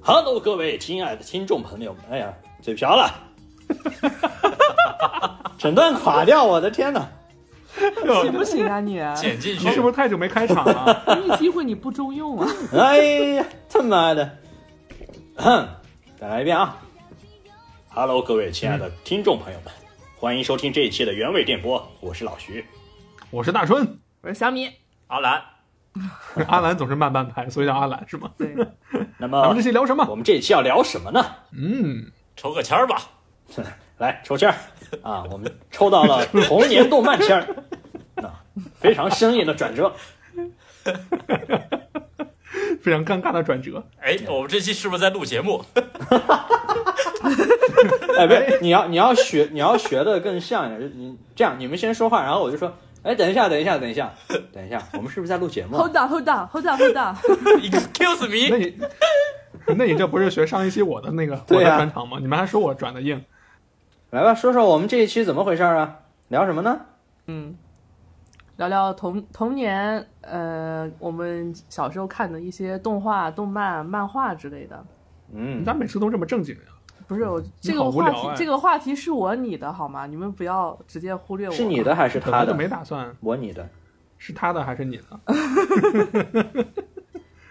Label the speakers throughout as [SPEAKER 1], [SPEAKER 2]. [SPEAKER 1] Hello，各位亲爱的听众朋友们，哎呀，嘴瓢了， 整段垮掉，我的天哪！
[SPEAKER 2] 行不行啊你？
[SPEAKER 3] 剪进去
[SPEAKER 2] 你是不
[SPEAKER 3] 是
[SPEAKER 2] 是太久没开场了？
[SPEAKER 4] 给你机会你不中用啊！
[SPEAKER 1] 哎呀，他妈的！哼再来一遍啊！Hello，各位亲爱的听众朋友们，欢迎收听这一期的原味电波，我是老徐。
[SPEAKER 2] 我是大春，
[SPEAKER 4] 我说小米，
[SPEAKER 3] 阿兰，
[SPEAKER 2] 阿兰总是慢半拍，所以叫阿兰是吗？
[SPEAKER 4] 对，
[SPEAKER 1] 那
[SPEAKER 2] 咱们
[SPEAKER 1] 么
[SPEAKER 2] 这，期聊什么？
[SPEAKER 1] 我们这一期要聊什么呢？
[SPEAKER 2] 嗯，
[SPEAKER 3] 抽个签儿吧。
[SPEAKER 1] 来抽签儿啊！我们抽到了童年动漫签儿，啊，非常生硬的转折。
[SPEAKER 2] 非常尴尬的转折。
[SPEAKER 3] 哎，我们这期是不是在录节 目？
[SPEAKER 1] 哎，不是，你要你要学你要学的更像一点，你这样你们先说话，然后我就说，哎，等一下，等一下，等一下， 等一下，我们是不是在录节目啊？
[SPEAKER 4] Hold on，Hold on，Hold on，Hold on，
[SPEAKER 3] Excuse
[SPEAKER 2] 那
[SPEAKER 3] me，
[SPEAKER 2] 你， 那你这不是学上一期我的那个我
[SPEAKER 1] 对啊
[SPEAKER 2] 的
[SPEAKER 1] 呀
[SPEAKER 2] 转场吗？你们还说我转的硬，
[SPEAKER 1] 来吧，说说我们这一期怎么回事儿啊？聊什么呢？
[SPEAKER 4] 嗯， 聊聊童童年，呃，我们小时候看的一些动画、动漫、漫画之类的。
[SPEAKER 2] 你
[SPEAKER 1] 嗯，
[SPEAKER 2] 咋每次都这么正经呀？
[SPEAKER 4] 不是我这
[SPEAKER 2] 好
[SPEAKER 4] 个
[SPEAKER 2] 无
[SPEAKER 4] 话
[SPEAKER 2] 聊
[SPEAKER 4] 题
[SPEAKER 2] 哎，
[SPEAKER 4] 这个话题是我拟的好吗？你们不要直接忽略我。
[SPEAKER 1] 是你的，还是
[SPEAKER 2] 本
[SPEAKER 1] 他
[SPEAKER 2] 来就
[SPEAKER 1] 的？
[SPEAKER 2] 没打算
[SPEAKER 1] 我你的。
[SPEAKER 2] 是他的还是你 的？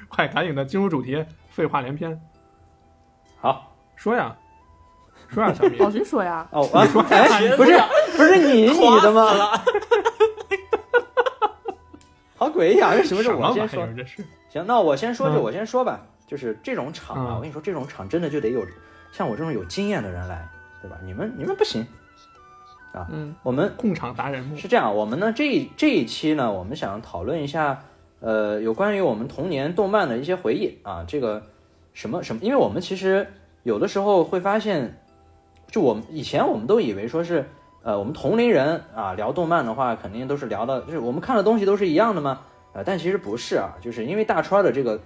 [SPEAKER 2] 快赶紧的进入主题，废话连篇，
[SPEAKER 1] 好
[SPEAKER 2] 说呀，说呀，小米，
[SPEAKER 4] 老徐说呀，
[SPEAKER 1] 哦啊，哎，不是不是你你的
[SPEAKER 3] 垮死
[SPEAKER 1] 吗？
[SPEAKER 3] 了
[SPEAKER 1] 好诡异啊！为什么是
[SPEAKER 2] 什么
[SPEAKER 1] 我
[SPEAKER 2] 玩意
[SPEAKER 1] 先说
[SPEAKER 2] 儿？这是？
[SPEAKER 1] 行，那我先说，
[SPEAKER 2] 嗯
[SPEAKER 1] 就我先说吧，就是这种场啊，
[SPEAKER 2] 嗯
[SPEAKER 1] 我跟你说，这种场真的就得有像我这种有经验的人来，对吧？你们你们不行，啊
[SPEAKER 4] 嗯，
[SPEAKER 1] 我们
[SPEAKER 2] 控场达人目，。
[SPEAKER 1] 是这样，我们呢这一这一期呢，我们想讨论一下，呃，有关于我们童年动漫的一些回忆啊，这个什么什么，因为我们其实有的时候会发现，就我们以前我们都以为说是，呃，我们同龄人啊聊动漫的话，肯定都是聊的，就是我们看的东西都是一样的嘛，啊，但其实不是啊，就是因为大川的这个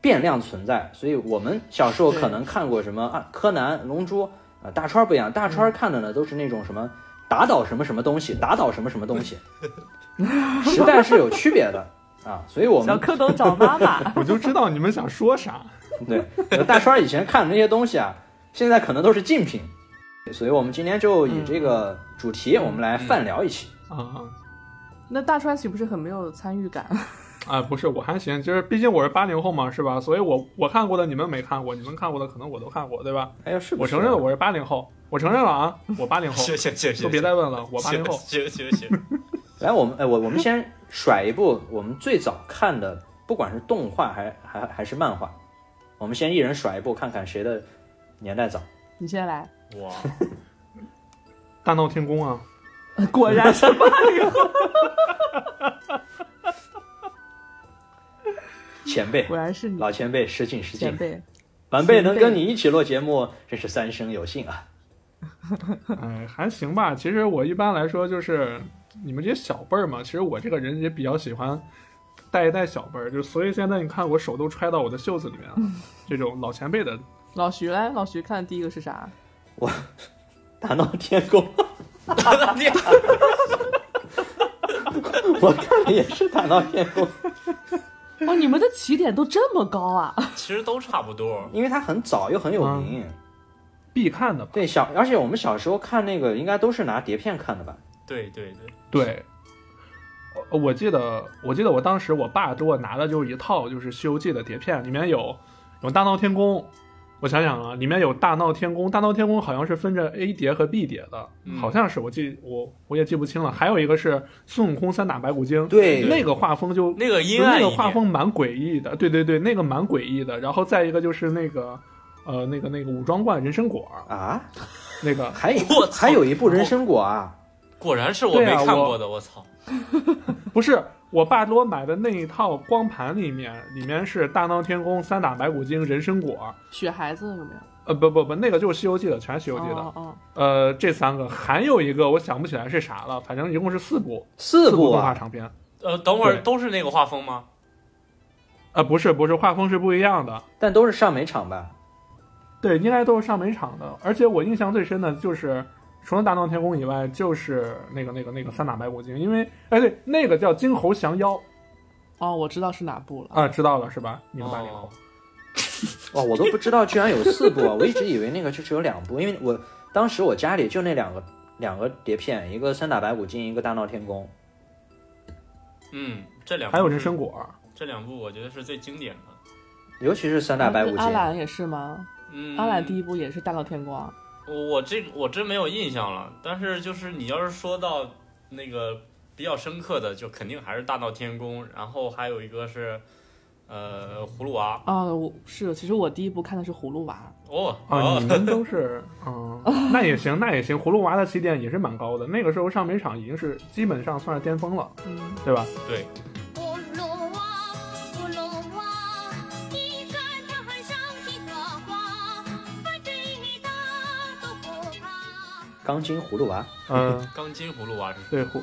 [SPEAKER 1] 变量存在，所以我们小时候可能看过什么啊，柯南、龙珠。啊，大川不一样，大川看的呢都是那种什么打倒什么什么东西，打倒什么什么东西， 时代是有区别的啊。所以我
[SPEAKER 4] 小
[SPEAKER 1] 们
[SPEAKER 4] 蝌蚪找妈妈
[SPEAKER 2] 我就知道你们想说啥。
[SPEAKER 1] 对呃大川以前看的那些东西啊，现在可能都是竞品，所以我们今天就以这个主题，我们来泛聊一期。
[SPEAKER 2] 啊
[SPEAKER 4] 那大川岂不是很没有参与感？
[SPEAKER 2] 啊，不是，我还行，就是毕竟我是八零后嘛，是吧？所以我我看过的你们没看过，你们看过的可能我都看过，对吧？
[SPEAKER 1] 哎呦，是不
[SPEAKER 2] 我
[SPEAKER 1] 是？
[SPEAKER 2] 承认了，我是八零后，我承认了啊，我八零后，
[SPEAKER 3] 行行行行，
[SPEAKER 2] 都别再问了，我八零后。
[SPEAKER 3] 行行行行，
[SPEAKER 1] 来，我们哎，我我们先甩一部我们最早看的，不管是动画还还还是漫画，我们先一人甩一部，看看谁的年代早。
[SPEAKER 4] 你先来。
[SPEAKER 3] 哇，
[SPEAKER 2] 大闹天宫啊，
[SPEAKER 4] 果然是八零后，
[SPEAKER 1] 前辈，
[SPEAKER 4] 果然是你
[SPEAKER 1] 老前辈，失敬失敬
[SPEAKER 4] 前。辈。
[SPEAKER 1] 晚辈能跟你一起录节目，真是三生有幸啊！
[SPEAKER 2] 哎，还行吧。其实我一般来说就是你们这些小辈儿嘛，其实我这个人也比较喜欢带一带小辈儿，就所以现在你看我手都揣到我的袖子里面了，这种老前辈的
[SPEAKER 4] 老徐来，老徐看第一个是啥？
[SPEAKER 1] 大闹天 宫，
[SPEAKER 3] 你
[SPEAKER 1] 我看的也是大闹天宫，
[SPEAKER 4] 哦，你们的起点都这么高啊！
[SPEAKER 3] 其实都差不多。
[SPEAKER 1] 因为它很早又很有名。
[SPEAKER 2] 必看的吧。
[SPEAKER 1] 对，小而且我们小时候看那个，应该都是拿碟片看的吧？
[SPEAKER 3] 对对对，
[SPEAKER 2] 对，呃我记得，我记得我当时我爸给我拿的就是一套就是《西游记》的碟片，里面有有《大闹天宫》，我想想啊，里面有《大闹天宫》，《大闹天宫》好像是分着 A 碟和 B 碟的，
[SPEAKER 3] 嗯
[SPEAKER 2] 好像是我记我我也记不清了。还有一个是孙悟空三打白骨精，
[SPEAKER 1] 对
[SPEAKER 2] 那个画风就
[SPEAKER 3] 那个阴
[SPEAKER 2] 就
[SPEAKER 3] 暗
[SPEAKER 2] 那
[SPEAKER 3] 一
[SPEAKER 2] 个
[SPEAKER 3] 点，
[SPEAKER 2] 画风蛮诡异的，对对对，那个蛮诡异的。然后再一个就是那个。呃，那个那个武装观人参果，
[SPEAKER 1] 啊，
[SPEAKER 2] 那个
[SPEAKER 1] 还有
[SPEAKER 3] 我操
[SPEAKER 1] 还有一部人参果啊！
[SPEAKER 3] 果然是我没
[SPEAKER 2] 对啊
[SPEAKER 3] 看过的，我操！
[SPEAKER 2] 不是我爸给我买的那一套光盘里面，里面是《大闹天宫》《三打白骨精》《人参果》。
[SPEAKER 4] 雪孩子有没有？
[SPEAKER 2] 呃，不不不，那个就是《西游记》的，全是《西游记》的。
[SPEAKER 4] 哦哦，
[SPEAKER 2] 呃，这三个，还有一个我想不起来是啥了，反正一共是四部，
[SPEAKER 1] 四
[SPEAKER 2] 部
[SPEAKER 1] 部
[SPEAKER 2] 动画
[SPEAKER 1] 啊，
[SPEAKER 2] 长片。
[SPEAKER 3] 呃，等会儿
[SPEAKER 2] 对
[SPEAKER 3] 都是那个画风吗？
[SPEAKER 2] 呃，不是不是，画风是不一样的。
[SPEAKER 1] 但都是上美场吧？
[SPEAKER 2] 对，应该都是上美场的。而且我印象最深的就是，除了《大闹天宫》以外，就是那个那个那个《三打白骨精》，因为哎对，那个叫《金猴降妖》
[SPEAKER 4] 哦，我知道是哪部了。
[SPEAKER 2] 啊、知道了是吧？你们八零后
[SPEAKER 3] 哦，
[SPEAKER 1] 哇，我都不知道居然有四部啊！ 我一直以为那个就只有两部，因为我当时我家里就那两个两个碟片，一个《三打白骨精》，一个《大闹天宫
[SPEAKER 3] 嗯，这两部
[SPEAKER 2] 还有人
[SPEAKER 3] 是
[SPEAKER 2] 参果，
[SPEAKER 3] 这两部我觉得是最经典的。》，
[SPEAKER 1] 尤其是《三打白骨精
[SPEAKER 4] 嗯阿》兰也是吗？
[SPEAKER 3] 嗯，
[SPEAKER 4] 阿兰第一部也是大闹天宫啊。
[SPEAKER 3] 我我这个我真没有印象了，但是就是你要是说到那个比较深刻的，就肯定还是大闹天宫，然后还有一个是呃葫芦娃
[SPEAKER 4] 啊，我是，其实我第一部看的是葫芦娃，
[SPEAKER 3] 哦
[SPEAKER 2] 啊，
[SPEAKER 3] 哦
[SPEAKER 2] 你们都是，嗯，那也行，那也行。葫芦娃的起点也是蛮高的，那个时候上美场已经是基本上算是巅峰了，
[SPEAKER 4] 嗯，
[SPEAKER 2] 对吧？
[SPEAKER 3] 对，
[SPEAKER 5] 葫芦娃，葫芦娃，你看它还上几朵花，反正你大都不怕。
[SPEAKER 1] 钢筋葫芦娃》。
[SPEAKER 2] 嗯，
[SPEAKER 3] 钢筋葫芦娃 是
[SPEAKER 2] 对葫，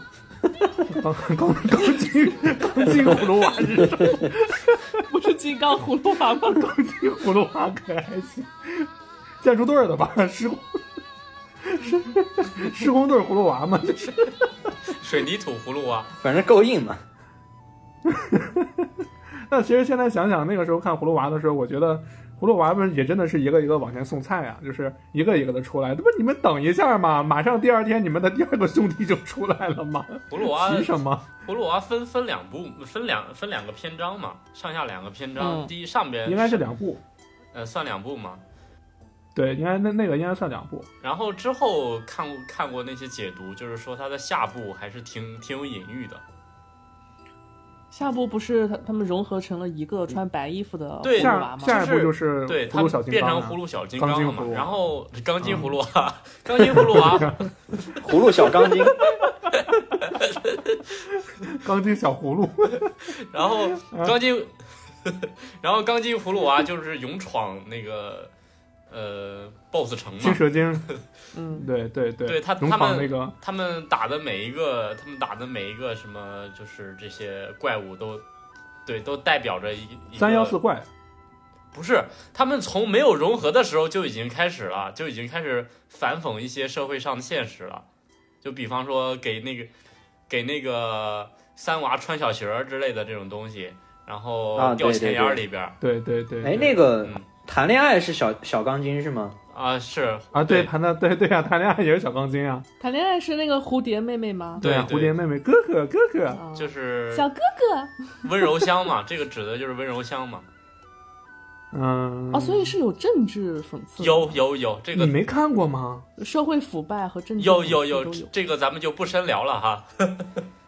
[SPEAKER 2] 钢钢钢筋钢筋葫芦娃是什么？
[SPEAKER 4] 不是金刚葫芦娃吗？
[SPEAKER 2] 钢筋葫芦娃可还行， 建筑队儿的吧？施工施施工队儿葫芦娃嘛，这是
[SPEAKER 3] 水泥土葫芦娃，
[SPEAKER 1] 反正够硬嘛。
[SPEAKER 2] 那其实现在想想，那个时候看葫芦娃的时候，我觉得葫芦娃们也真的是一个一个往前送菜啊，就是一个一个的出来。这不你们等一下嘛，马上第二天你们的第二个兄弟就出来了嘛，
[SPEAKER 3] 葫 芦娃
[SPEAKER 2] 急什么？
[SPEAKER 3] 葫芦娃分分两部，分两分两个篇章嘛，上下两个篇章，
[SPEAKER 4] 嗯
[SPEAKER 3] 第一上边
[SPEAKER 2] 应该是两部，
[SPEAKER 3] 呃算两部嘛，
[SPEAKER 2] 对，应该那那个应该算两部。
[SPEAKER 3] 然后之后看过看过那些解读，就是说它的下部还是挺挺有隐喻的，
[SPEAKER 4] 下部不是他他们融合成了一个穿白衣服的葫
[SPEAKER 3] 对
[SPEAKER 4] 芦
[SPEAKER 2] 下
[SPEAKER 4] 娃吗？
[SPEAKER 2] 下一步就是
[SPEAKER 3] 对，
[SPEAKER 2] 葫
[SPEAKER 3] 它
[SPEAKER 2] 芦小金
[SPEAKER 3] 变
[SPEAKER 2] 刚
[SPEAKER 3] 成
[SPEAKER 2] 啊
[SPEAKER 3] 葫芦小金刚了
[SPEAKER 2] 钢筋葫
[SPEAKER 3] 嘛
[SPEAKER 2] 芦，娃
[SPEAKER 3] 然后钢筋葫芦娃， 钢筋葫芦娃，
[SPEAKER 2] 嗯
[SPEAKER 1] 葫芦小钢筋，
[SPEAKER 2] 钢筋小葫芦，
[SPEAKER 3] 然后
[SPEAKER 2] 嗯
[SPEAKER 3] 钢筋， 然后钢筋葫芦娃就是勇闯那个呃 BOSS 城
[SPEAKER 2] 青
[SPEAKER 3] 嘛，
[SPEAKER 2] 蛇精，
[SPEAKER 4] 嗯，
[SPEAKER 2] 对对对，
[SPEAKER 3] 对他
[SPEAKER 2] 勇
[SPEAKER 3] 他
[SPEAKER 2] 闯
[SPEAKER 3] 们
[SPEAKER 2] 那个
[SPEAKER 3] 他们打的每一个，他们打的每一个什么，就是这些怪物都，对，都代表着一一个
[SPEAKER 2] 三幺四怪，
[SPEAKER 3] 不是，他们从没有融合的时候就已经开始了，就已经开始反讽一些社会上的现实了。就比方说给那个给那个三娃穿小鞋儿之类的这种东西，然后
[SPEAKER 1] 啊
[SPEAKER 3] 掉
[SPEAKER 1] 对
[SPEAKER 3] 钱
[SPEAKER 1] 对
[SPEAKER 3] 眼儿
[SPEAKER 1] 对
[SPEAKER 3] 里边儿
[SPEAKER 2] 对对对。
[SPEAKER 1] 哎，
[SPEAKER 2] 对
[SPEAKER 1] 那个
[SPEAKER 3] 嗯
[SPEAKER 1] 谈恋爱是小小钢筋是吗？
[SPEAKER 3] 啊，是
[SPEAKER 2] 啊，对，
[SPEAKER 3] 对
[SPEAKER 2] 谈的对对啊，谈恋爱也是小钢筋啊，
[SPEAKER 4] 谈恋爱是那个蝴蝶妹妹吗？
[SPEAKER 3] 对
[SPEAKER 2] 啊，
[SPEAKER 3] 对
[SPEAKER 2] 蝴蝶妹妹哥哥哥哥，
[SPEAKER 4] 啊
[SPEAKER 3] 就是
[SPEAKER 4] 小哥哥
[SPEAKER 3] 温柔乡嘛， 这个指的就是温柔乡嘛。
[SPEAKER 2] 嗯，
[SPEAKER 4] 哦，所以是有政治讽刺的，
[SPEAKER 3] 有有有，这个
[SPEAKER 2] 你没看过吗？
[SPEAKER 4] 社会腐败和政治讽
[SPEAKER 3] 有
[SPEAKER 4] 刺
[SPEAKER 3] 有
[SPEAKER 4] 都
[SPEAKER 3] 有，
[SPEAKER 4] 有。
[SPEAKER 3] 这个咱们就不深聊了哈。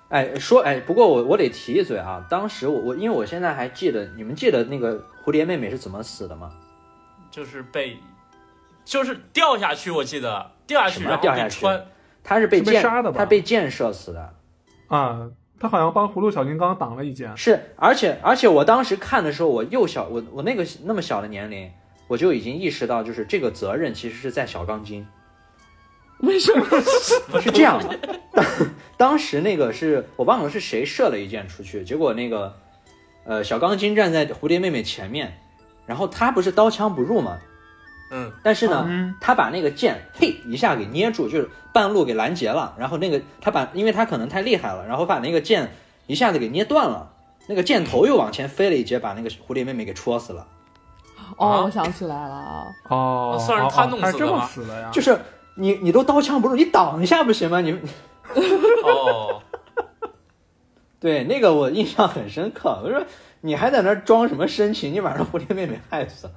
[SPEAKER 1] 哎，说哎，不过我我得提一嘴啊，当时我我因为我现在还记得，你们记得那个蝴蝶妹妹是怎么死的吗？
[SPEAKER 3] 就是被，就是掉下去，我记得掉下去，
[SPEAKER 1] 什么
[SPEAKER 3] 然后
[SPEAKER 1] 掉下
[SPEAKER 3] 被
[SPEAKER 1] 去
[SPEAKER 3] 穿，
[SPEAKER 1] 她是被
[SPEAKER 2] 是被
[SPEAKER 1] 箭
[SPEAKER 2] 杀的吧
[SPEAKER 1] 她被箭射死的。
[SPEAKER 2] 啊，他好像帮葫芦小金刚挡了一剑，
[SPEAKER 1] 是，而且而且我当时看的时候，我幼小，我我那个那么小的年龄，我就已经意识到，就是这个责任其实是在小钢筋，
[SPEAKER 4] 为什么？
[SPEAKER 1] 是这样的。当当时那个是我忘了是谁射了一箭出去，结果那个呃小钢筋站在蝴蝶妹妹前面，然后她不是刀枪不入嘛，
[SPEAKER 3] 嗯，
[SPEAKER 1] 但是呢，
[SPEAKER 2] 嗯，
[SPEAKER 1] 他把那个剑嘿一下给捏住，就是半路给拦截了。然后那个他把，因为他可能太厉害了，然后把那个剑一下子给捏断了。那个箭头又往前飞了一截，把那个蝴蝶妹妹给戳死了。
[SPEAKER 4] 哦
[SPEAKER 3] 啊，
[SPEAKER 4] 我想起来了啊，
[SPEAKER 2] 哦，
[SPEAKER 3] 算是
[SPEAKER 2] 哦
[SPEAKER 3] 他
[SPEAKER 2] 哦
[SPEAKER 3] 弄
[SPEAKER 2] 他
[SPEAKER 3] 死
[SPEAKER 2] 是
[SPEAKER 3] 的
[SPEAKER 2] 这么
[SPEAKER 3] 吧
[SPEAKER 2] 死的呀，
[SPEAKER 1] 就是你你都刀枪不入，你挡一下不行吗？你
[SPEAKER 3] 哦，
[SPEAKER 1] 对那个我印象很深刻。我说你还在那儿装什么深情？你把那蝴蝶妹妹害死了。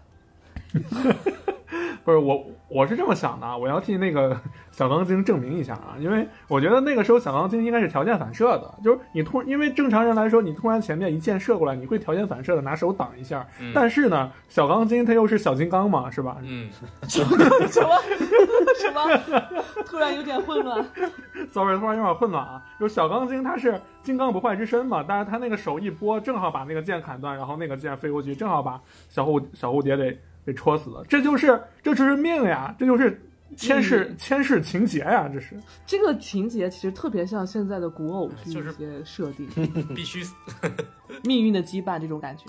[SPEAKER 2] 不是我，我是这么想的，啊，我要替那个 小钢筋证明一下啊，因为我觉得那个时候小钢筋应该是条件反射的，就是你突，因为正常人来说，你突然前面一箭射过来，你会条件反射的拿手挡一下，
[SPEAKER 3] 嗯
[SPEAKER 2] 但是呢，小钢筋它又是小金刚嘛，是吧？
[SPEAKER 3] 嗯，
[SPEAKER 4] 什么什么？突然有点混乱。
[SPEAKER 2] sorry，突然有点混乱啊，就是小钢筋它是金刚不坏之身嘛，但是它那个手一拨，正好把那个剑砍断，然后那个剑飞过去，正好把小蝴小蝴蝶给给戳死了，这就是这就是命呀，这就是牵世、牵世情节呀，这是。
[SPEAKER 4] 这个情节其实特别像现在的古偶剧
[SPEAKER 3] 嗯就是
[SPEAKER 4] 一些设定，
[SPEAKER 3] 必须死
[SPEAKER 4] 命运的羁绊这种感觉。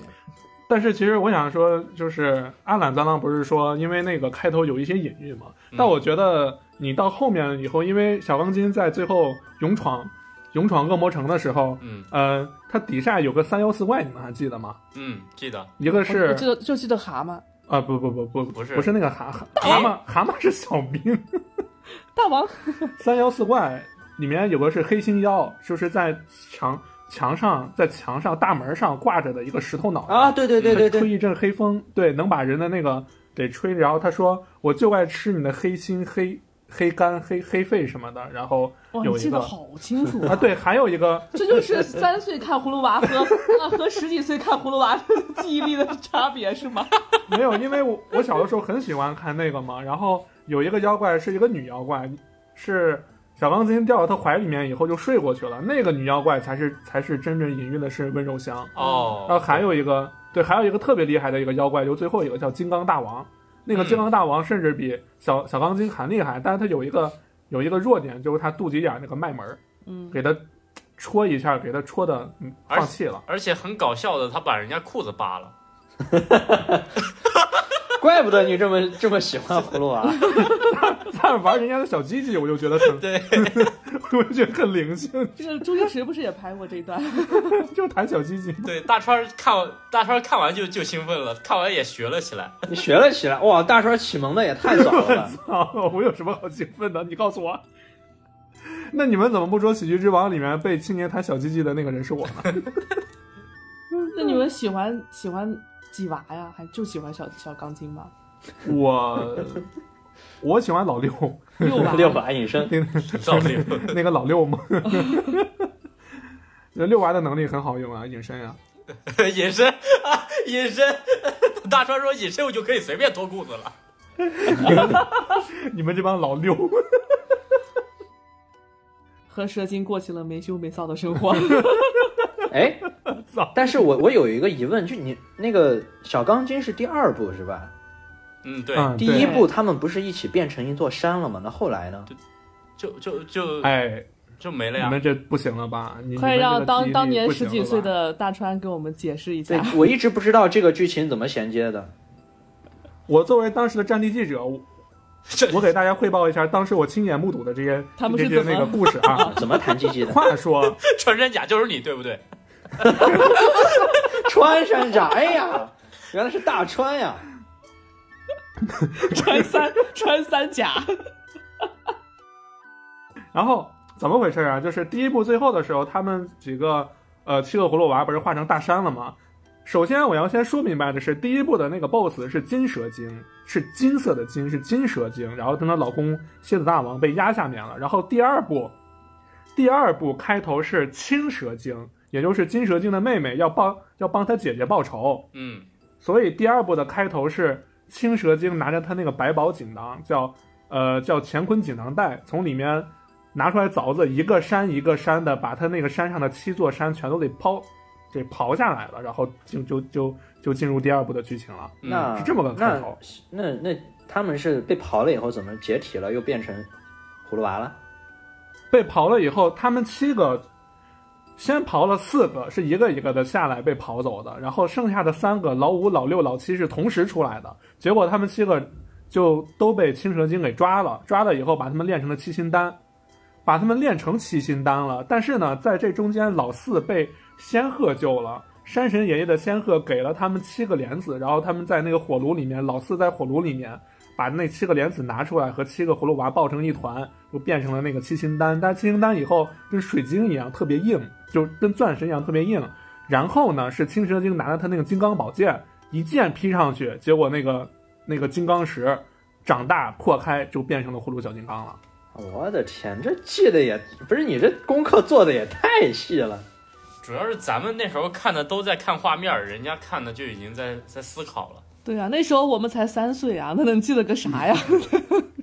[SPEAKER 2] 但是其实我想说，就是阿懒当当不是说因为那个开头有一些隐喻嘛？
[SPEAKER 3] 嗯
[SPEAKER 2] 但我觉得你到后面以后，因为小钢筋在最后勇闯勇闯恶魔城的时候，
[SPEAKER 3] 嗯
[SPEAKER 2] 呃，它底下有个三妖四怪，你们还记得吗？
[SPEAKER 3] 嗯，记得
[SPEAKER 2] 一个
[SPEAKER 4] 我我
[SPEAKER 2] 是
[SPEAKER 4] 记得就记得蛤蟆，
[SPEAKER 2] 啊不不不不
[SPEAKER 3] 不是
[SPEAKER 2] 不是那个蛤蛤
[SPEAKER 1] 哎
[SPEAKER 2] 蛤蟆蛤蟆是小兵，
[SPEAKER 4] 大王
[SPEAKER 2] 三妖四怪里面有个是黑心妖，就是在墙墙上在墙上大门上挂着的一个石头脑袋
[SPEAKER 1] 啊，对对对对
[SPEAKER 2] 吹
[SPEAKER 1] 对，
[SPEAKER 2] 一阵黑风，对，能把人的那个给吹。然后他说：“我就爱吃你的黑心、黑黑肝、黑黑肺什么的。”然后
[SPEAKER 4] 哇，
[SPEAKER 2] 有
[SPEAKER 4] 你
[SPEAKER 2] 一
[SPEAKER 4] 记
[SPEAKER 2] 个
[SPEAKER 4] 得好清楚
[SPEAKER 2] 啊，对，，还有一个
[SPEAKER 4] 这就是三岁看葫芦娃和啊和十几岁看葫芦娃的记忆力的差别是吗？
[SPEAKER 2] 没有，因为我我小的时候很喜欢看那个嘛。然后有一个妖怪是一个女妖怪，是小钢筋掉到她怀里面以后就睡过去了。那个女妖怪才是才是真正隐喻的是温柔乡。
[SPEAKER 3] 哦，
[SPEAKER 2] 然后还有一个对，还有一个特别厉害的一个妖怪，就最后一个叫金刚大王。那个金刚大王甚至比小小钢筋还厉害，但是他有一个有一个弱点，就是他肚脐眼儿那个脉门儿，
[SPEAKER 4] 嗯，
[SPEAKER 2] 给他戳一下，给他戳的嗯
[SPEAKER 3] 而
[SPEAKER 2] 放弃了。
[SPEAKER 3] 而且很搞笑的，他把人家裤子扒了。
[SPEAKER 1] 怪不得你这么这么喜欢葫芦娃、
[SPEAKER 2] 他玩人家的小鸡鸡，我就觉得很，
[SPEAKER 3] 对，
[SPEAKER 2] 我就觉得很灵性，
[SPEAKER 4] 这个周星驰不是也拍过这一段？
[SPEAKER 2] 就弹小鸡鸡。
[SPEAKER 3] 对，大川看完大川看完就就兴奋了，看完也学了起来。
[SPEAKER 1] 你学了起来，哇，大川启蒙的也太早了吧。
[SPEAKER 2] 操！我有什么好兴奋的？你 告诉我。那你们怎么不说《喜剧之王》里面被青年弹小鸡鸡的那个人是我呢？
[SPEAKER 4] 那你们喜欢喜欢几娃呀？还就喜欢小小钢筋吗？
[SPEAKER 2] 我 我喜欢老 六，
[SPEAKER 4] 六娃，
[SPEAKER 1] 六娃隐身，
[SPEAKER 3] 老六，
[SPEAKER 2] 那个老六嘛。这六娃的能力很好用啊，隐身啊。
[SPEAKER 3] 隐身啊，隐身！大川说隐身我就可以随便脱裤子了。
[SPEAKER 2] 你们这帮老六，
[SPEAKER 4] 和蛇精过起了没羞没臊的生活。
[SPEAKER 1] 哎
[SPEAKER 2] 操，
[SPEAKER 1] 但是我我有一个疑问，就你那个小钢筋是第二部是吧？
[SPEAKER 3] 嗯，对，
[SPEAKER 2] 嗯，
[SPEAKER 1] 第
[SPEAKER 2] 对
[SPEAKER 1] 一部他们不是一起变成一座山了吗？那后来呢？
[SPEAKER 3] 就就就
[SPEAKER 2] 哎，
[SPEAKER 3] 就没了
[SPEAKER 2] 你
[SPEAKER 3] 呀。
[SPEAKER 2] 们这不行了吧？你
[SPEAKER 4] 快让当当年十几岁。
[SPEAKER 2] 你们这个记忆力不行了吧
[SPEAKER 4] 的大川给我们解释一
[SPEAKER 1] 对
[SPEAKER 4] 下。，
[SPEAKER 1] 我一直不知道这个剧情怎么衔接的。
[SPEAKER 2] 我作为当时的战地记者， 我
[SPEAKER 3] 这
[SPEAKER 2] 我给大家汇报一下当时我亲眼目睹的这些
[SPEAKER 4] 他们
[SPEAKER 2] 这
[SPEAKER 4] 是
[SPEAKER 2] 些
[SPEAKER 4] 怎么
[SPEAKER 2] 那个故事啊
[SPEAKER 1] 啊。怎么弹鸡 鸡的？
[SPEAKER 2] 话说，
[SPEAKER 3] 穿山甲就是你，对不对？
[SPEAKER 1] 穿山甲，哎呀，原来是大川呀！
[SPEAKER 4] 穿三穿三甲，
[SPEAKER 2] 然后怎么回事啊？就是第一部最后的时候，他们几个呃七个葫芦娃不是化成大山了吗？首先我要先说明白的是，第一部的那个 BOSS 是金蛇精，是金色的金，是金蛇精。然后她的老公蝎子大王被压下面了。然后第二部，第二部开头是青蛇精，也就是金蛇精的妹妹要帮要帮她姐姐报仇。
[SPEAKER 3] 嗯，
[SPEAKER 2] 所以第二部的开头是青蛇精拿着他那个百宝锦囊，叫呃叫乾坤锦囊袋，从里面拿出来凿子，一个山一个山的把他那个山上的七座山全都给抛给刨下来了，然后就就就就进入第二部的剧情了。
[SPEAKER 3] 嗯
[SPEAKER 1] 那
[SPEAKER 2] 是这么个开头
[SPEAKER 1] 那那那他们是被刨了以后怎么解体了，又变成葫芦娃了？
[SPEAKER 2] 被刨了以后，他们七个先刨了四个，是一个一个的下来被刨走的，然后剩下的三个老五、老六、老七是同时出来的，结果他们七个就都被青蛇精给抓了，抓了以后把他们炼成了七星丹，把他们炼成七星丹了。但是呢，在这中间，老四被仙鹤救了。山神爷爷的仙鹤给了他们七个莲子，然后他们在那个火炉里面，老四在火炉里面把那七个莲子拿出来，和七个葫芦娃抱成一团，就变成了那个七星丹。但是七星丹以后跟水晶一样特别硬，就跟钻石一样特别硬。然后呢，是青蛇精拿着他那个金刚宝剑，一剑劈上去，结果那个那个金刚石长大破开，就变成了葫芦小金刚了。
[SPEAKER 1] 我的天，这记得也不是你这功课做的也太细了。
[SPEAKER 3] 主要是咱们那时候看的都在看画面，人家看的就已经在在思考了。
[SPEAKER 4] 对啊，那时候我们才三岁啊，那能记得个啥 呀？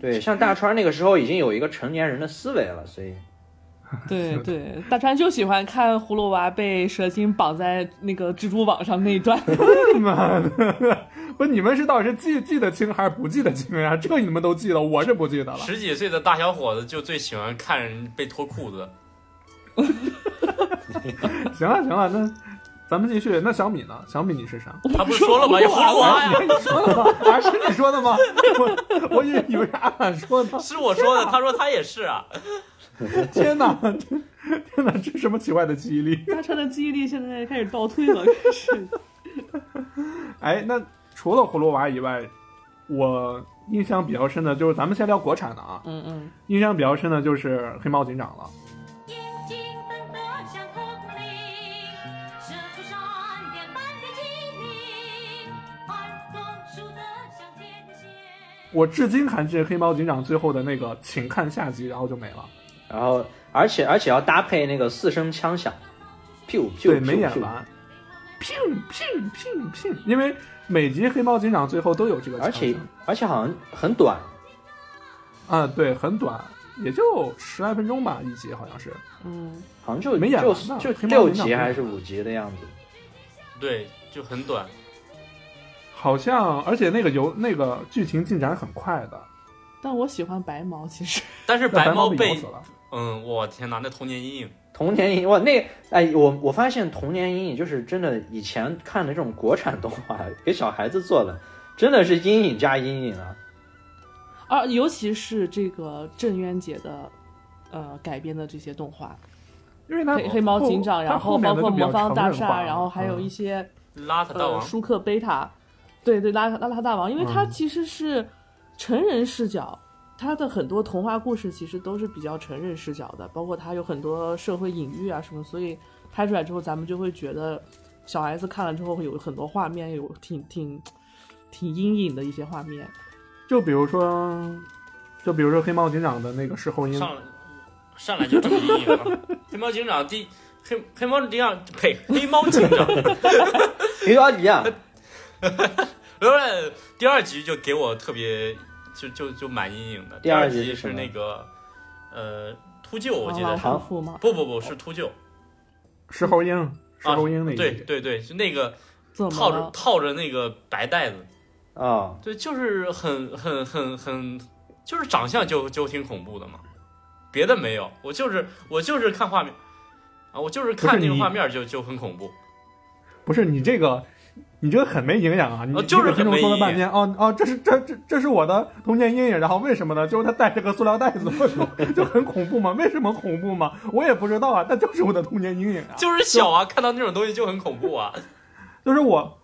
[SPEAKER 1] 对，像大川那个时候已经有一个成年人的思维了，所以
[SPEAKER 4] 对对，大川就喜欢看葫芦娃被蛇精绑在那个蜘蛛网上那一段。
[SPEAKER 2] 妈的！不，你们是到底是记记得清还是不记得清呀、这你们都记得，我是不记得了。
[SPEAKER 3] 十几岁的大小伙子就最喜欢看人被脱裤子。
[SPEAKER 2] 行了行了，那咱们继续。那小米呢？小米你是啥？
[SPEAKER 3] 他不是说了吗？有葫芦娃呀，
[SPEAKER 2] 你说的吗？啊，是你说的吗？我我以为以为是阿满说 的。
[SPEAKER 3] 是我说的。他说他也是啊。
[SPEAKER 2] 天哪，这天哪，这什么奇怪的记忆力？
[SPEAKER 4] 大川的记忆力现在开始倒退了，开始。
[SPEAKER 2] 哎，那除了葫芦娃以外，我印象比较深的就是咱们先聊国产的啊，
[SPEAKER 4] 嗯嗯，
[SPEAKER 2] 印象比较深的就是黑猫警长了。
[SPEAKER 5] 眼睛粉色像铜铃，射出闪电般的机灵，耳朵竖得像天线。
[SPEAKER 2] 我至今还记得黑猫警长最后的那个“请看下集”，然后就没了。
[SPEAKER 1] 然后而且而且要搭配那个四声枪响，咻咻，
[SPEAKER 2] 对，
[SPEAKER 1] 咻
[SPEAKER 2] 没演。
[SPEAKER 1] 咻
[SPEAKER 2] 完。拼拼拼拼，因为每集黑猫警长最后都有这个
[SPEAKER 1] 而
[SPEAKER 2] 枪声，
[SPEAKER 1] 且而且好像很短，
[SPEAKER 2] 啊，对，很短，也就十来分钟吧，一集好像是。
[SPEAKER 4] 嗯，
[SPEAKER 1] 好像就
[SPEAKER 2] 没演
[SPEAKER 1] 就
[SPEAKER 2] 完呢
[SPEAKER 1] 就
[SPEAKER 2] 黑猫
[SPEAKER 1] 六
[SPEAKER 2] 警长
[SPEAKER 1] 集
[SPEAKER 2] 没
[SPEAKER 1] 还
[SPEAKER 2] 演
[SPEAKER 1] 是五集的样子。
[SPEAKER 3] 对，就很短。
[SPEAKER 2] 好像，而且那个游那个剧情进展很快的，
[SPEAKER 4] 但我喜欢白毛，其实
[SPEAKER 3] 但是
[SPEAKER 2] 那白
[SPEAKER 3] 猫
[SPEAKER 2] 被
[SPEAKER 3] 被
[SPEAKER 2] 死了。
[SPEAKER 3] 嗯，我天哪，那童年阴影。
[SPEAKER 1] 童年阴影哇，那哎，我我发现童年阴影就是真的，以前看的这种国产动画给小孩子做的，真的是阴影加阴影啊。
[SPEAKER 4] 啊，尤其是这个郑渊洁的。呃，改编的这些动画，
[SPEAKER 2] 因为他
[SPEAKER 4] 黑黑猫警长，然
[SPEAKER 2] 后
[SPEAKER 4] 包括魔方大厦，
[SPEAKER 2] 厦，
[SPEAKER 4] 然后还有一
[SPEAKER 2] 嗯
[SPEAKER 4] 些、
[SPEAKER 3] 邋遢大
[SPEAKER 4] 呃，
[SPEAKER 3] 王，
[SPEAKER 4] 舒克贝塔，对对，拉拉拉大王，因为他
[SPEAKER 2] 嗯
[SPEAKER 4] 其实是成人视角，他的很多童话故事其实都是比较成人视角的，包括他有很多社会隐喻啊什么，所以拍出来之后，咱们就会觉得小孩子看了之后会有很多画面，有挺挺挺阴影的一些画面。
[SPEAKER 2] 就比如说，就比如说黑猫警长的那个事后音，
[SPEAKER 3] 上来上来就这么阴影了。 黑猫警长第黑黑猫警长呸，黑猫警长，
[SPEAKER 1] 皮高迪啊，
[SPEAKER 3] 不是第二集就给我特别就就就蛮阴影的。
[SPEAKER 1] 第
[SPEAKER 3] 二
[SPEAKER 1] 二集
[SPEAKER 3] 集
[SPEAKER 1] 是什
[SPEAKER 3] 是
[SPEAKER 1] 么
[SPEAKER 3] 那个呃秃鹫，我记得
[SPEAKER 4] 王
[SPEAKER 3] 是
[SPEAKER 1] 好
[SPEAKER 4] 夫妇吗？
[SPEAKER 3] 不不不是秃鹫，
[SPEAKER 2] 事后音，事后音那一
[SPEAKER 3] 啊对
[SPEAKER 2] 集，
[SPEAKER 3] 对对，是那个
[SPEAKER 4] 怎么
[SPEAKER 3] 套着
[SPEAKER 4] 了？
[SPEAKER 3] 套着那个白袋子，
[SPEAKER 1] 哦，
[SPEAKER 3] 对，就是很很很很，就是长相就就挺恐怖的嘛，别的没有，我就是我就是看画面啊，我就是
[SPEAKER 2] 不
[SPEAKER 3] 看
[SPEAKER 2] 是
[SPEAKER 3] 那个
[SPEAKER 2] 你
[SPEAKER 3] 画面就就很恐怖。
[SPEAKER 2] 不是你这个。你这个很没营养啊！你
[SPEAKER 3] 哦就是
[SPEAKER 2] 你给听众
[SPEAKER 3] 很没
[SPEAKER 2] 说了半
[SPEAKER 3] 营
[SPEAKER 2] 天，哦哦，这是这这这是我的童年阴影。然后为什么呢？就是他带着个塑料袋子，我说 就很恐怖嘛。为什么恐怖嘛？我也不知道啊，但就是我的童年阴影啊。
[SPEAKER 3] 就是小啊，看到那种东西就很恐怖啊。
[SPEAKER 2] 就是我，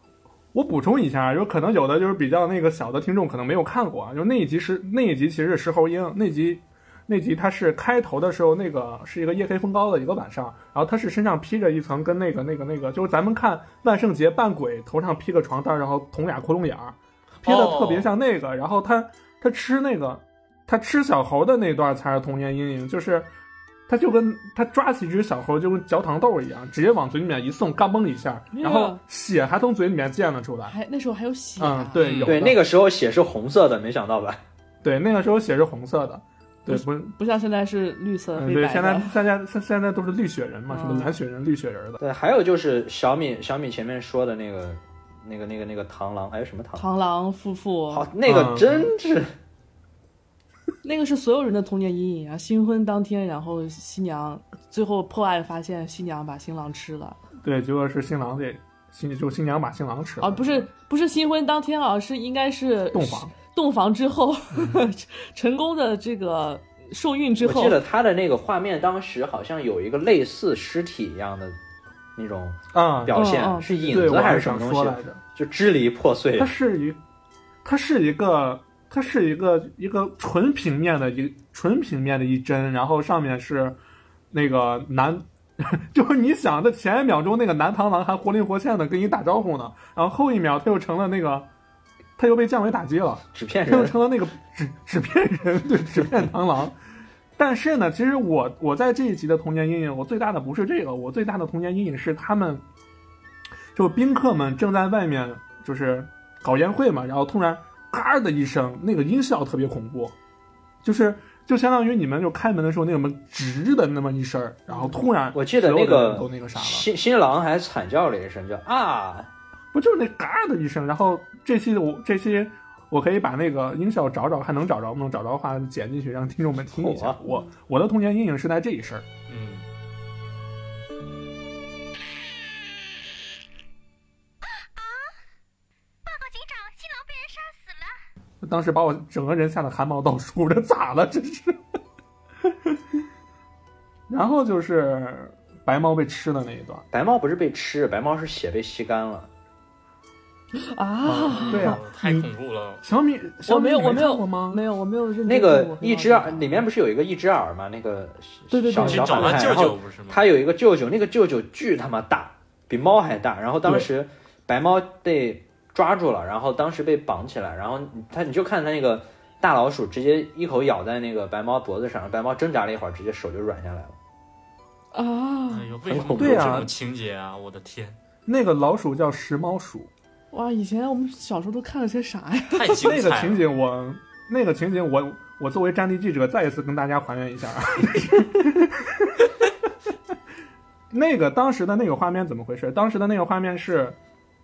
[SPEAKER 2] 我补充一下，啊就是可能有的就是比较那个小的听众可能没有看过啊，就是那一集是那一集其实是石猴鹰那集，那集它是开头的时候那个是一个夜黑风高的一个晚上，然后他是身上披着一层跟那个那个那个，就是咱们看万圣节扮鬼头上披个床单，然后捅俩窟窿眼儿，披的特别像那个，然后他他吃那个他吃小猴的那段才是童年阴影，就是。他就跟他抓起一只小猴，就跟嚼糖豆一样，直接往嘴里面一送，嘎嘣一下，
[SPEAKER 4] 没有
[SPEAKER 2] 然后血还从嘴里面溅了出来。
[SPEAKER 4] 还那时候还有血、
[SPEAKER 2] 嗯
[SPEAKER 4] 啊，
[SPEAKER 2] 对，
[SPEAKER 3] 嗯
[SPEAKER 2] 有
[SPEAKER 1] 对，
[SPEAKER 2] 的
[SPEAKER 1] 那个时候血是红色的，没想到吧？
[SPEAKER 2] 对那个时候血是红色的，对，不，
[SPEAKER 4] 嗯不像现在是绿色、
[SPEAKER 2] 嗯，
[SPEAKER 4] 黑
[SPEAKER 2] 对，
[SPEAKER 4] 白的。
[SPEAKER 2] 现在现在现现在都是绿雪人嘛，
[SPEAKER 4] 嗯
[SPEAKER 2] 什么蓝雪人、绿雪人的，
[SPEAKER 1] 对，还有就是小米小米前面说的那个那个那个那个螳螂，还哎有什么螳螂？
[SPEAKER 4] 螳螂夫妇，
[SPEAKER 1] 好，那个
[SPEAKER 2] 嗯
[SPEAKER 1] 真是
[SPEAKER 4] 那个是所有人的童年阴影啊！新婚当天，然后新娘最后破案发现新娘把新郎吃了
[SPEAKER 2] 对，结果是新郎给新就新娘把新郎吃了
[SPEAKER 4] 啊，不是不是新婚当天啊，是应该是
[SPEAKER 2] 洞房，
[SPEAKER 4] 洞房之后、 成功的这个受孕之
[SPEAKER 1] 我
[SPEAKER 4] 后
[SPEAKER 1] 记，得他的那个画面，当时好像有一个类似尸体一样的那种
[SPEAKER 2] 啊，
[SPEAKER 1] 表现，
[SPEAKER 4] 嗯嗯
[SPEAKER 1] 是影
[SPEAKER 2] 对，
[SPEAKER 1] 子
[SPEAKER 2] 我
[SPEAKER 1] 还
[SPEAKER 2] 还
[SPEAKER 1] 是什么
[SPEAKER 2] 想
[SPEAKER 1] 东
[SPEAKER 2] 说来
[SPEAKER 1] 西，
[SPEAKER 2] 着，
[SPEAKER 1] 就支离破碎
[SPEAKER 2] 它。是一，它是一个，它是一个一个纯平面的一纯平面的一针，然后上面是那个男， 就是你想，的前一秒钟那个男螳螂还活灵活现的跟你打招呼呢，然后后一秒他又成了那个，他又被降维打击了。
[SPEAKER 1] 纸片
[SPEAKER 2] 又
[SPEAKER 1] 人，
[SPEAKER 2] 成了那个纸纸片人，对，纸片螳螂。但是呢，其实我我在这一集的童年阴影，我最大的不是这个，我最大的童年阴影是他们，就宾客们正在外面就是搞宴会嘛，然后突然咔的一声，那个音效特别恐怖，就是就相当于你们就开门的时候那种吱的那么一声儿，然后突然
[SPEAKER 1] 我记得
[SPEAKER 2] 所
[SPEAKER 1] 那
[SPEAKER 2] 有的人
[SPEAKER 1] 个
[SPEAKER 2] 都那个啥了，
[SPEAKER 1] 新新郎还惨叫了一声，叫啊，
[SPEAKER 2] 不就是那嘎的一声？然后这期我这期我可以把那个音效找找，看能找着不能找着的话剪进去，让听众们听一下
[SPEAKER 1] 好啊。
[SPEAKER 2] 我我的童年阴影是在这一声儿，
[SPEAKER 3] 嗯，
[SPEAKER 5] 报告警长，新郎被人杀死了。
[SPEAKER 2] 当时把我整个人吓得汗毛倒竖，这咋了？这是。 然后就是白猫被吃的那一段，
[SPEAKER 1] 白猫不是被吃，白猫是血被吸干了。
[SPEAKER 4] 啊，
[SPEAKER 2] 对啊
[SPEAKER 3] 哦太恐怖了。
[SPEAKER 2] 小米，小
[SPEAKER 4] 我
[SPEAKER 2] 米
[SPEAKER 4] 没有，
[SPEAKER 2] 你
[SPEAKER 4] 我没
[SPEAKER 2] 看
[SPEAKER 4] 有
[SPEAKER 2] 过吗？
[SPEAKER 4] 没有，我没有认真
[SPEAKER 1] 那
[SPEAKER 4] 看
[SPEAKER 1] 个
[SPEAKER 4] 过
[SPEAKER 1] 一只耳里面不是有一个一只耳吗？那个
[SPEAKER 4] 对对对
[SPEAKER 1] 小嗯
[SPEAKER 4] 去
[SPEAKER 3] 去
[SPEAKER 1] 小
[SPEAKER 3] 找
[SPEAKER 1] 反
[SPEAKER 3] 他
[SPEAKER 1] 派，
[SPEAKER 3] 舅
[SPEAKER 1] 然后嗯
[SPEAKER 3] 舅不是吗？
[SPEAKER 1] 他有一个舅舅，那个舅舅巨他妈大，比猫还大。然后当时白猫被抓住了，然后当时被绑起来，然后他你就看他那个大老鼠直接一口咬在那个白猫脖子上，白猫挣扎了一会儿，直接手就软下来了。
[SPEAKER 4] 啊
[SPEAKER 3] 哎，呦，为什
[SPEAKER 1] 很
[SPEAKER 3] 么
[SPEAKER 1] 恐
[SPEAKER 3] 会
[SPEAKER 2] 怖
[SPEAKER 3] 有这
[SPEAKER 2] 对啊
[SPEAKER 3] 种情节啊？我的天，
[SPEAKER 2] 那个老鼠叫食猫鼠，
[SPEAKER 4] 哇！以前我们小时候都看了些啥呀？
[SPEAKER 3] 太精
[SPEAKER 2] 那个
[SPEAKER 3] 彩
[SPEAKER 2] 情
[SPEAKER 3] 了！
[SPEAKER 2] 景我，那个情景我，我作为战地记者再一次跟大家还原一下啊。 那个当时的那个画面怎么回事？当时的那个画面是，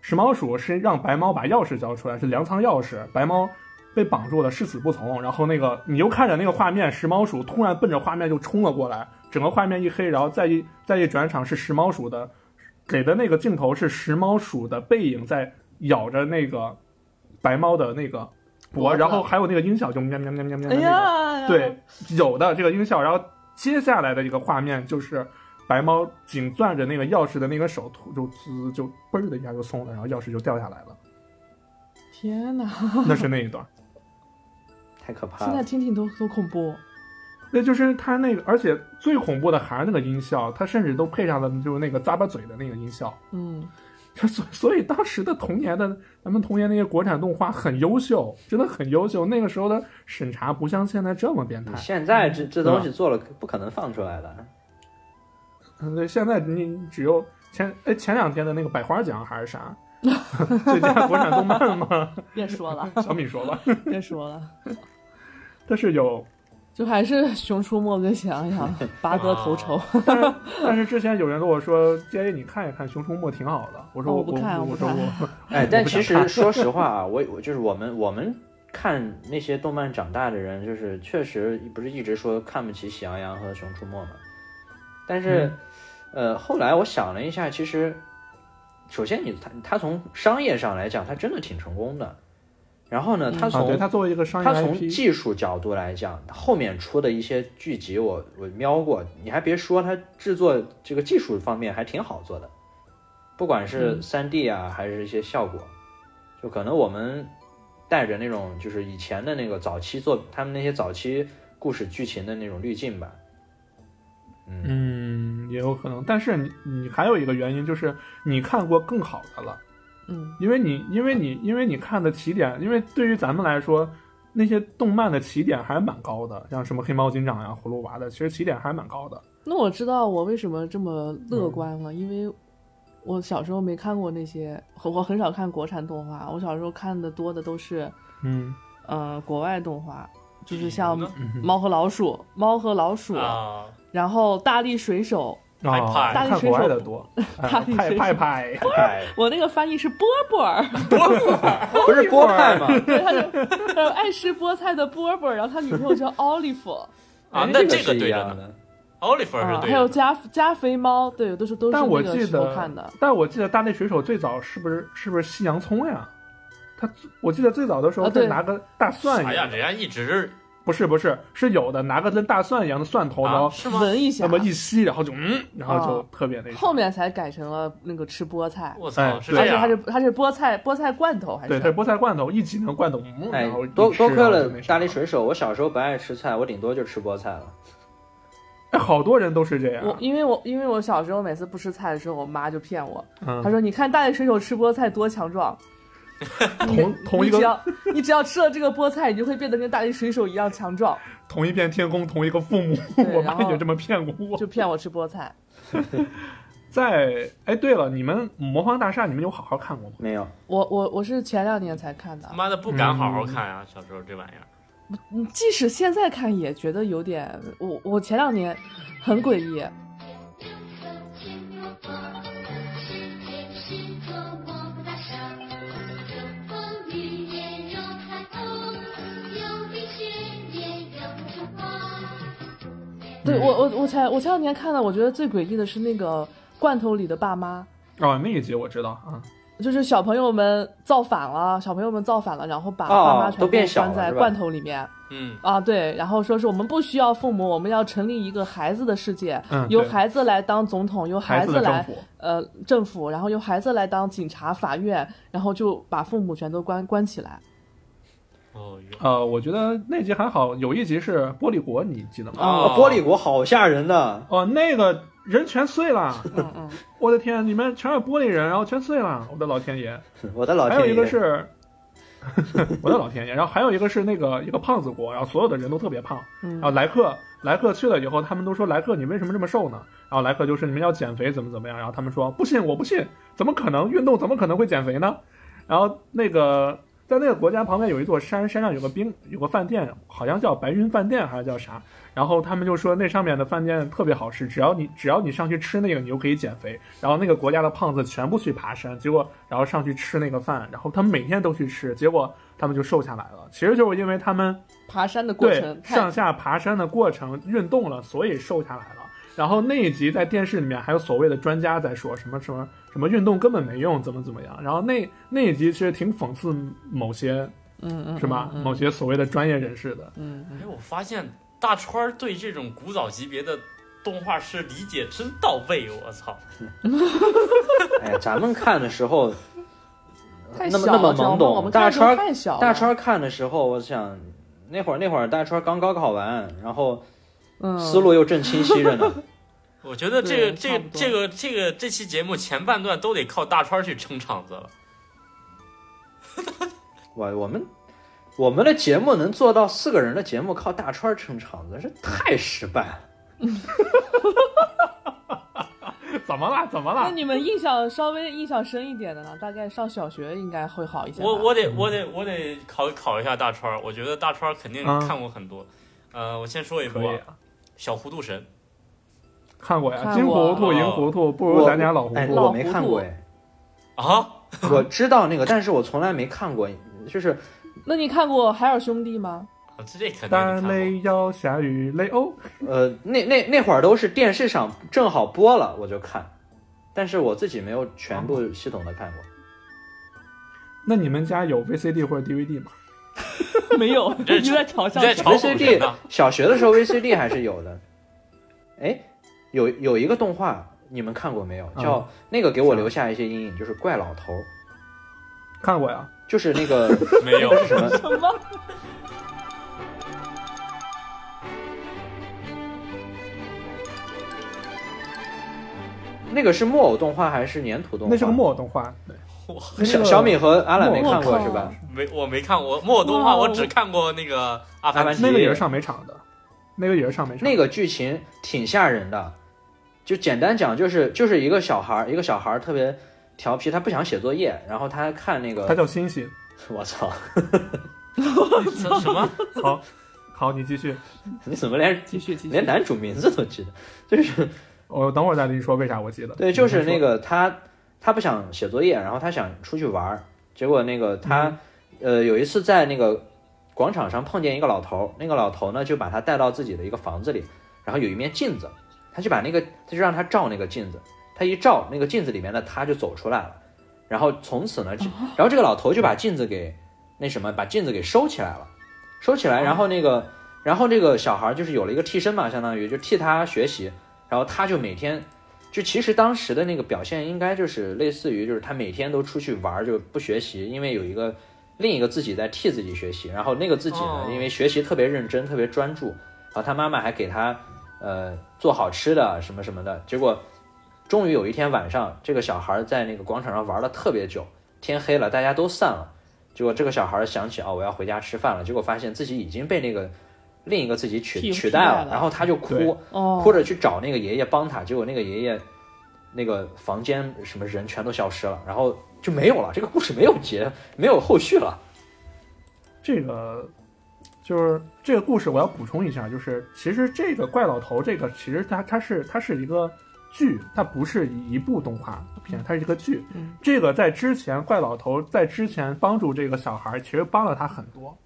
[SPEAKER 2] 石猫鼠是让白猫把钥匙交出来，是粮仓钥匙，白猫被绑住了，誓死不从。然后那个你就看着那个画面，石猫鼠突然奔着画面就冲了过来，整个画面一黑，然后再一再一转场是石猫鼠的，给的那个镜头是石猫鼠的背影在咬着那个白猫的那个
[SPEAKER 4] 脖
[SPEAKER 2] 脖，
[SPEAKER 4] 子
[SPEAKER 2] 然后还有那个音效就喵喵喵喵喵
[SPEAKER 4] 哎
[SPEAKER 2] 喵那个。
[SPEAKER 4] 呀，
[SPEAKER 2] 对，有的这个音效。然后接下来的一个画面就是白猫紧攥着那个钥匙的那个手，突就滋就嘣儿的一下就松了，然后钥匙就掉下来 了。
[SPEAKER 4] 天哪！
[SPEAKER 2] 那是那一段，
[SPEAKER 1] 太可怕
[SPEAKER 4] 现在
[SPEAKER 1] 了！
[SPEAKER 4] 听听都都恐怖。
[SPEAKER 2] 那就是他那个，而且最恐怖的还是那个音效，他甚至都配上了就是那个咂巴嘴的那个音效。
[SPEAKER 4] 嗯，
[SPEAKER 2] 所所以当时的童年的咱们童年那些国产动画很优秀，真的很优秀。那个时候的审查不像现在这么变态
[SPEAKER 1] 你。现在这这东西做了不可能放出来的，
[SPEAKER 2] 嗯，对，现在你只有前哎前两天的那个百花奖还是 啥，最佳国产动漫吗？
[SPEAKER 4] 别说了，
[SPEAKER 2] 小米说吧，
[SPEAKER 4] 别说了，
[SPEAKER 2] 但是有，
[SPEAKER 4] 就还是《熊出没》跟《喜羊羊》拔得头筹。
[SPEAKER 2] 但是但是之前有人跟我说建议你看一看《熊出没》挺好的，我说
[SPEAKER 4] 哦
[SPEAKER 2] 我
[SPEAKER 4] 我不看
[SPEAKER 2] 我
[SPEAKER 4] 我不
[SPEAKER 2] 说
[SPEAKER 4] 看
[SPEAKER 2] 我，
[SPEAKER 1] 哎， 但其
[SPEAKER 2] 我不
[SPEAKER 1] 实
[SPEAKER 2] 想
[SPEAKER 1] 说实话啊，我我就是我们我们看那些动漫长大的人，就是确实不是一直说看不起《喜羊羊》和《熊出没》嘛。但是，
[SPEAKER 2] 嗯
[SPEAKER 1] 呃，后来我想了一下，其实首先你他他从商业上来讲，他真的挺成功的。然后呢，
[SPEAKER 4] 嗯
[SPEAKER 1] 他
[SPEAKER 2] 啊，对
[SPEAKER 1] 从、
[SPEAKER 2] 他作为一个商业
[SPEAKER 1] 他从
[SPEAKER 2] IP，
[SPEAKER 1] 技术角度来讲，后面出的一些剧集我我瞄过，你还别说，它制作这个技术方面还挺好做的，不管是
[SPEAKER 4] 嗯
[SPEAKER 1] 三 D 啊，还是一些效果，就可能我们带着那种就是以前的那个早期作他们那些早期故事剧情的那种滤镜吧，嗯，
[SPEAKER 2] 嗯，也有可能。但是你你还有一个原因就是你看过更好的了。
[SPEAKER 4] 嗯，
[SPEAKER 2] 因为你，因为你，因为你看的起点，因为对于咱们来说，那些动漫的起点还是蛮高的，像什么黑猫警长呀、葫芦娃的，其实起点还是蛮高的。
[SPEAKER 4] 那我知道我为什么这么
[SPEAKER 3] 嗯
[SPEAKER 4] 乐观了，因为我小时候没看过那些，我很少看国产动画，我小时候看的多的都是
[SPEAKER 2] 嗯，
[SPEAKER 4] 呃国外动画，就是
[SPEAKER 3] 比
[SPEAKER 4] 像
[SPEAKER 3] 如
[SPEAKER 4] 《
[SPEAKER 3] 呢
[SPEAKER 4] 猫和老鼠》《猫和老鼠》
[SPEAKER 3] 嗯啊，
[SPEAKER 4] 然后《大力水手
[SPEAKER 3] 派派
[SPEAKER 2] 啊，
[SPEAKER 4] 大力
[SPEAKER 2] 看
[SPEAKER 4] 水
[SPEAKER 2] 国外
[SPEAKER 4] 手
[SPEAKER 2] 的多，啊
[SPEAKER 4] 大力
[SPEAKER 2] 派
[SPEAKER 4] 水
[SPEAKER 2] 派派，
[SPEAKER 1] 哎，》，
[SPEAKER 4] 我那个翻译是波波儿，
[SPEAKER 1] 不是锅派吗？
[SPEAKER 4] 对，他就他就爱吃菠菜的波波儿，然后他女朋友叫 Olive，
[SPEAKER 3] 啊
[SPEAKER 1] 哎
[SPEAKER 3] 那
[SPEAKER 1] 这
[SPEAKER 3] 这个
[SPEAKER 1] 是一
[SPEAKER 3] 对着
[SPEAKER 1] 样
[SPEAKER 3] 呢
[SPEAKER 1] 的。
[SPEAKER 3] ，Oliver
[SPEAKER 4] 啊
[SPEAKER 3] 是，对
[SPEAKER 4] 还有
[SPEAKER 3] 的，
[SPEAKER 4] 加加菲猫，对，都是都是
[SPEAKER 2] 但我
[SPEAKER 4] 那个
[SPEAKER 2] 记
[SPEAKER 4] 时候看的
[SPEAKER 2] 得，，但我记得大力水手最早是不是是不是西洋葱呀？他我记得最早的时候
[SPEAKER 4] 啊对
[SPEAKER 2] 是拿个大蒜
[SPEAKER 3] 哎
[SPEAKER 2] 一
[SPEAKER 3] 呀，
[SPEAKER 2] 样的，
[SPEAKER 3] 人家一直
[SPEAKER 2] 不是不是是有的拿个跟大蒜一样的蒜头，然
[SPEAKER 3] 啊
[SPEAKER 2] 后
[SPEAKER 3] 是吗？
[SPEAKER 4] 闻一下
[SPEAKER 2] 那，么一吸，然后就嗯，然后就
[SPEAKER 4] 啊
[SPEAKER 2] 特别那啥
[SPEAKER 4] 后面才改成了那个吃菠菜，
[SPEAKER 3] 我
[SPEAKER 2] 哎
[SPEAKER 3] 操，是
[SPEAKER 2] 对
[SPEAKER 3] 这
[SPEAKER 4] 而且
[SPEAKER 3] 样
[SPEAKER 4] 它是它是菠菜菠菜罐头还是？
[SPEAKER 2] 对，它是菠菜罐头，一挤那个罐头，嗯
[SPEAKER 1] 哎
[SPEAKER 2] 然后，
[SPEAKER 1] 多
[SPEAKER 2] 一吃
[SPEAKER 1] 多亏
[SPEAKER 2] 然后
[SPEAKER 1] 了
[SPEAKER 2] 就那啥
[SPEAKER 1] 大力。水手，我小时候不爱吃菜，我顶多就吃菠菜了。
[SPEAKER 2] 哎，好多人都是这
[SPEAKER 4] 我
[SPEAKER 2] 样。
[SPEAKER 4] 因为我因为我小时候每次不吃菜的时候，我妈就骗我，
[SPEAKER 2] 嗯
[SPEAKER 4] 她，说：“你看大力水手吃菠菜多强壮，
[SPEAKER 2] 同同一
[SPEAKER 4] 你只
[SPEAKER 2] 个
[SPEAKER 4] 要你只要吃了这个菠菜，你就会变得跟大力水手一样强壮。
[SPEAKER 2] 同一片天空，同一个父母，
[SPEAKER 4] 对
[SPEAKER 2] 我
[SPEAKER 4] 然
[SPEAKER 2] 妈
[SPEAKER 4] 后
[SPEAKER 2] 也这么骗过”我
[SPEAKER 4] 就。骗我吃菠菜。
[SPEAKER 2] 在哎，对了，你们《魔方大厦》你们有好好看过吗？
[SPEAKER 1] 没有，
[SPEAKER 4] 我我我是前两年才看的，
[SPEAKER 3] 妈的不敢好好看啊，小时候这玩意儿。
[SPEAKER 4] 嗯即使现在看也觉得有点，我我前两年很诡异，
[SPEAKER 2] 嗯
[SPEAKER 4] 对
[SPEAKER 2] 嗯
[SPEAKER 4] 我我我前我前两年看的，我觉得最诡异的是那个罐头里的爸妈，
[SPEAKER 2] 哦，那一集我知道啊。
[SPEAKER 4] 就是小朋友们造反了，小朋友们造反了，然后把
[SPEAKER 1] 哦
[SPEAKER 4] 爸妈全
[SPEAKER 1] 都
[SPEAKER 4] 部
[SPEAKER 1] 变小
[SPEAKER 4] 关
[SPEAKER 1] 了
[SPEAKER 4] 在
[SPEAKER 1] 是吧
[SPEAKER 4] 罐头里面，
[SPEAKER 3] 嗯
[SPEAKER 4] 啊，对，然后说是我们不需要父母，我们要成立一个孩子的世界，
[SPEAKER 2] 嗯
[SPEAKER 4] 由
[SPEAKER 2] 对
[SPEAKER 4] 孩子来当总统，由
[SPEAKER 2] 孩
[SPEAKER 4] 孩
[SPEAKER 2] 子
[SPEAKER 4] 子
[SPEAKER 2] 的政
[SPEAKER 4] 来
[SPEAKER 2] 府，
[SPEAKER 4] 呃政府，然后由孩子来当警察、法院，然后就把父母全都关关起来。
[SPEAKER 3] 哦哟
[SPEAKER 2] 呃，我觉得那集还好，有一集是玻璃国，你记得吗？
[SPEAKER 1] 啊，玻璃国好吓人的，
[SPEAKER 2] 哦，那个人全碎了，
[SPEAKER 4] 嗯嗯，
[SPEAKER 2] 我的天，里面全是玻璃人，然后全碎了，我的老天爷！
[SPEAKER 1] 我的老
[SPEAKER 2] 还有
[SPEAKER 1] 天
[SPEAKER 2] 一个
[SPEAKER 1] 爷，
[SPEAKER 2] 是， 我的老天爷！然后还有一个是那个一个胖子国，然后所有的人都特别胖，
[SPEAKER 4] 嗯
[SPEAKER 2] 然后莱克莱克去了以后，他们都说莱克你为什么这么瘦呢？然后莱克就说你们要减肥怎么怎么样，然后他们说不信我不信，怎么可能运动怎么可能会减肥呢？然后那个在那个国家旁边有一座山，山上有个冰有个饭店，好像叫白云饭店还是叫啥？然后他们就说那上面的饭店特别好吃，只要你只要你上去吃那个，你就可以减肥。然后那个国家的胖子全部去爬山，结果然后上去吃那个饭，然后他们每天都去吃，结果他们就瘦下来了。其实就是因为他们。
[SPEAKER 4] 爬山的过
[SPEAKER 2] 对
[SPEAKER 4] 程太
[SPEAKER 2] 上下爬山的过程运动了，所以瘦下来了。然后那一集在电视里面还有所谓的专家在说什么什么什么运动根本没用，怎么怎么样。然后那那一集其实挺讽刺某些
[SPEAKER 4] 嗯嗯
[SPEAKER 2] 是吧，
[SPEAKER 4] 嗯
[SPEAKER 2] 某些所谓的专业人士的。
[SPEAKER 4] 嗯嗯
[SPEAKER 3] 哎，我发现大川儿对这种古早级别的动画师理解真到位，我操！
[SPEAKER 1] 哎呀，咱们看的时 候，
[SPEAKER 4] 太
[SPEAKER 1] 那么
[SPEAKER 4] 小
[SPEAKER 1] 那么
[SPEAKER 4] 了知道
[SPEAKER 1] 懵
[SPEAKER 4] 吗我
[SPEAKER 1] 懂，
[SPEAKER 4] 们
[SPEAKER 1] 大
[SPEAKER 4] 看的时候
[SPEAKER 1] 川
[SPEAKER 4] 太小了，
[SPEAKER 1] 大川看的时候，我想那会儿那会儿大川刚高考完，然后
[SPEAKER 4] 嗯
[SPEAKER 1] 思路又正清晰着 呢。
[SPEAKER 3] 我觉得这个
[SPEAKER 4] 对
[SPEAKER 3] 这
[SPEAKER 4] 差
[SPEAKER 3] 个
[SPEAKER 4] 不多
[SPEAKER 3] 这个这个这期节目前半段都得靠大川儿去撑场子了。
[SPEAKER 1] 我我们我们的节目能做到四个人的节目靠大川撑场子，这太失败了。
[SPEAKER 2] 怎么了？怎么
[SPEAKER 4] 那
[SPEAKER 2] 了？
[SPEAKER 4] 你们印象稍微印象深一点的呢？大概上小学应该会好一些吧。
[SPEAKER 3] 我我得我得我得考考一下大川儿，我觉得大川儿肯定
[SPEAKER 2] 啊
[SPEAKER 3] 看过很多。呃，我先说一部
[SPEAKER 2] 可以
[SPEAKER 3] 啊，小糊涂神，
[SPEAKER 2] 看过呀，
[SPEAKER 4] 看
[SPEAKER 2] 金
[SPEAKER 4] 过哦
[SPEAKER 2] 糊涂、银糊涂，不如咱家老糊
[SPEAKER 1] 哎，
[SPEAKER 2] 涂。
[SPEAKER 1] 我没看过哎，
[SPEAKER 3] 啊，
[SPEAKER 1] 我知道那个，但是我从来没看过，就是
[SPEAKER 4] 那你看过《海尔兄弟》吗？
[SPEAKER 3] 啊这这肯定
[SPEAKER 2] 打
[SPEAKER 3] 看过。
[SPEAKER 2] 雷要下雨雷欧，
[SPEAKER 1] 呃，那那那会儿都是电视上正好播了我就看，但是我自己没有全部系统的看过。
[SPEAKER 2] 那你们家有 VCD 或者 DVD 吗？
[SPEAKER 4] 没有，
[SPEAKER 3] 这
[SPEAKER 4] 你在嘲笑
[SPEAKER 3] 你在
[SPEAKER 4] 谁
[SPEAKER 3] 嘲嘲讽谁
[SPEAKER 1] VCD
[SPEAKER 3] 呢
[SPEAKER 1] 小学的时候 VCD 还是有的。哎，有有一个动画你们看过没
[SPEAKER 2] 嗯
[SPEAKER 1] 有？叫、那个给我留下一些阴影，就是怪老头儿，
[SPEAKER 2] 看过呀。
[SPEAKER 1] 就是那个
[SPEAKER 3] 没有
[SPEAKER 1] 那个是什么？
[SPEAKER 4] 什么？
[SPEAKER 1] 那个是木偶动画还是粘土动画？
[SPEAKER 2] 那是个木偶动画，对，
[SPEAKER 3] 我
[SPEAKER 2] 那是
[SPEAKER 1] 小
[SPEAKER 2] 个
[SPEAKER 1] 小米和阿 兰没看
[SPEAKER 4] 我
[SPEAKER 1] 过
[SPEAKER 4] 靠
[SPEAKER 1] 是吧？
[SPEAKER 3] 没我没看过木偶动
[SPEAKER 4] 哇哦
[SPEAKER 3] 画，我
[SPEAKER 4] 我
[SPEAKER 3] 只看过那个阿
[SPEAKER 1] 阿凡
[SPEAKER 3] 凡
[SPEAKER 1] 提
[SPEAKER 3] 提。
[SPEAKER 2] 那个也是上美场的，那个也是上美场。
[SPEAKER 1] 那个剧情挺吓人的，就简单讲就是就是一个小孩儿，一个小孩儿特别调皮，他不想写作业，然后他看那
[SPEAKER 2] 它
[SPEAKER 1] 个，
[SPEAKER 2] 叫星星。
[SPEAKER 1] 我操，
[SPEAKER 3] 什么？
[SPEAKER 2] 好，好，你继续。
[SPEAKER 1] 你怎么连
[SPEAKER 4] 继续继
[SPEAKER 1] 连男主名字都记得？就是
[SPEAKER 2] 我哦等会儿再跟你说为啥我记得。
[SPEAKER 1] 对，就是
[SPEAKER 2] 你先
[SPEAKER 1] 那
[SPEAKER 2] 说
[SPEAKER 1] 个他，他不想写作业，然后他想出去玩儿，结果那个他，呃，有一次在那个广场上碰见一个老头儿，那个老头呢就把他带到自己的一个房子里，然后有一面镜子，他就把那个他就让他照那个镜子，他一照那个镜子里面的他就走出来了，然后从此呢，这然后这个老头就把镜子给那什么，把镜子给收起来了，收起来，然后那个。然后这个小孩儿就是有了一个替身嘛，相当于就替他学习，然后他就每天就其实当时的那个表现应该就是类似于就是他每天都出去玩儿，就不学习，因为有一个另一个自己在替自己学习，然后那个自己呢
[SPEAKER 3] 哦，
[SPEAKER 1] 因为学习特别认真，特别专注，然后他妈妈还给他呃做好吃的什么什么的，结果终于有一天晚上，这个小孩儿在那个广场上玩了特别久，天黑了，大家都散了。结果这个小孩儿想起哦，我要回家吃饭了。结果发现自己已经被那个另一个自己取
[SPEAKER 4] 替
[SPEAKER 1] 取代
[SPEAKER 4] 替代
[SPEAKER 1] 了，
[SPEAKER 4] 了
[SPEAKER 1] 然后他就
[SPEAKER 2] 对
[SPEAKER 1] 哭，
[SPEAKER 4] 哦，
[SPEAKER 1] 哭着去找那个爷爷帮他。结果那个爷爷那个房间什么人全都消失了，然后就没有了。这个故事没有结，没有后续了。
[SPEAKER 2] 这个，就是这个故事，我要补充一下，就是其实这个怪老头，这个其实它它是它是一个剧，它不是一部动画片，它是一个剧。
[SPEAKER 4] 嗯
[SPEAKER 2] 这个在之前，怪老头在之前帮助这个小孩，其实帮了他很多。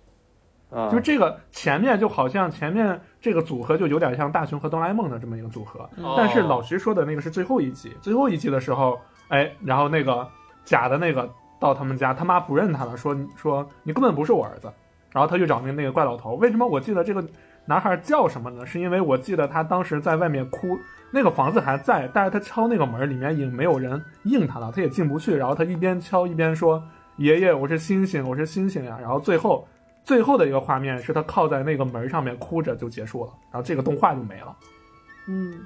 [SPEAKER 1] 啊、
[SPEAKER 2] 就是这个前面就好像前面这个组合就有点像大雄和哆啦 A 梦的这么一个组合，
[SPEAKER 4] 嗯
[SPEAKER 3] 哦
[SPEAKER 2] 但是老徐说的那个是最后一集，最后一集的时候，哎，然后那个假的那个到他们家，他妈不认他了，说说你根本不是我儿子，然后他去找那个那个怪老头。为什么我记得这个男孩叫什么呢？是因为我记得他当时在外面哭，那个房子还在，但是他敲那个门，里面已经没有人应他了，他也进不去。然后他一边敲一边说：“爷爷，我是星星，我是星星呀。”然后最后最后的一个画面是他靠在那个门上面哭着就结束了，然后这个动画就没了。
[SPEAKER 4] 嗯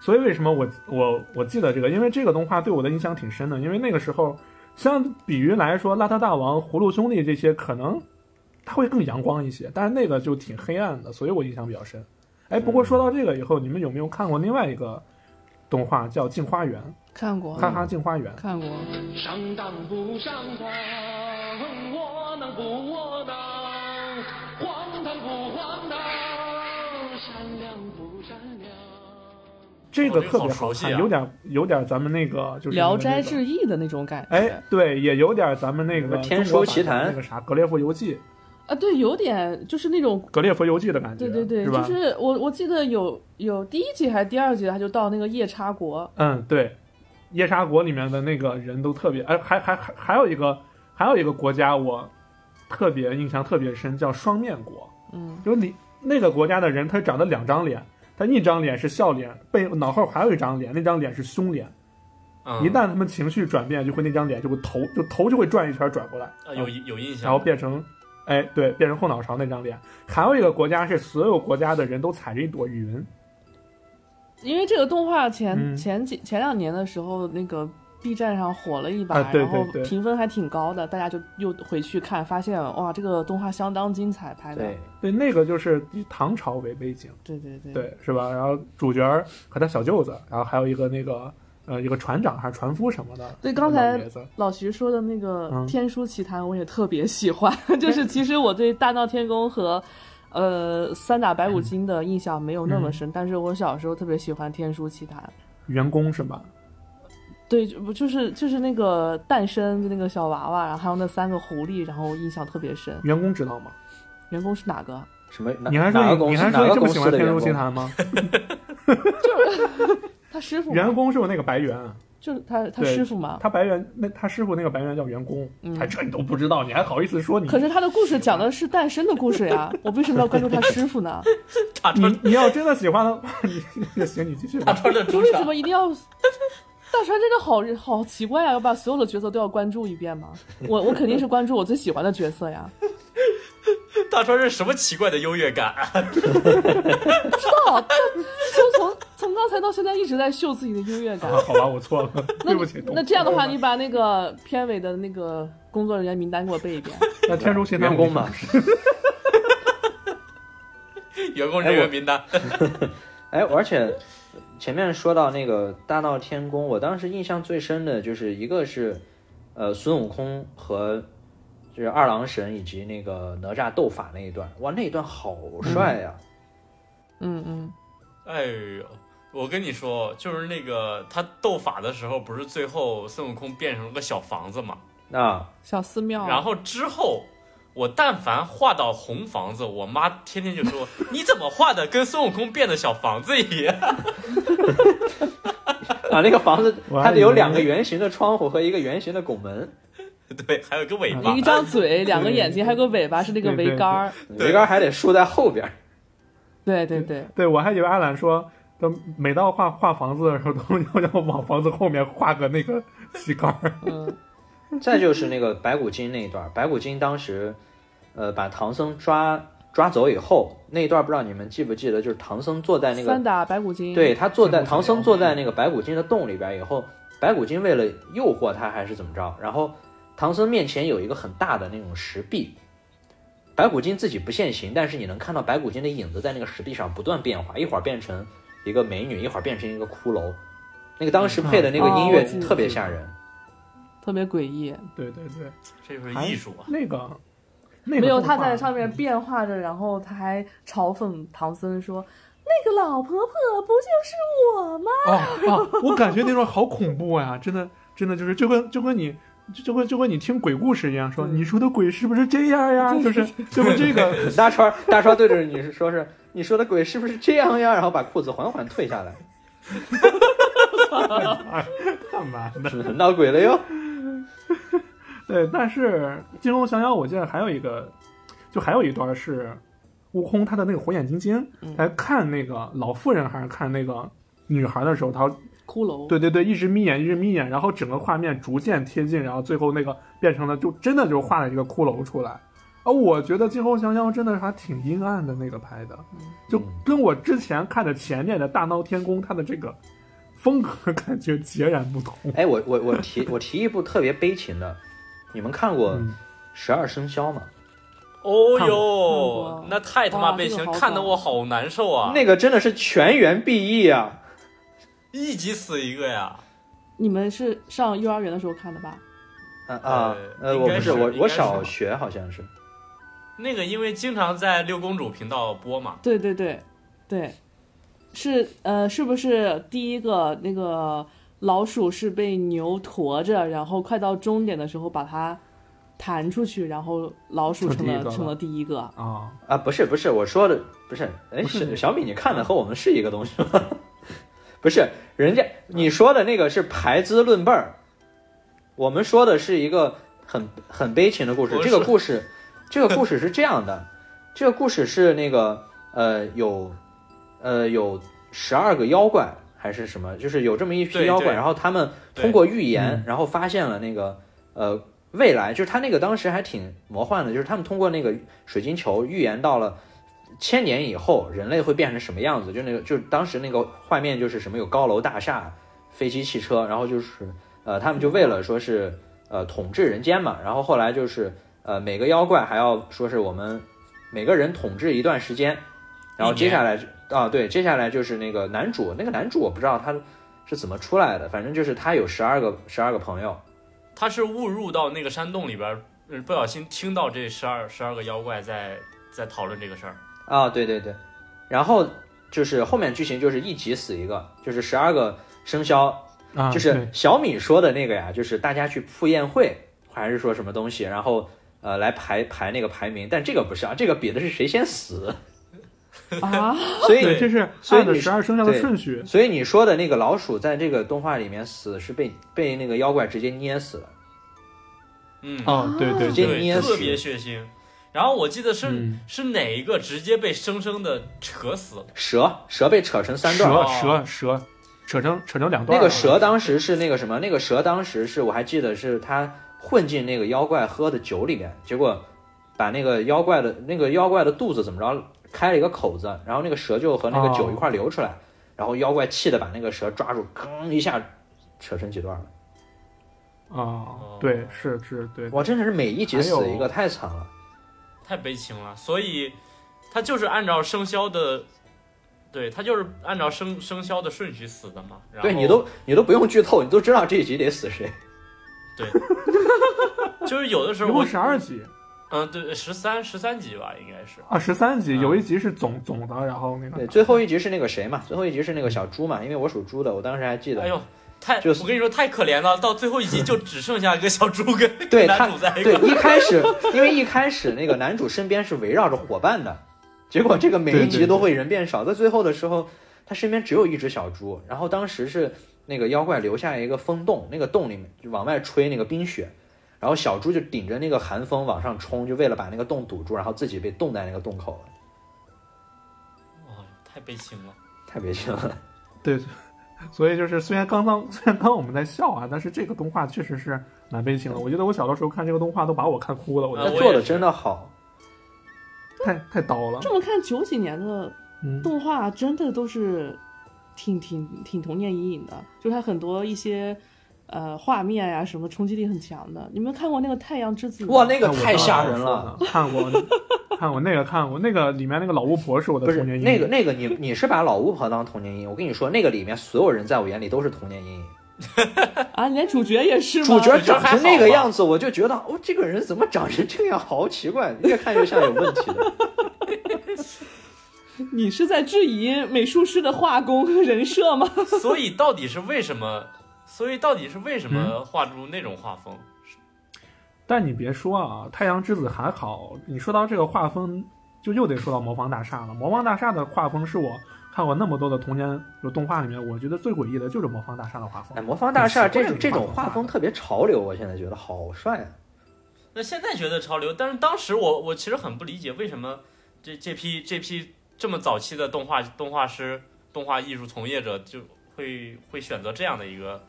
[SPEAKER 2] 所以为什么我我我记得这个？因为这个动画对我的印象挺深的。因为那个时候，相比于来说，《邋遢大王》《葫芦兄弟》这些，可能它会更阳光一些，但是那个就挺黑暗的，所以我印象比较深。哎，不过说到这个以后，你们有没有看过另外一个动画叫《镜花缘》？
[SPEAKER 4] 看过
[SPEAKER 2] 哈哈，《镜花缘》。
[SPEAKER 4] 看过，
[SPEAKER 6] 上当不上当，窝囊不窝囊，荒唐不荒唐，善良不善良。
[SPEAKER 2] 这个
[SPEAKER 3] 哦这个
[SPEAKER 2] 特别
[SPEAKER 3] 好熟
[SPEAKER 2] 好
[SPEAKER 3] 悉
[SPEAKER 2] 看，
[SPEAKER 3] 啊
[SPEAKER 2] 有点有点咱们那个
[SPEAKER 4] 《
[SPEAKER 2] 就是你们
[SPEAKER 4] 聊斋
[SPEAKER 2] 那个
[SPEAKER 4] 志异》的那种感觉。
[SPEAKER 2] 哎，对，也有点咱们那个
[SPEAKER 1] 天
[SPEAKER 2] 中国
[SPEAKER 1] 书奇
[SPEAKER 2] 版的
[SPEAKER 1] 谭
[SPEAKER 2] 那个啥《格列佛游记》《
[SPEAKER 4] 啊，对，有点就是那种，
[SPEAKER 2] 格列佛游记》的感觉，
[SPEAKER 4] 对对对，
[SPEAKER 2] 是吧？
[SPEAKER 4] 就是我我记得有有第一集还是第二集，他就到那个夜叉国，
[SPEAKER 2] 嗯，对，夜叉国里面的那个人都特别，哎，还还还还有一个还有一个国家我特别印象特别深，叫双面国，
[SPEAKER 4] 嗯，
[SPEAKER 2] 就是你那个国家的人他长得两张脸，他一张脸是笑脸，背脑后还有一张脸，那张脸是凶脸，
[SPEAKER 3] 嗯，
[SPEAKER 2] 一旦他们情绪转变，就会那张脸就会头就头就会转一圈转过来，
[SPEAKER 3] 啊有有印
[SPEAKER 2] 然后
[SPEAKER 3] 象，
[SPEAKER 2] 变成。哎，对，变成后脑勺那张脸。还有一个国家是所有国家的人都踩着一朵云，
[SPEAKER 4] 因为这个动画前、
[SPEAKER 2] 嗯
[SPEAKER 4] 前几前两年的时候，那个 B 站上火了一把，
[SPEAKER 2] 啊对
[SPEAKER 4] 然后
[SPEAKER 2] 对对
[SPEAKER 4] 评分还挺高的，大家就又回去看，发现哇，这个动画相当精彩，拍的，
[SPEAKER 1] 对，
[SPEAKER 2] 对，那个就是以唐朝为背景。
[SPEAKER 4] 对对对
[SPEAKER 2] 对，是吧？然后主角儿和他小舅子，然后还有一个那个呃一个船长还是船夫什么的。
[SPEAKER 4] 对刚才
[SPEAKER 2] 老爷子
[SPEAKER 4] 老徐说的那个
[SPEAKER 2] 嗯
[SPEAKER 4] 《天书奇谭》，我也特别喜欢。 就是其实我对大闹天宫和呃三打白骨精的印象没有那
[SPEAKER 2] 嗯
[SPEAKER 4] 么深，但是我小时候特别喜欢《天书奇谭》。
[SPEAKER 2] 员工是吧？
[SPEAKER 4] 对，就不就是就是那个诞生的那个小娃娃，然后还有那三个狐狸，然后我印象特别深。
[SPEAKER 2] 员工知道吗？
[SPEAKER 4] 员工是哪个？啊
[SPEAKER 1] 什么？哪
[SPEAKER 2] 你还
[SPEAKER 1] 哪
[SPEAKER 2] 说
[SPEAKER 1] 个
[SPEAKER 2] 你
[SPEAKER 1] 公
[SPEAKER 2] 你
[SPEAKER 1] 司
[SPEAKER 2] 还
[SPEAKER 1] 哪
[SPEAKER 2] 说
[SPEAKER 1] 个
[SPEAKER 2] 你这么
[SPEAKER 1] 公
[SPEAKER 2] 喜
[SPEAKER 1] 司
[SPEAKER 2] 欢
[SPEAKER 1] 的
[SPEAKER 2] 《天
[SPEAKER 1] 员
[SPEAKER 2] 书
[SPEAKER 1] 工啊
[SPEAKER 2] 奇？谭》吗？
[SPEAKER 4] 他师傅吗？
[SPEAKER 2] 员工是我那个白猿，
[SPEAKER 4] 就是他他
[SPEAKER 2] 对
[SPEAKER 4] 师傅嘛。
[SPEAKER 2] 他白猿那他师傅那个白猿叫员工
[SPEAKER 4] 啊嗯，
[SPEAKER 2] 还这你都不知道，你还好意思说你
[SPEAKER 4] 可？是他的故事讲的是诞生的故事 呀，我为什么要关注他师傅呢？
[SPEAKER 3] 大川
[SPEAKER 2] 你你要真的喜欢的话， 你行，你继续
[SPEAKER 3] 大
[SPEAKER 4] 啊
[SPEAKER 2] 吧。
[SPEAKER 3] 川的 主
[SPEAKER 4] 为什
[SPEAKER 3] 场
[SPEAKER 4] 么一定 要？大川这个好人好奇怪啊，要把所有的角色都要关注一遍吗？我我肯定是关注我最喜欢的角色呀。
[SPEAKER 3] 大川是什么奇怪的优越感？啊
[SPEAKER 4] 哦，他就从从刚才到现在一直在秀自己的优越感
[SPEAKER 2] 啊。好吧，我错了，对不起。懂
[SPEAKER 4] 那这样的话，你把那个片尾的那个工作人员名单给我背一遍。
[SPEAKER 2] 那《天书奇谭》
[SPEAKER 1] 员工嘛，
[SPEAKER 3] 员工人员名单，
[SPEAKER 1] 哎，而且前面说到那个大闹天宫，我当时印象最深的就是一个是，呃，孙悟空和就是二郎神以及那个哪吒斗法那一段，哇，那一段好帅呀、
[SPEAKER 4] 嗯嗯，
[SPEAKER 3] 哎呦，我跟你说，就是那个他斗法的时候，不是最后孙悟空变成了个小房子嘛？
[SPEAKER 1] 啊！
[SPEAKER 4] 小寺庙。
[SPEAKER 3] 然后之后，我但凡画到红房子，我妈天天就 说：“你怎么画的跟孙悟空变的小房子一样
[SPEAKER 1] 啊，那个房子
[SPEAKER 2] 我还
[SPEAKER 1] 它得有
[SPEAKER 2] 以为
[SPEAKER 1] 两个圆形的窗户和一个圆形的拱门，？”
[SPEAKER 3] 对，还有个尾巴
[SPEAKER 1] 嗯
[SPEAKER 4] 一。张嘴，两个眼睛，还有个尾巴，是那个
[SPEAKER 2] 对对
[SPEAKER 4] 桅杆儿。
[SPEAKER 3] 对
[SPEAKER 1] 桅杆还得竖在后边儿。
[SPEAKER 4] 对对对，
[SPEAKER 2] 对，我还以为阿兰说，都每到画画房子的时候，都要要往房子后面画个那个旗杆儿。
[SPEAKER 4] 嗯，
[SPEAKER 1] 再就是那个白骨精那一段儿，白骨精当时，呃，把唐僧抓抓走以后，那一段儿不知道你们记不记得，就是唐僧坐在那个
[SPEAKER 4] 三打白骨精。
[SPEAKER 1] 对他坐在
[SPEAKER 2] 进步
[SPEAKER 1] 唐
[SPEAKER 2] 是没
[SPEAKER 1] 僧
[SPEAKER 2] 有
[SPEAKER 1] 坐在那个白骨精的洞里边以后，白骨精为了诱惑他还是怎么着，然后唐僧面前有一个很大的那种石壁，白骨精自己不现形，但是你能看到白骨精的影子在那个石壁上不断变化，一会儿变成一个美女，一会儿变成一个骷髅，那个当时配的那个
[SPEAKER 4] 嗯
[SPEAKER 1] 音
[SPEAKER 4] 哦我
[SPEAKER 1] 乐
[SPEAKER 4] 记得
[SPEAKER 1] 特别吓人，
[SPEAKER 4] 特别诡异。
[SPEAKER 2] 对对对。
[SPEAKER 3] 这就是艺术啊！
[SPEAKER 2] 那个，那个
[SPEAKER 4] 没有，
[SPEAKER 2] 动
[SPEAKER 4] 他
[SPEAKER 2] 画
[SPEAKER 4] 在上面变化着，然后他还嘲讽唐僧说：“那个老婆婆不就是我吗
[SPEAKER 2] 哦啊，我感觉那段好恐怖呀、真的真的就是就跟就跟你。就就跟就跟你听鬼故事一样，说
[SPEAKER 4] 对
[SPEAKER 2] 你说的鬼是不是这样呀？就是就是 这个，
[SPEAKER 1] 大川儿大川儿对着你说是你说的鬼是不是这样呀？然后把裤子缓缓退下来，
[SPEAKER 2] 干 嘛的？
[SPEAKER 1] 闹鬼了哟。
[SPEAKER 2] 对，但是《金龙降妖》我记得还有一个，就还有一段是悟空他的那个火眼金睛
[SPEAKER 4] 嗯
[SPEAKER 2] 来看那个老妇人还是看那个女孩的时候，他
[SPEAKER 4] 骷髅，
[SPEAKER 2] 对对对，一直眯眼，一直眯眼，然后整个画面逐渐贴近，然后最后那个变成了，就真的就画了一个骷髅出来。啊，我觉得《今后降妖》真的还挺阴暗的那个拍的，
[SPEAKER 1] 嗯
[SPEAKER 2] 就跟我之前看的前面的《大闹天宫》它的这个风格感觉截然不同。
[SPEAKER 1] 哎，我我我提我提一部特别悲情的，你们看过《
[SPEAKER 2] 嗯
[SPEAKER 1] 十二生肖》吗？
[SPEAKER 3] 哦
[SPEAKER 2] 看
[SPEAKER 4] 过
[SPEAKER 3] 呦，那太他妈
[SPEAKER 4] 哇
[SPEAKER 3] 悲
[SPEAKER 4] 这个
[SPEAKER 3] 情，
[SPEAKER 4] 好
[SPEAKER 3] 看得
[SPEAKER 4] 爽
[SPEAKER 3] 我好难受啊！
[SPEAKER 1] 那个真的是全员毕业啊！
[SPEAKER 3] 一集死一个呀！
[SPEAKER 4] 你们是上幼儿园的时候看的吧？
[SPEAKER 1] 啊啊，
[SPEAKER 3] 呃
[SPEAKER 1] 呃，
[SPEAKER 3] 应
[SPEAKER 1] 我
[SPEAKER 3] 该
[SPEAKER 1] 不
[SPEAKER 3] 是
[SPEAKER 1] 我
[SPEAKER 3] 应
[SPEAKER 1] 我
[SPEAKER 3] 该是
[SPEAKER 1] 小
[SPEAKER 3] 吧
[SPEAKER 1] 学好像是，
[SPEAKER 3] 那个因为经常在六公主频道播嘛，
[SPEAKER 4] 对对对，对，是呃，是不是第一个那个老鼠是被牛驮着，然后快到终点的时候把它弹出去，然后老鼠
[SPEAKER 2] 成
[SPEAKER 4] 成
[SPEAKER 2] 第一
[SPEAKER 4] 了
[SPEAKER 2] 个
[SPEAKER 4] 成
[SPEAKER 2] 了
[SPEAKER 4] 了第一个？
[SPEAKER 2] 啊，
[SPEAKER 1] 啊，不是不是，我说的不是，哎，
[SPEAKER 2] 不是那
[SPEAKER 1] 是
[SPEAKER 2] 个
[SPEAKER 1] 小米，你看的和我们是一个东西吗？ 不是，人家你说的那个是排资论辈儿，我们说的是一个很很悲情的故事。
[SPEAKER 3] 不
[SPEAKER 1] 这个
[SPEAKER 3] 是
[SPEAKER 1] 故事，这个故事是这样的，这个故事是那个呃有呃有十二个妖怪还是什么，就是有这么一批
[SPEAKER 3] 对
[SPEAKER 1] 妖怪，
[SPEAKER 3] 对
[SPEAKER 1] 然后他们
[SPEAKER 3] 对
[SPEAKER 1] 通过预言
[SPEAKER 2] 嗯，
[SPEAKER 1] 然后发现了那个呃未来，就是他那个当时还挺魔幻的，就是他们通过那个水晶球预言到了千年以后人类会变成什么样子，就那个就当时那个画面就是什么有高楼大厦、飞机、汽车，然后就是呃他们就为了说是呃统治人间嘛，然后后来就是呃每个妖怪还要说是我们每个人统治一段时间，然后
[SPEAKER 3] 一年
[SPEAKER 1] 接下来啊对，接下来就是那个男主，那个男主我不知道他是怎么出来的，反正就是他有十二个十二个朋友，
[SPEAKER 3] 他是误入到那个山洞里边儿，呃不小心听到这十二十二个妖怪在在讨论这个事儿。
[SPEAKER 1] 啊，对对对，然后就是后面剧情就是一集死一个，就是十二个生肖，
[SPEAKER 2] 啊，
[SPEAKER 1] 就是
[SPEAKER 2] 对
[SPEAKER 1] 小米说的那个呀，就是大家去赴宴会还是说什么东西，然后呃来排排那个排名，但这个不是啊，这个比的是谁先 死，
[SPEAKER 4] 啊，
[SPEAKER 1] 所以
[SPEAKER 2] 对，
[SPEAKER 3] 对
[SPEAKER 2] 这是
[SPEAKER 1] 所以
[SPEAKER 2] 按的
[SPEAKER 1] 你是
[SPEAKER 2] 十二生肖的
[SPEAKER 1] 对
[SPEAKER 2] 顺序。
[SPEAKER 1] 所以你说的那个老鼠在这个动画里面死是被被那个妖怪直接捏死了，
[SPEAKER 3] 嗯，
[SPEAKER 2] 哦，对对
[SPEAKER 1] 直接
[SPEAKER 2] 对，
[SPEAKER 1] 捏
[SPEAKER 3] 对，
[SPEAKER 1] 死
[SPEAKER 3] 特别血腥。然后我记得是、
[SPEAKER 2] 嗯
[SPEAKER 3] 是哪一个直接被生生的扯死了，
[SPEAKER 1] 蛇蛇被扯成三段儿。
[SPEAKER 2] 蛇
[SPEAKER 3] 哦
[SPEAKER 2] 蛇蛇扯成扯成两段
[SPEAKER 1] 那
[SPEAKER 2] 儿
[SPEAKER 1] 个
[SPEAKER 2] 了。
[SPEAKER 1] 蛇当时是那个什么？那个蛇当时是我还记得是它混进那个妖怪喝的酒里面，结果把那个妖怪的那个妖怪的肚子怎么着开了一个口子，然后那个蛇就和那个酒一块流出来，然后妖怪气的把那个蛇抓住，吭一下扯成几段了。
[SPEAKER 2] 啊，对，是是，对，
[SPEAKER 1] 哇，真的是每一集死一个，太惨了。
[SPEAKER 3] 太悲情了。所以他就是按照生肖的，对他就是按照生生肖的顺序死的嘛。然后
[SPEAKER 1] 对你都你都不用剧透，你都知道这一集得死谁。
[SPEAKER 3] 就是有的时
[SPEAKER 2] 一
[SPEAKER 3] 候我
[SPEAKER 2] 共十二集
[SPEAKER 3] 嗯对十三十三集吧应该是
[SPEAKER 2] 啊，十三集，
[SPEAKER 3] 嗯
[SPEAKER 2] 有一集是总总的，然后那个
[SPEAKER 1] 对，最后一集是那个谁嘛？最后一集是那个小猪嘛？因为我属猪的，我当时还记得。
[SPEAKER 3] 哎呦，太、
[SPEAKER 1] 就是
[SPEAKER 3] 我跟你说太可怜了，到最后一集就只剩下一个小猪跟 跟
[SPEAKER 1] 对他
[SPEAKER 3] 男主在
[SPEAKER 2] 哎
[SPEAKER 3] 一
[SPEAKER 1] 对一
[SPEAKER 3] 块，儿。
[SPEAKER 1] 开始因为一开始那个男主身边是围绕着伙伴的，结果这个每一
[SPEAKER 2] 对
[SPEAKER 1] 集
[SPEAKER 2] 对
[SPEAKER 1] 都会人变少，在最后的时候，他身边只有一只小猪。然后当时是那个妖怪留下一个风洞，那个洞里面就往外吹那个冰雪，然后小猪就顶着那个寒风往上冲，就为了把那个洞堵住，然后自己被冻在那个洞口了，
[SPEAKER 3] 哇，太悲情了。
[SPEAKER 1] 太悲情了。
[SPEAKER 2] 啊对，所以就是虽然刚 刚虽然刚刚我们在笑啊，但是这个动画确实是蛮悲情
[SPEAKER 1] 嗯
[SPEAKER 2] 的。我觉得我小的时候看这个动画都把我看哭了，我觉
[SPEAKER 1] 他
[SPEAKER 3] 啊
[SPEAKER 2] 得
[SPEAKER 3] 我也
[SPEAKER 1] 做的
[SPEAKER 3] 是
[SPEAKER 1] 真的好，
[SPEAKER 2] 太太刀了。
[SPEAKER 4] 这么看九几年的
[SPEAKER 2] 嗯，
[SPEAKER 4] 动画真的都是挺挺挺童年阴影的，就是它很多一些呃画面呀、什么冲击力很强的。你们看过那个《太阳之子》吗？
[SPEAKER 1] 哇，那个
[SPEAKER 2] 看我
[SPEAKER 1] 太
[SPEAKER 2] 刚刚
[SPEAKER 1] 吓人
[SPEAKER 2] 说
[SPEAKER 1] 了。
[SPEAKER 2] 呢，看过 看过那个看过那个里面那个老巫婆是我的
[SPEAKER 1] 不是
[SPEAKER 2] 童年阴
[SPEAKER 1] 那
[SPEAKER 2] 影
[SPEAKER 1] 个。那个你你是把老巫婆当童年阴影，我跟你说，那个里面所有人在我眼里都是童年阴影。
[SPEAKER 4] 啊，连主角也是吗？
[SPEAKER 1] 主角
[SPEAKER 3] 主角
[SPEAKER 1] 长
[SPEAKER 3] 还
[SPEAKER 1] 成那
[SPEAKER 3] 好
[SPEAKER 1] 个
[SPEAKER 3] 吧
[SPEAKER 1] 样子，我就觉得，哦，这个人怎么长成这样，好奇怪，越看越像有问题的。
[SPEAKER 4] 你是在质疑美术师的画工和人设吗？
[SPEAKER 3] 所以到底是为什么？所以到底是为什
[SPEAKER 1] 嗯
[SPEAKER 3] 么画出那种画风？
[SPEAKER 2] 但你别说啊，《太阳之子》还好，你说到这个画风，就又得说到《魔方大厦》了。《魔方大厦》的画风是我看过那么多的童年有动画里面，我觉得最诡异的就是《魔方大厦》的画风
[SPEAKER 1] 哎，。魔方大厦
[SPEAKER 2] 很奇
[SPEAKER 1] 这
[SPEAKER 2] 怪
[SPEAKER 1] 种这
[SPEAKER 2] 这个
[SPEAKER 1] 种
[SPEAKER 2] 画
[SPEAKER 1] 画
[SPEAKER 2] 风
[SPEAKER 1] 风特别潮流，我现在觉得好帅啊！
[SPEAKER 3] 那现在觉得潮流，但是当时我我其实很不理解为什么这这批这批这么早期的动画动画师、动画艺术从业者就会会选择这样的一个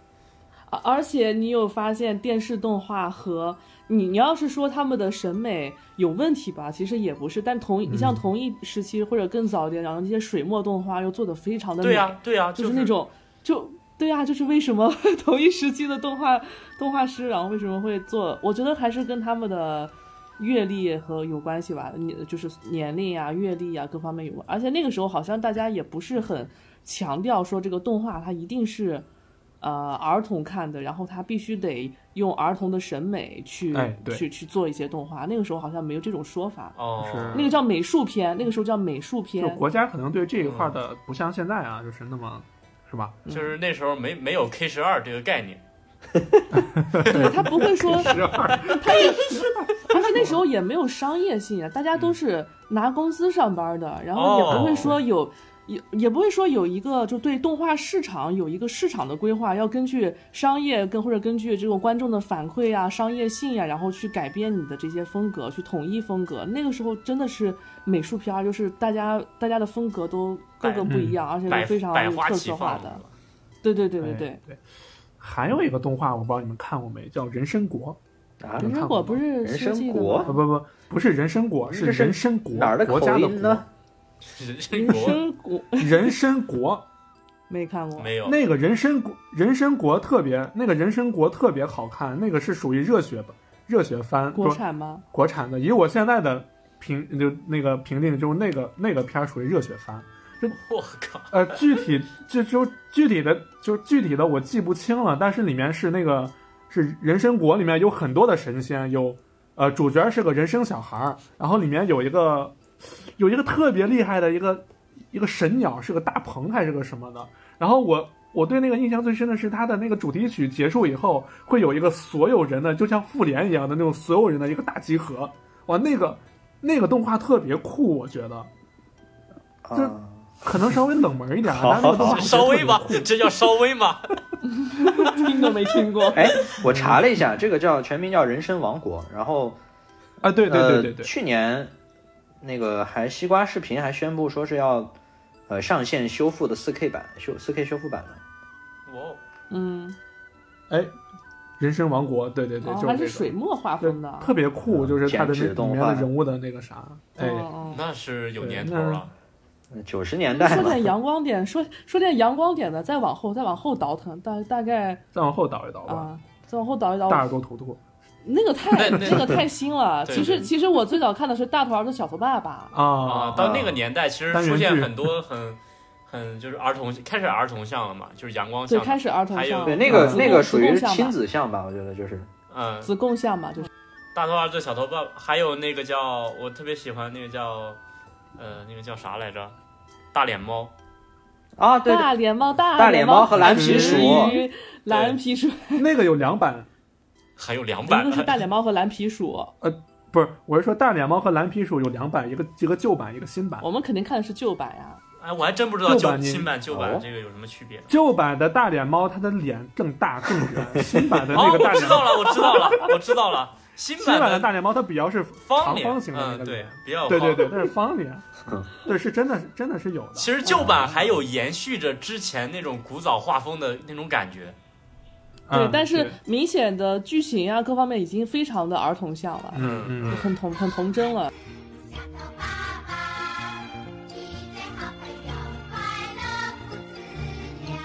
[SPEAKER 4] 啊而且你有发现电视动画和你，你要是说他们的审美有问题吧，其实也不是。但同你
[SPEAKER 1] 嗯
[SPEAKER 4] 像同一时期或者更早一点，然后那些水墨动画又做的非常的
[SPEAKER 1] 啊
[SPEAKER 4] 美，
[SPEAKER 3] 对呀、啊对
[SPEAKER 2] 啊
[SPEAKER 3] 呀、
[SPEAKER 4] 就是是那种就对呀、就是为什么 同一时期的动画动画师，然后为什么会做？我觉得还是跟他们的阅历和有关系吧，你就是年龄啊、阅历啊各方面有关。而且那个时候好像大家也不是很强调说这个动画它一定是。呃，儿童看的，然后它必须得用儿童的审美去、
[SPEAKER 2] 哎对
[SPEAKER 4] 去去做一些动画。那个时候好像没有这种说法，
[SPEAKER 3] 哦
[SPEAKER 1] 嗯
[SPEAKER 2] 是
[SPEAKER 4] 那个叫美术片，那个时候叫美术片
[SPEAKER 2] 嗯就。国家可能对这一块
[SPEAKER 1] 嗯
[SPEAKER 2] 的不像现在啊，就是那么是吧？
[SPEAKER 3] 就是那时候没没有 K 十二这个概念，
[SPEAKER 4] 对，他不会说
[SPEAKER 2] 十二
[SPEAKER 4] 而且那时候也没有商业性啊，大家
[SPEAKER 3] 嗯
[SPEAKER 4] 都是拿工资上班的，然后也
[SPEAKER 3] 哦
[SPEAKER 4] 不会说有，也也不会说有一个就对动画市场有一个市场的规划，要根据商业跟或者根据这种观众的反馈啊、商业性呀、然后去改变你的这些风格，去统一风格。那个时候真的是美术片儿，就是大家大家的风格都各个不一样，而且
[SPEAKER 3] 百
[SPEAKER 4] 都非常
[SPEAKER 3] 百
[SPEAKER 4] 有
[SPEAKER 3] 花
[SPEAKER 4] 特
[SPEAKER 3] 齐
[SPEAKER 4] 色化
[SPEAKER 3] 放
[SPEAKER 4] 的。对对对对对
[SPEAKER 2] 哎，对。还有一个动画，我不知道你们看过没，叫《人参国
[SPEAKER 1] 啊
[SPEAKER 2] 对
[SPEAKER 4] 人参果不是
[SPEAKER 1] 人
[SPEAKER 4] 设
[SPEAKER 1] 参
[SPEAKER 4] 计的
[SPEAKER 1] 果》
[SPEAKER 4] 吗
[SPEAKER 2] 啊，不不不是人参国，是
[SPEAKER 1] 这是
[SPEAKER 2] 人参国，
[SPEAKER 1] 哪儿的
[SPEAKER 2] 嗯国家
[SPEAKER 1] 口
[SPEAKER 2] 的
[SPEAKER 1] 音呢？
[SPEAKER 3] 人参
[SPEAKER 4] 人
[SPEAKER 3] 国
[SPEAKER 4] 参果
[SPEAKER 2] 国？人参国，
[SPEAKER 4] 没看过，
[SPEAKER 3] 没有，
[SPEAKER 2] 那个人参国，人参国特别，那个人参国特别好看，那个是属于热血吧，热血番，
[SPEAKER 4] 国
[SPEAKER 2] 就
[SPEAKER 4] 产吗？
[SPEAKER 2] 国产的。以我现在的评就那个评定，就是那个那个片儿属于热血番。
[SPEAKER 3] 我靠，
[SPEAKER 2] 呃，具体就就具体的就具体的我记不清了，但是里面是那个是人参国里面有很多的神仙，有呃主角是个人参小孩儿，然后里面有一个有一个特别厉害的一个一个神鸟，是个大鹏还是个什么的。然后我我对那个印象最深的是它的那个主题曲结束以后，会有一个所有人的就像复联一样的那种所有人的一个大集合，哇，那个那个动画特别酷，我觉得。这
[SPEAKER 1] 啊，
[SPEAKER 2] 可能稍微冷门一点，啊，
[SPEAKER 1] 好
[SPEAKER 2] 但是那个动画
[SPEAKER 3] 稍微吧
[SPEAKER 2] 吧。，
[SPEAKER 3] 这叫稍微吗？
[SPEAKER 4] 听都没听过。
[SPEAKER 1] 哎，我查了一下，这个叫全名叫《人参王国》，然后
[SPEAKER 2] 啊，对对对对
[SPEAKER 1] 呃、
[SPEAKER 2] 对，
[SPEAKER 1] 去年那个还西瓜视频还宣布说是要呃上线修复的四 K 版修四 K 修复版的，
[SPEAKER 3] 哇哦，
[SPEAKER 4] 嗯，
[SPEAKER 2] 哎，人参王国，对对对，
[SPEAKER 4] 哦
[SPEAKER 2] 就
[SPEAKER 4] 还
[SPEAKER 2] 这
[SPEAKER 4] 是
[SPEAKER 2] 个
[SPEAKER 4] 水墨画
[SPEAKER 2] 对
[SPEAKER 4] 风的，
[SPEAKER 2] 特别酷，就是它的
[SPEAKER 1] 剪纸
[SPEAKER 2] 那
[SPEAKER 1] 动
[SPEAKER 2] 里面
[SPEAKER 1] 画
[SPEAKER 2] 的人物的那个啥，哎，
[SPEAKER 4] 嗯嗯
[SPEAKER 3] 那是有
[SPEAKER 2] 对
[SPEAKER 3] 年头
[SPEAKER 2] 那
[SPEAKER 3] 了，
[SPEAKER 1] 嗯九十年
[SPEAKER 4] 那
[SPEAKER 1] 代
[SPEAKER 4] 说
[SPEAKER 1] 嘛，
[SPEAKER 4] 点阳光点，说说点阳光点的，再往后，再往后倒腾，大大概
[SPEAKER 2] 再往后倒一倒吧，
[SPEAKER 4] 啊，再往后倒一倒
[SPEAKER 2] 大，耳朵图图
[SPEAKER 4] 那个太
[SPEAKER 3] 那那
[SPEAKER 4] 那个太新了。
[SPEAKER 3] 对
[SPEAKER 4] 其实
[SPEAKER 3] 对
[SPEAKER 4] 其实我最早看的是《大头儿子小头爸爸
[SPEAKER 3] 啊，
[SPEAKER 2] 啊，
[SPEAKER 3] 到那个年代，其实
[SPEAKER 2] 单元
[SPEAKER 3] 出现
[SPEAKER 2] 剧
[SPEAKER 3] 很多很很就是儿童开始儿童向了嘛，就是阳》，光
[SPEAKER 4] 最
[SPEAKER 3] 向的，
[SPEAKER 4] 开始儿童
[SPEAKER 3] 还有
[SPEAKER 4] 向，
[SPEAKER 1] 对那个
[SPEAKER 2] 嗯
[SPEAKER 4] 子
[SPEAKER 1] 那
[SPEAKER 4] 贡
[SPEAKER 1] 个属于
[SPEAKER 4] 子贡向吧
[SPEAKER 1] 亲子向吧，我觉得就是
[SPEAKER 3] 嗯，
[SPEAKER 4] 子贡向嘛，就是
[SPEAKER 3] 大头儿子小头爸，还有那个叫我特别喜欢那个叫呃那个叫啥来着，大脸猫，
[SPEAKER 1] 啊，对对
[SPEAKER 4] 大脸猫、
[SPEAKER 1] 大
[SPEAKER 4] 脸
[SPEAKER 1] 脸
[SPEAKER 4] 猫
[SPEAKER 1] 猫和蓝皮
[SPEAKER 4] 石
[SPEAKER 1] 鼠
[SPEAKER 4] 鱼、蓝皮鼠，
[SPEAKER 2] 那个有两版，
[SPEAKER 3] 还有两
[SPEAKER 4] 一
[SPEAKER 3] 版
[SPEAKER 4] 个是大脸猫和蓝皮鼠。
[SPEAKER 2] 不是，我是说大脸猫和蓝皮鼠有两版，一个一个旧版，一个新版。
[SPEAKER 4] 我们肯定看的是旧版呀，
[SPEAKER 1] 嗯
[SPEAKER 3] 哎，我还真不知道
[SPEAKER 2] 旧
[SPEAKER 3] 旧
[SPEAKER 2] 版你
[SPEAKER 3] 新版旧版
[SPEAKER 1] 哦
[SPEAKER 3] 这个有什么区别。
[SPEAKER 2] 旧版的大脸猫，它的脸更大更圆； 新版的
[SPEAKER 3] 哦，
[SPEAKER 2] 那个大
[SPEAKER 3] 我知
[SPEAKER 2] 脸，
[SPEAKER 3] 道了，我知道了，我知道了，新
[SPEAKER 2] 新版
[SPEAKER 3] 版
[SPEAKER 2] 的大脸猫它比较是
[SPEAKER 4] 哦
[SPEAKER 3] 方
[SPEAKER 2] 长
[SPEAKER 3] 脸，
[SPEAKER 2] 方形的那
[SPEAKER 3] 嗯，
[SPEAKER 2] 个
[SPEAKER 3] 对
[SPEAKER 2] 脸，，
[SPEAKER 3] 比较
[SPEAKER 2] 对对
[SPEAKER 3] 方
[SPEAKER 2] 对，。它是方脸，对，是真的是真的是有的。
[SPEAKER 3] 其实旧版还有延续着之前那种古早画风的那种感觉，
[SPEAKER 4] 对
[SPEAKER 2] 嗯，
[SPEAKER 4] 但是明显的剧情啊各方面已经非常的儿童向了，
[SPEAKER 2] 嗯嗯。
[SPEAKER 4] 就很童很童真了。
[SPEAKER 5] 小头爸爸，你最好朋友，快乐父子俩。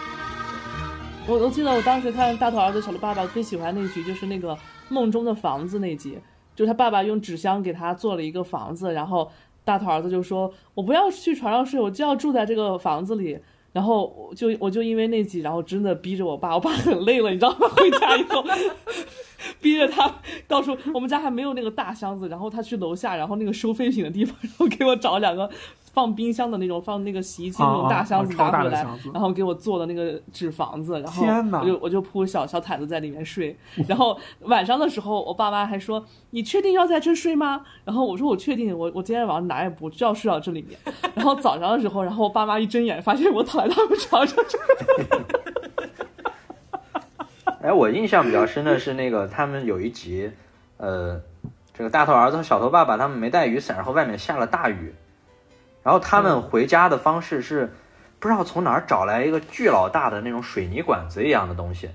[SPEAKER 4] 我我记得我当时看《大头儿子小头爸爸》，最喜欢那集就是那个梦中的房子那集，就是他爸爸用纸箱给他做了一个房子，然后大头儿子就说：“我不要去床上睡，我就要住在这个房子里。”然后我就我就因为那集，然后真的逼着我爸，我爸很累了，你知道吗？ 回家以后，逼着他到处，我们家还没有那个大箱子，然后他去楼下，然后那个收废品的地方，然后给我找两个放冰箱的那种，放那个洗衣机那种
[SPEAKER 2] 啊啊
[SPEAKER 4] 大箱子
[SPEAKER 2] 啊超
[SPEAKER 4] 拿
[SPEAKER 2] 大
[SPEAKER 4] 回
[SPEAKER 2] 的
[SPEAKER 4] 来
[SPEAKER 2] 箱子，
[SPEAKER 4] 然后给我做的那个纸房子，然后
[SPEAKER 2] 天哪
[SPEAKER 4] 我就我就铺小小毯子在里面睡，然后晚上的时候，我爸妈还说你确定要在这睡吗？然后我说我确定，我我今天晚上哪也不就要睡到这里面。然后早上的时候，然后我爸妈一睁眼发现我躺在他们床上，
[SPEAKER 1] 哎，我印象比较深的是那个他们有一集，呃，这个大头儿子和小头爸爸他们没带雨伞，然后外面下了大雨，然后他们回家的方式是不知道从哪儿找来一个巨老大的那种水泥管子一样的东西，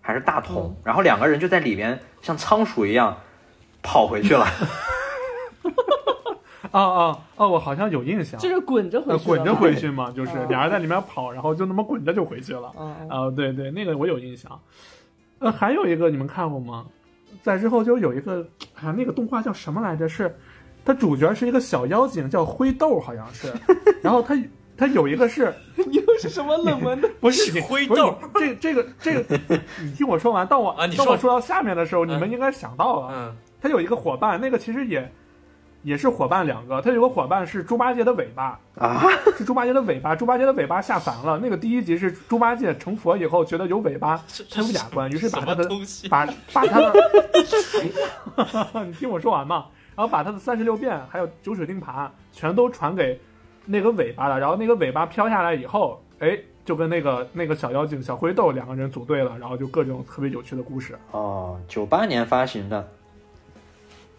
[SPEAKER 1] 还是大桶，
[SPEAKER 2] 哦
[SPEAKER 1] 然后两个人就在里边像仓鼠一样跑回去 了。
[SPEAKER 2] 哦哦哦，我好像有印象，
[SPEAKER 4] 就是滚着回
[SPEAKER 2] 呃
[SPEAKER 4] 去了吧，
[SPEAKER 2] 滚着回 去嘛，就是
[SPEAKER 4] 嗯
[SPEAKER 2] 俩人在里面跑，然后就那么滚着就回去了。
[SPEAKER 4] 嗯，嗯，
[SPEAKER 2] 啊、对对，那个我有印象。呃，还有一个你们看过吗？在之后就有一个啊，那个动画叫什么来着？是它主角是一个小妖精，叫灰豆，好像 是。然后他他有一个是
[SPEAKER 4] 你又是什么冷门的？
[SPEAKER 2] 不是你
[SPEAKER 3] 灰
[SPEAKER 2] 不是
[SPEAKER 3] 豆
[SPEAKER 2] 你这这个这个， 你听我说完，到我
[SPEAKER 3] 啊你
[SPEAKER 2] 到我
[SPEAKER 3] 说
[SPEAKER 2] 说到下面的时候，你
[SPEAKER 3] 嗯
[SPEAKER 2] 们应该想到了，
[SPEAKER 3] 嗯，
[SPEAKER 2] 他有一个伙伴，那个其实也也是伙伴两个，他有个伙伴是猪八戒的尾巴
[SPEAKER 1] 啊，
[SPEAKER 2] 是猪八戒的尾巴，猪八戒的尾巴下凡了。那个第一集是猪八戒成佛以后觉得有尾巴
[SPEAKER 3] 这这
[SPEAKER 2] 参不雅观，于是把他
[SPEAKER 3] 什么
[SPEAKER 2] 的
[SPEAKER 3] 东西？
[SPEAKER 2] 把把他的， 你听我说完嘛，然后把他的三十六变还有九水钉耙全都传给那个尾巴了，然后那个尾巴飘下来以后，哎，就跟那个那个小妖精小灰豆两个人组队了，然后就各种特别有趣的故事。
[SPEAKER 1] 哦，九八年发行的，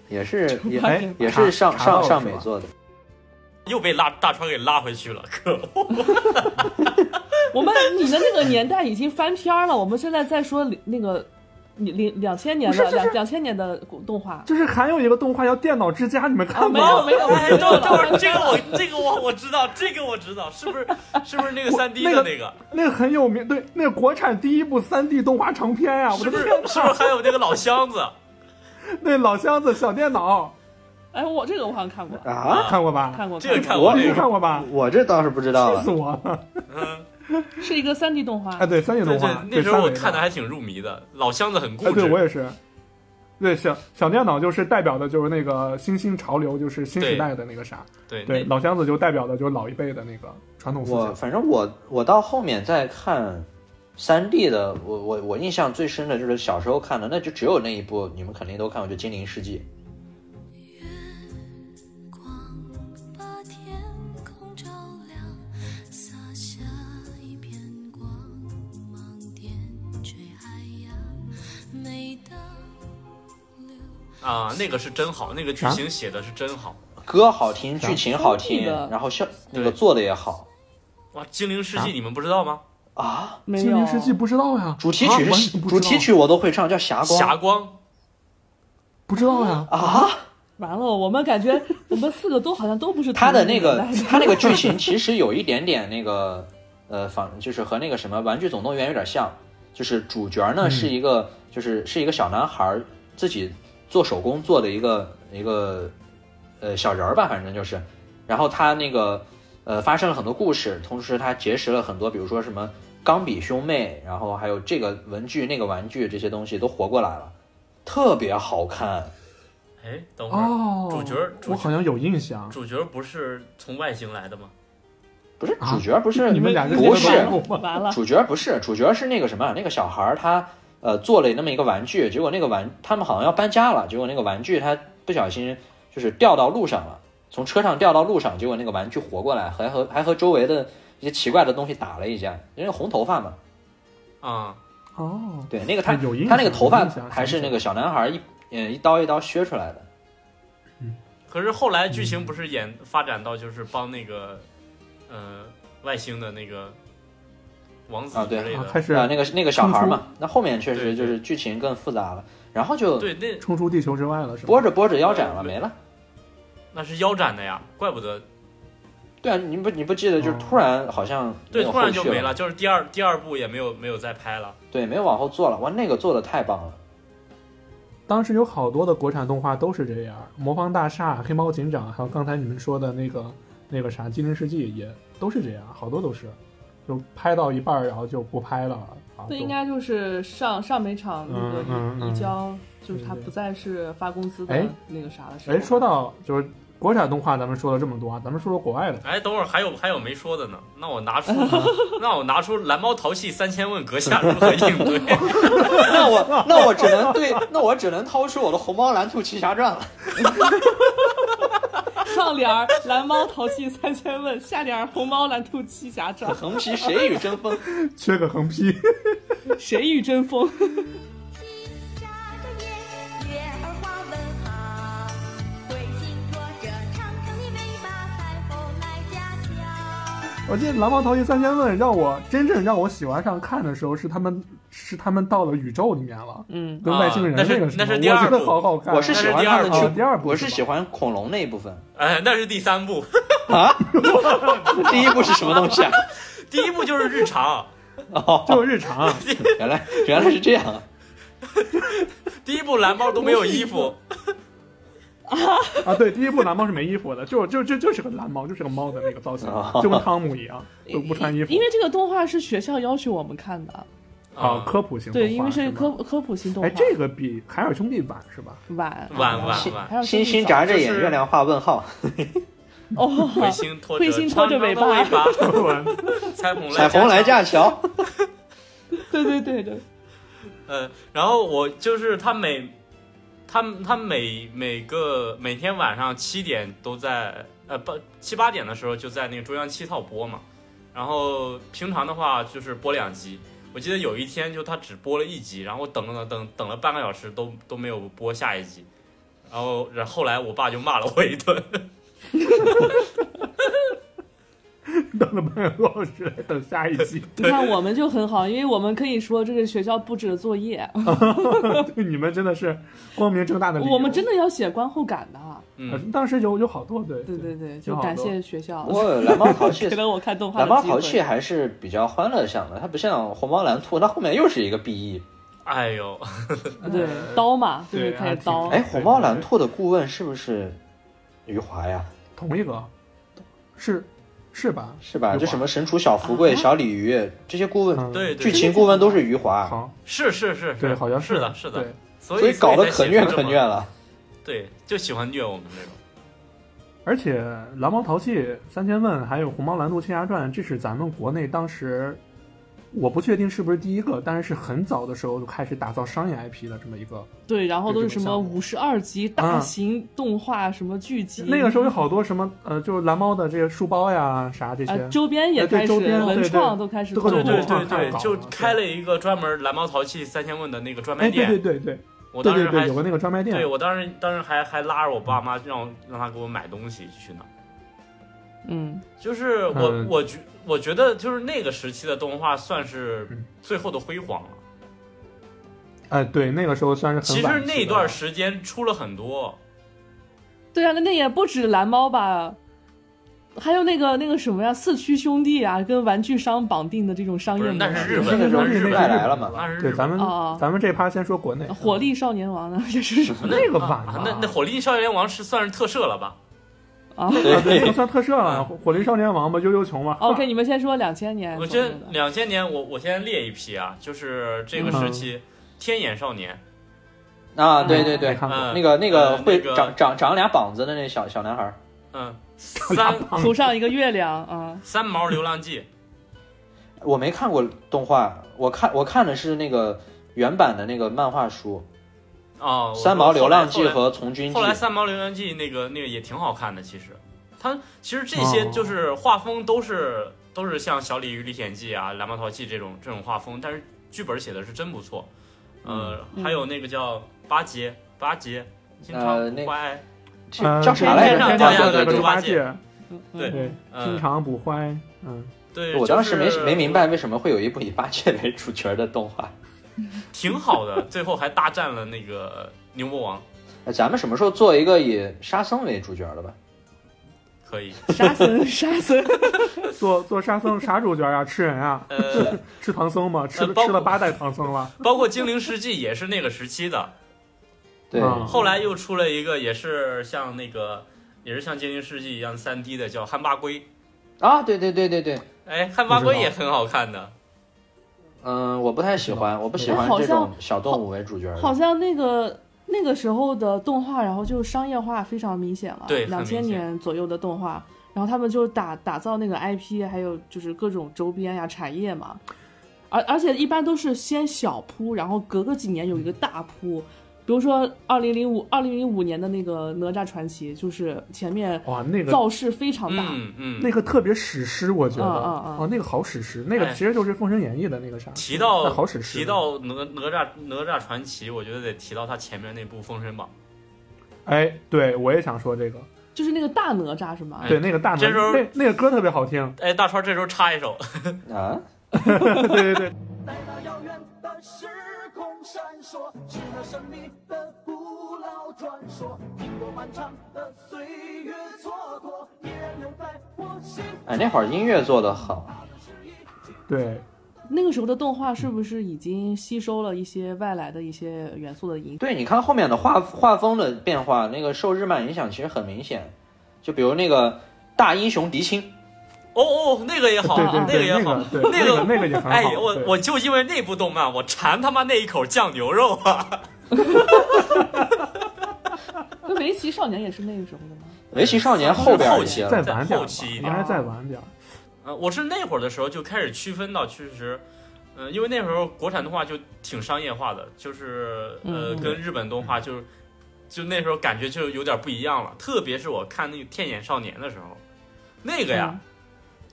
[SPEAKER 1] 也是也
[SPEAKER 2] 哎
[SPEAKER 1] 也是上
[SPEAKER 2] 查查到
[SPEAKER 1] 上上
[SPEAKER 2] 了是吧
[SPEAKER 1] 美做的。
[SPEAKER 3] 又被拉大川给拉回去了，可恶！
[SPEAKER 4] 我们你的那个年代已经翻篇儿了，我们现在在说零那个你零两千年
[SPEAKER 2] 不
[SPEAKER 4] 的
[SPEAKER 2] 是就是
[SPEAKER 4] 两两千年的动画。
[SPEAKER 2] 就是还有一个动画叫《电脑之家》，你们看
[SPEAKER 4] 没
[SPEAKER 2] 过
[SPEAKER 4] 有
[SPEAKER 2] 吗？
[SPEAKER 4] 没有，我
[SPEAKER 3] 哎，
[SPEAKER 4] 知
[SPEAKER 3] 等会
[SPEAKER 4] 道
[SPEAKER 3] 儿等会
[SPEAKER 4] 了。
[SPEAKER 3] 儿，这个我这个我我知道，这个我知道，是不是是不是那个三 D
[SPEAKER 2] 那
[SPEAKER 3] 的
[SPEAKER 2] 个
[SPEAKER 3] 那个？
[SPEAKER 2] 那个很有名，对，那个国产第一部三 D 动画长片呀、我
[SPEAKER 3] 是
[SPEAKER 2] 的
[SPEAKER 3] 不是
[SPEAKER 2] 天
[SPEAKER 3] 是不是还有那个老箱子？
[SPEAKER 2] 那老箱子小电脑
[SPEAKER 4] 哎，我这个我好像看过，
[SPEAKER 2] 呃
[SPEAKER 1] 啊，
[SPEAKER 2] 看过吧？
[SPEAKER 4] 看过，
[SPEAKER 3] 这个
[SPEAKER 4] 看
[SPEAKER 3] 看
[SPEAKER 1] 我
[SPEAKER 3] 过
[SPEAKER 2] 你
[SPEAKER 3] 这
[SPEAKER 2] 们
[SPEAKER 3] 个，
[SPEAKER 2] 看过吧？
[SPEAKER 1] 我这倒是不知道
[SPEAKER 2] 气
[SPEAKER 1] 了
[SPEAKER 2] 死。我了！
[SPEAKER 3] 嗯，
[SPEAKER 4] 过是一个三 D 动画。
[SPEAKER 2] 哎，对，三 D
[SPEAKER 3] 对
[SPEAKER 2] 动
[SPEAKER 3] 对
[SPEAKER 2] 画，，
[SPEAKER 3] 那时候
[SPEAKER 2] 三
[SPEAKER 3] 我
[SPEAKER 2] 维
[SPEAKER 3] 看的还挺入迷的，老箱子很固
[SPEAKER 2] 哎，对我
[SPEAKER 3] 执，
[SPEAKER 2] 也是。对，小小电脑就是代表的就是那个新兴潮流，就是新时代的那个啥。
[SPEAKER 3] 对
[SPEAKER 2] 对，
[SPEAKER 3] 那
[SPEAKER 2] 老箱子就代表的就是老一辈的那个传统思
[SPEAKER 1] 我
[SPEAKER 2] 想。
[SPEAKER 1] 反正我我到后面再看三 D 的，我我我印象最深的就是小时候看的，那就只有那一部，你们肯定都看过，就《精灵世纪
[SPEAKER 5] 光把天空照亮，洒下一片光芒，点缀海洋。每当流
[SPEAKER 3] 啊，那个是真好，那个剧情写的是真好。》，
[SPEAKER 1] 歌好听，剧情好
[SPEAKER 4] 3D
[SPEAKER 1] 听
[SPEAKER 4] 的，
[SPEAKER 1] 然后效那个
[SPEAKER 3] 对
[SPEAKER 1] 做的也好
[SPEAKER 3] 哇，《精灵世纪
[SPEAKER 2] 啥》
[SPEAKER 3] 你们不知道吗？
[SPEAKER 1] 啊。
[SPEAKER 4] 没有。
[SPEAKER 2] 精灵世纪不知道呀，
[SPEAKER 1] 主题
[SPEAKER 2] 啊
[SPEAKER 1] 曲
[SPEAKER 2] 完
[SPEAKER 1] 是
[SPEAKER 2] 全不知
[SPEAKER 1] 主
[SPEAKER 2] 道
[SPEAKER 1] 题曲，我都会唱，叫《霞光》
[SPEAKER 3] 霞光，
[SPEAKER 2] 不知道呀。
[SPEAKER 1] 啊。
[SPEAKER 4] 完了，我们感觉我们四个都好像都不是
[SPEAKER 1] 他的那 个
[SPEAKER 4] 同一年代的
[SPEAKER 1] 他那个剧情其实有一点点那个 呃仿，就是和那个什么《玩具总动员》有点像，就是主角呢、
[SPEAKER 2] 嗯
[SPEAKER 1] 是一个就是是一个小男孩儿自己做手工做的一个一个呃小人儿吧，反正就是，然后他那个呃发生了很多故事，同时他结识了很多，比如说什么钢笔兄妹，然后还有这个文具那个玩具这些东西都活过来了，特别好看。
[SPEAKER 3] 哎，等会儿，
[SPEAKER 2] 哦，
[SPEAKER 3] 主角儿主角
[SPEAKER 2] 我好像有印象。
[SPEAKER 3] 主角不是从外星来的吗？
[SPEAKER 1] 不是
[SPEAKER 2] 啊
[SPEAKER 1] 主角，不是
[SPEAKER 2] 你们俩
[SPEAKER 4] 这
[SPEAKER 1] 不
[SPEAKER 4] 个
[SPEAKER 1] 是
[SPEAKER 4] 玩
[SPEAKER 2] 过吗？
[SPEAKER 4] 完了，
[SPEAKER 1] 主角不是，主角是那个什么，那个小孩儿他呃做了那么一个玩具，结果那个玩他们好像要搬家了，结果那个玩具他不小心就是掉到路上了，从车上掉到路上，结果那个玩具活过来，还和还和周围的一些奇怪的东西打了一架，因为红头发嘛，
[SPEAKER 3] 啊，
[SPEAKER 2] 哦，
[SPEAKER 1] 对，那个他
[SPEAKER 2] 哎有印象
[SPEAKER 1] 他那个头发
[SPEAKER 2] 有印象
[SPEAKER 1] 还是
[SPEAKER 2] 想起来
[SPEAKER 1] 那个小男孩儿一嗯一刀一刀削出来的，
[SPEAKER 3] 可是后来剧情不是演发展到就是帮那个，呃，外星的那个王子
[SPEAKER 1] 啊
[SPEAKER 3] 之
[SPEAKER 1] 对
[SPEAKER 3] 类
[SPEAKER 2] 啊
[SPEAKER 3] 的，
[SPEAKER 2] 开始
[SPEAKER 1] 啊、那个那个小孩儿
[SPEAKER 2] 冲
[SPEAKER 1] 嘛，那后面确实
[SPEAKER 3] 对对
[SPEAKER 1] 就是剧情更复杂了，然后就
[SPEAKER 3] 对，那
[SPEAKER 2] 冲出地球之外了，是吧？
[SPEAKER 1] 拨着拨着腰斩了，
[SPEAKER 3] 对
[SPEAKER 1] 没了。
[SPEAKER 3] 那是腰斩的呀，怪不得
[SPEAKER 1] 对啊，你不你不记得，就是
[SPEAKER 2] 哦
[SPEAKER 1] 突然好像没
[SPEAKER 3] 对，
[SPEAKER 1] 有
[SPEAKER 3] 突然
[SPEAKER 1] 后
[SPEAKER 3] 就
[SPEAKER 1] 续
[SPEAKER 3] 没
[SPEAKER 1] 了
[SPEAKER 3] 了，就是第二第二部也没有没有再拍了。
[SPEAKER 1] 对，没有往后做了。哇，那个做的太棒了。
[SPEAKER 2] 当时有好多的国产动画都是这样，《魔方大厦》《黑猫警长》，还有刚才你们说的那个那个啥《精灵世纪》，也都是这样，好多都是，就拍到一半儿然后就不拍了。啊
[SPEAKER 4] 这
[SPEAKER 2] 都
[SPEAKER 4] 应该就是上上每场那个
[SPEAKER 2] 嗯嗯嗯
[SPEAKER 4] 移移交，就是他
[SPEAKER 2] 对对
[SPEAKER 4] 不再是发工资的
[SPEAKER 2] 哎
[SPEAKER 4] 那个啥的时候。
[SPEAKER 2] 哎，说到就是国产动画，咱们说了这么多啊，咱们说说国外的吧。
[SPEAKER 3] 哎，等会儿还有还有没说的呢，那我拿出
[SPEAKER 1] 啊
[SPEAKER 3] 那我拿出蓝猫淘气三千问阁下如何应对。
[SPEAKER 1] 那我那我只能对，那我只能掏出我的《红猫蓝兔奇侠传》了。
[SPEAKER 4] 上联儿蓝猫淘气三千问，下联儿红猫蓝兔七侠 传，
[SPEAKER 1] 横批：谁与争锋？
[SPEAKER 2] 缺个横批，
[SPEAKER 4] 谁与争锋？
[SPEAKER 5] 披扎着月，月儿花纹好。
[SPEAKER 2] 我记得《狼王逃逸三千问》让我真正让我喜欢上看的时候，是他们是他们到了宇宙里面了，
[SPEAKER 4] 嗯，
[SPEAKER 2] 跟外星人
[SPEAKER 3] 啊那是
[SPEAKER 2] 那个时候，
[SPEAKER 3] 那是第二
[SPEAKER 2] 我觉得
[SPEAKER 3] 部
[SPEAKER 2] 好好看。
[SPEAKER 1] 我是
[SPEAKER 3] 那
[SPEAKER 1] 喜
[SPEAKER 3] 是
[SPEAKER 1] 欢
[SPEAKER 3] 第
[SPEAKER 1] 他
[SPEAKER 3] 二
[SPEAKER 1] 们
[SPEAKER 2] 部
[SPEAKER 1] 去，
[SPEAKER 2] 哦第二部
[SPEAKER 1] 我
[SPEAKER 2] 啊是
[SPEAKER 1] 是
[SPEAKER 2] 吧
[SPEAKER 1] 喜欢恐龙那一部分
[SPEAKER 3] 哎，那是第三部，
[SPEAKER 1] 啊。第一部是什么东西啊？
[SPEAKER 3] 第一部就是日常，
[SPEAKER 1] 哦，
[SPEAKER 2] 就是日常，
[SPEAKER 1] 原来原来是这样啊。
[SPEAKER 3] 第一部蓝猫都没有衣服，
[SPEAKER 2] 啊，对，第一部蓝猫是没衣服的，就就就就是个蓝猫，就是个猫的那个造型
[SPEAKER 1] 哦，
[SPEAKER 2] 就跟汤姆一样，不不穿衣 服
[SPEAKER 4] 因。为这个动画是学校要求我们看的，
[SPEAKER 2] 啊，科普型动画
[SPEAKER 4] 对，因为是
[SPEAKER 2] 吧
[SPEAKER 4] 科科普性动画。
[SPEAKER 2] 哎，这个比海尔兄弟晚是吧？
[SPEAKER 4] 晚
[SPEAKER 3] 晚晚
[SPEAKER 1] 星
[SPEAKER 3] 晚，
[SPEAKER 4] 还有
[SPEAKER 1] 星星眨着
[SPEAKER 3] 就
[SPEAKER 1] 眼，
[SPEAKER 3] 是
[SPEAKER 1] 月亮画问号。
[SPEAKER 4] 哦，
[SPEAKER 3] 彗星拖着
[SPEAKER 4] 彗星拖着尾巴
[SPEAKER 3] 长长 的尾巴， 彩虹
[SPEAKER 1] 彩虹来架桥，
[SPEAKER 4] 对对对对，
[SPEAKER 3] 呃，然后我就是他每，他他每每个每天晚上七点都在，呃八七八点的时候就在那个中央七套播嘛，然后平常的话就是播两集。我记得有一天就他只播了一集，然后等了等等了半个小时都都没有播下一集，然后然后后来我爸就骂了我一顿，
[SPEAKER 2] 等了半个多小时，等下一集。
[SPEAKER 4] 你看我们就很好，因为我们可以说这是学校布置的作业，
[SPEAKER 2] 对你们真的是光明正大的理由。
[SPEAKER 4] 我们真的要写观后感的。啊
[SPEAKER 2] 呃
[SPEAKER 3] 嗯，
[SPEAKER 2] 当时有有好多对
[SPEAKER 4] 对对对，就
[SPEAKER 2] 挺好的
[SPEAKER 4] 感谢学校
[SPEAKER 1] 不，过蓝猫淘气
[SPEAKER 4] 给，了我看动画的
[SPEAKER 1] 蓝
[SPEAKER 4] 机会。
[SPEAKER 1] 猫淘气还是比较欢乐向的，它不像红猫蓝兔，它后面又是一个 E BE。
[SPEAKER 3] 哎呦，
[SPEAKER 2] 呃
[SPEAKER 4] 对刀嘛，就
[SPEAKER 2] 啊对
[SPEAKER 4] 是
[SPEAKER 2] 还
[SPEAKER 4] 开
[SPEAKER 2] 挺
[SPEAKER 4] 刀。
[SPEAKER 1] 哎，红猫蓝兔的顾问是不是余华呀？
[SPEAKER 2] 同一个，是是吧？
[SPEAKER 1] 是吧？
[SPEAKER 2] 余华
[SPEAKER 1] 就什么神厨小福贵、
[SPEAKER 4] 啊
[SPEAKER 1] 小鲤鱼这些顾问，
[SPEAKER 2] 嗯
[SPEAKER 3] 嗯对
[SPEAKER 1] 剧
[SPEAKER 3] 对，
[SPEAKER 1] 情顾问都是余华，
[SPEAKER 2] 好，
[SPEAKER 3] 是是是，
[SPEAKER 2] 对，好像
[SPEAKER 3] 是的，是
[SPEAKER 2] 是
[SPEAKER 3] 的
[SPEAKER 2] 对，
[SPEAKER 3] 所
[SPEAKER 1] 所以搞得可虐可虐
[SPEAKER 3] 虐，
[SPEAKER 1] 了。
[SPEAKER 3] 对，就喜欢虐我们这种。
[SPEAKER 2] 而且《蓝猫淘气》《三千问》还有《红猫蓝兔青侠传》，这是咱们国内当时，我不确定是不是第一个，但是是很早的时候就开始打造商业 IP 的这么一个。
[SPEAKER 4] 对，然后都是
[SPEAKER 2] 这
[SPEAKER 4] 什
[SPEAKER 2] 种
[SPEAKER 4] 么
[SPEAKER 2] 项目
[SPEAKER 4] 五十二集大型动画什么剧集，
[SPEAKER 2] 嗯那个时候有好多什么呃，就是蓝猫的这些书包呀啥这
[SPEAKER 4] 啊
[SPEAKER 2] 些，
[SPEAKER 4] 周边也
[SPEAKER 2] 哎对
[SPEAKER 4] 开始，
[SPEAKER 2] 周边
[SPEAKER 4] 文
[SPEAKER 2] 对对
[SPEAKER 4] 创都开始
[SPEAKER 2] 各
[SPEAKER 4] 做
[SPEAKER 2] 种
[SPEAKER 3] 对
[SPEAKER 4] 了，
[SPEAKER 3] 对
[SPEAKER 2] 文化
[SPEAKER 3] 对
[SPEAKER 2] 太
[SPEAKER 3] 对，
[SPEAKER 2] 搞了
[SPEAKER 3] 就开了一个专门蓝猫淘气三千问的那个专卖
[SPEAKER 2] 哎，对
[SPEAKER 3] 店。
[SPEAKER 2] 对对对
[SPEAKER 3] 我
[SPEAKER 2] 对
[SPEAKER 3] 当时
[SPEAKER 2] 对
[SPEAKER 3] 还
[SPEAKER 2] 对，有个那个专卖店
[SPEAKER 3] 对，我当时当时还还拉着我爸妈让我让他给我买东西去那儿。
[SPEAKER 4] 嗯，
[SPEAKER 3] 就是我、
[SPEAKER 2] 嗯
[SPEAKER 3] 我觉我觉得就是那个时期的动画算是最后的辉煌了。
[SPEAKER 2] 哎，对，那个时候算是很
[SPEAKER 3] 其实
[SPEAKER 2] 晚期
[SPEAKER 3] 那
[SPEAKER 2] 的
[SPEAKER 3] 段时间出了很多，
[SPEAKER 4] 对啊，那那也不止蓝猫吧，还有那个那个什么呀，四驱兄弟啊，跟玩具商绑定的这种商业
[SPEAKER 3] 不是
[SPEAKER 4] 模
[SPEAKER 3] 那是日
[SPEAKER 4] 式，
[SPEAKER 1] 那
[SPEAKER 3] 本，
[SPEAKER 1] 个时候
[SPEAKER 3] 那是日
[SPEAKER 1] 日
[SPEAKER 3] 本
[SPEAKER 1] 本来了嘛
[SPEAKER 3] 那是日
[SPEAKER 2] 对，咱
[SPEAKER 3] 本。
[SPEAKER 2] 们
[SPEAKER 4] 哦哦
[SPEAKER 2] 咱们这趴先说国内
[SPEAKER 4] 火力少年王呢，这是 什么
[SPEAKER 2] 那个晚
[SPEAKER 3] 啊
[SPEAKER 2] 了，
[SPEAKER 3] 那那火力少年王是算是特摄了吧？
[SPEAKER 4] 啊
[SPEAKER 2] 啊对，就算特摄了，火火力少年王嘛，悠悠熊嘛。
[SPEAKER 4] 哦？OK，你们先说两千年
[SPEAKER 3] 我
[SPEAKER 4] 左右的，
[SPEAKER 3] 这两千年，我我先列一批啊，就是这个时期，天眼少年，
[SPEAKER 1] 啊，对对
[SPEAKER 2] 没
[SPEAKER 1] 对，
[SPEAKER 2] 看过
[SPEAKER 3] 嗯
[SPEAKER 1] 那个那个
[SPEAKER 3] 呃
[SPEAKER 1] 会
[SPEAKER 3] 那个
[SPEAKER 1] 长长长俩膀子的那小小男孩，
[SPEAKER 3] 嗯，三
[SPEAKER 4] 涂上一个月亮啊，
[SPEAKER 3] 三毛流浪记，
[SPEAKER 1] 我没看过动画，我看我看的是那个原版的那个漫画书
[SPEAKER 3] 哦，我
[SPEAKER 1] 《
[SPEAKER 3] 说
[SPEAKER 1] 三毛流浪记
[SPEAKER 3] 后》来
[SPEAKER 1] 和《从军记
[SPEAKER 3] 后来《三毛流浪记》那个那个也挺好看的，其实它其实这些
[SPEAKER 2] 哦
[SPEAKER 3] 就是画风都是都是像《小鲤鱼历险记》啊、《蓝猫淘气》这种这种画风，但是剧本写的是真不错。呃，
[SPEAKER 4] 嗯
[SPEAKER 3] 还有那个叫八杰，八杰，金
[SPEAKER 1] 呃
[SPEAKER 3] 昌
[SPEAKER 1] 那
[SPEAKER 3] 不坏，
[SPEAKER 1] 这
[SPEAKER 2] 呃
[SPEAKER 1] 叫啥来
[SPEAKER 3] 天上
[SPEAKER 1] 着？
[SPEAKER 2] 天
[SPEAKER 3] 掉
[SPEAKER 2] 上
[SPEAKER 3] 下
[SPEAKER 1] 对
[SPEAKER 3] 来
[SPEAKER 1] 对
[SPEAKER 2] 的
[SPEAKER 3] 猪
[SPEAKER 1] 对
[SPEAKER 2] 猪
[SPEAKER 3] 八
[SPEAKER 2] 八戒，
[SPEAKER 3] 对
[SPEAKER 2] 对，经
[SPEAKER 3] 嗯，
[SPEAKER 2] 常不坏，嗯，
[SPEAKER 3] 对，
[SPEAKER 1] 我当时没
[SPEAKER 3] 就是
[SPEAKER 1] 没明白为什么会有一部以八戒为主角的动画。
[SPEAKER 3] 挺好的，最后还大战了那个牛魔王，
[SPEAKER 1] 哎咱们什么时候做一个以沙僧为主角的吧？
[SPEAKER 3] 可以。
[SPEAKER 4] 沙 僧沙僧，
[SPEAKER 2] 做做沙僧啥主角啊？吃人啊？
[SPEAKER 3] 呃，
[SPEAKER 2] 吃唐僧吗？吃
[SPEAKER 3] 呃包
[SPEAKER 2] 吃了八代唐僧了。
[SPEAKER 3] 包括《精灵世纪》也是那个时期的，
[SPEAKER 1] 对，
[SPEAKER 2] 嗯
[SPEAKER 3] 后来又出了一个也是像那个也是像《精灵世纪》一样三 D 的，叫《汉巴龟》。
[SPEAKER 1] 啊，对对对对对，
[SPEAKER 3] 哎，汉巴龟也很好看的。
[SPEAKER 1] 嗯，我不太喜欢，我不喜
[SPEAKER 4] 哎
[SPEAKER 1] 欢
[SPEAKER 4] 好
[SPEAKER 1] 这
[SPEAKER 4] 像
[SPEAKER 1] 种小动物为主角的。
[SPEAKER 4] 好像那个那个时候的动画，然后就商业化非常明显了。
[SPEAKER 3] 对很
[SPEAKER 4] 两
[SPEAKER 3] 明
[SPEAKER 4] 千
[SPEAKER 3] 显
[SPEAKER 4] 年左右的动画，然后他们就打打造那个 IP，还有就是各种周边呀、产业嘛。而而且一般都是先小铺，然后隔个几年有一个大铺。比如说二零零五二零零五年的那个《哪吒传奇》，就是前面
[SPEAKER 2] 哇，那个
[SPEAKER 4] 造势非常大，
[SPEAKER 3] 嗯嗯。
[SPEAKER 2] 那个特别史诗，我觉得
[SPEAKER 4] 嗯嗯嗯
[SPEAKER 2] 哦，那个好史诗，那个
[SPEAKER 3] 哎
[SPEAKER 2] 其实就是《封神演义》的那个啥。
[SPEAKER 3] 提
[SPEAKER 2] 那
[SPEAKER 3] 到
[SPEAKER 2] 好史诗。
[SPEAKER 3] 提到哪哪吒哪吒传奇，我觉得得提到他前面那部《封神榜
[SPEAKER 2] 哎，对我也想说这个，
[SPEAKER 4] 就是那个大哪吒是吗？
[SPEAKER 2] 对，那个大
[SPEAKER 3] 哎这
[SPEAKER 2] 门，
[SPEAKER 3] 时候
[SPEAKER 2] 那那个歌特别好听。
[SPEAKER 3] 哎，大川这时候插一首，
[SPEAKER 1] 啊，
[SPEAKER 2] 对对对，
[SPEAKER 7] 在那遥远的时空闪烁，是那神秘的古老传说。经过漫长的岁月蹉跎，依然留在我心。
[SPEAKER 1] 哎，那会儿音乐做得好，
[SPEAKER 2] 对，
[SPEAKER 4] 那个时候的动画是不是已经吸收了一些外来的一些元素的影？
[SPEAKER 1] 对，你看后面的画画风的变化，那个受日漫影响其实很明显，就比如那个大英雄狄青，
[SPEAKER 3] 哦哦，那个也好，
[SPEAKER 2] 对对
[SPEAKER 3] 那个
[SPEAKER 2] 对
[SPEAKER 3] 也好，
[SPEAKER 2] 那个对
[SPEAKER 3] 个
[SPEAKER 2] 那个那个也很好
[SPEAKER 3] 哎，我
[SPEAKER 2] 对
[SPEAKER 3] 我就因为那部动漫，我馋他妈那一口酱牛肉啊！
[SPEAKER 4] 那围棋少年也是那个时候的吗？
[SPEAKER 1] 围棋少年后边
[SPEAKER 3] 后
[SPEAKER 1] 一些
[SPEAKER 3] 期
[SPEAKER 1] 了
[SPEAKER 2] 再晚点儿
[SPEAKER 3] 后
[SPEAKER 2] 吧
[SPEAKER 3] 期，啊
[SPEAKER 2] 应该再晚点儿。
[SPEAKER 3] 呃，我是那会儿的时候就开始区分到，其实，呃，因为那时候国产动画就挺商业化的，就是呃，
[SPEAKER 4] 嗯
[SPEAKER 3] 跟日本动画就就那时候感觉就有点不一样了。特别是我看那个《天眼少年》的时候，那个
[SPEAKER 4] 嗯
[SPEAKER 3] 呀，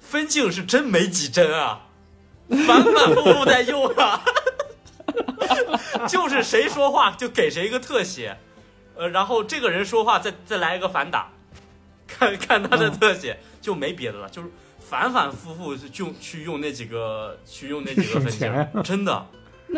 [SPEAKER 3] 分镜是真没几帧啊，反反复复在用啊， 就是谁说话就给谁一个特写，呃，然后这个人说话再再来一个反打，看看他
[SPEAKER 2] 嗯
[SPEAKER 3] 的特写、就没别的了，就是反反复复就就去用那几个去用那几个分
[SPEAKER 2] 省钱啊
[SPEAKER 3] 镜，真的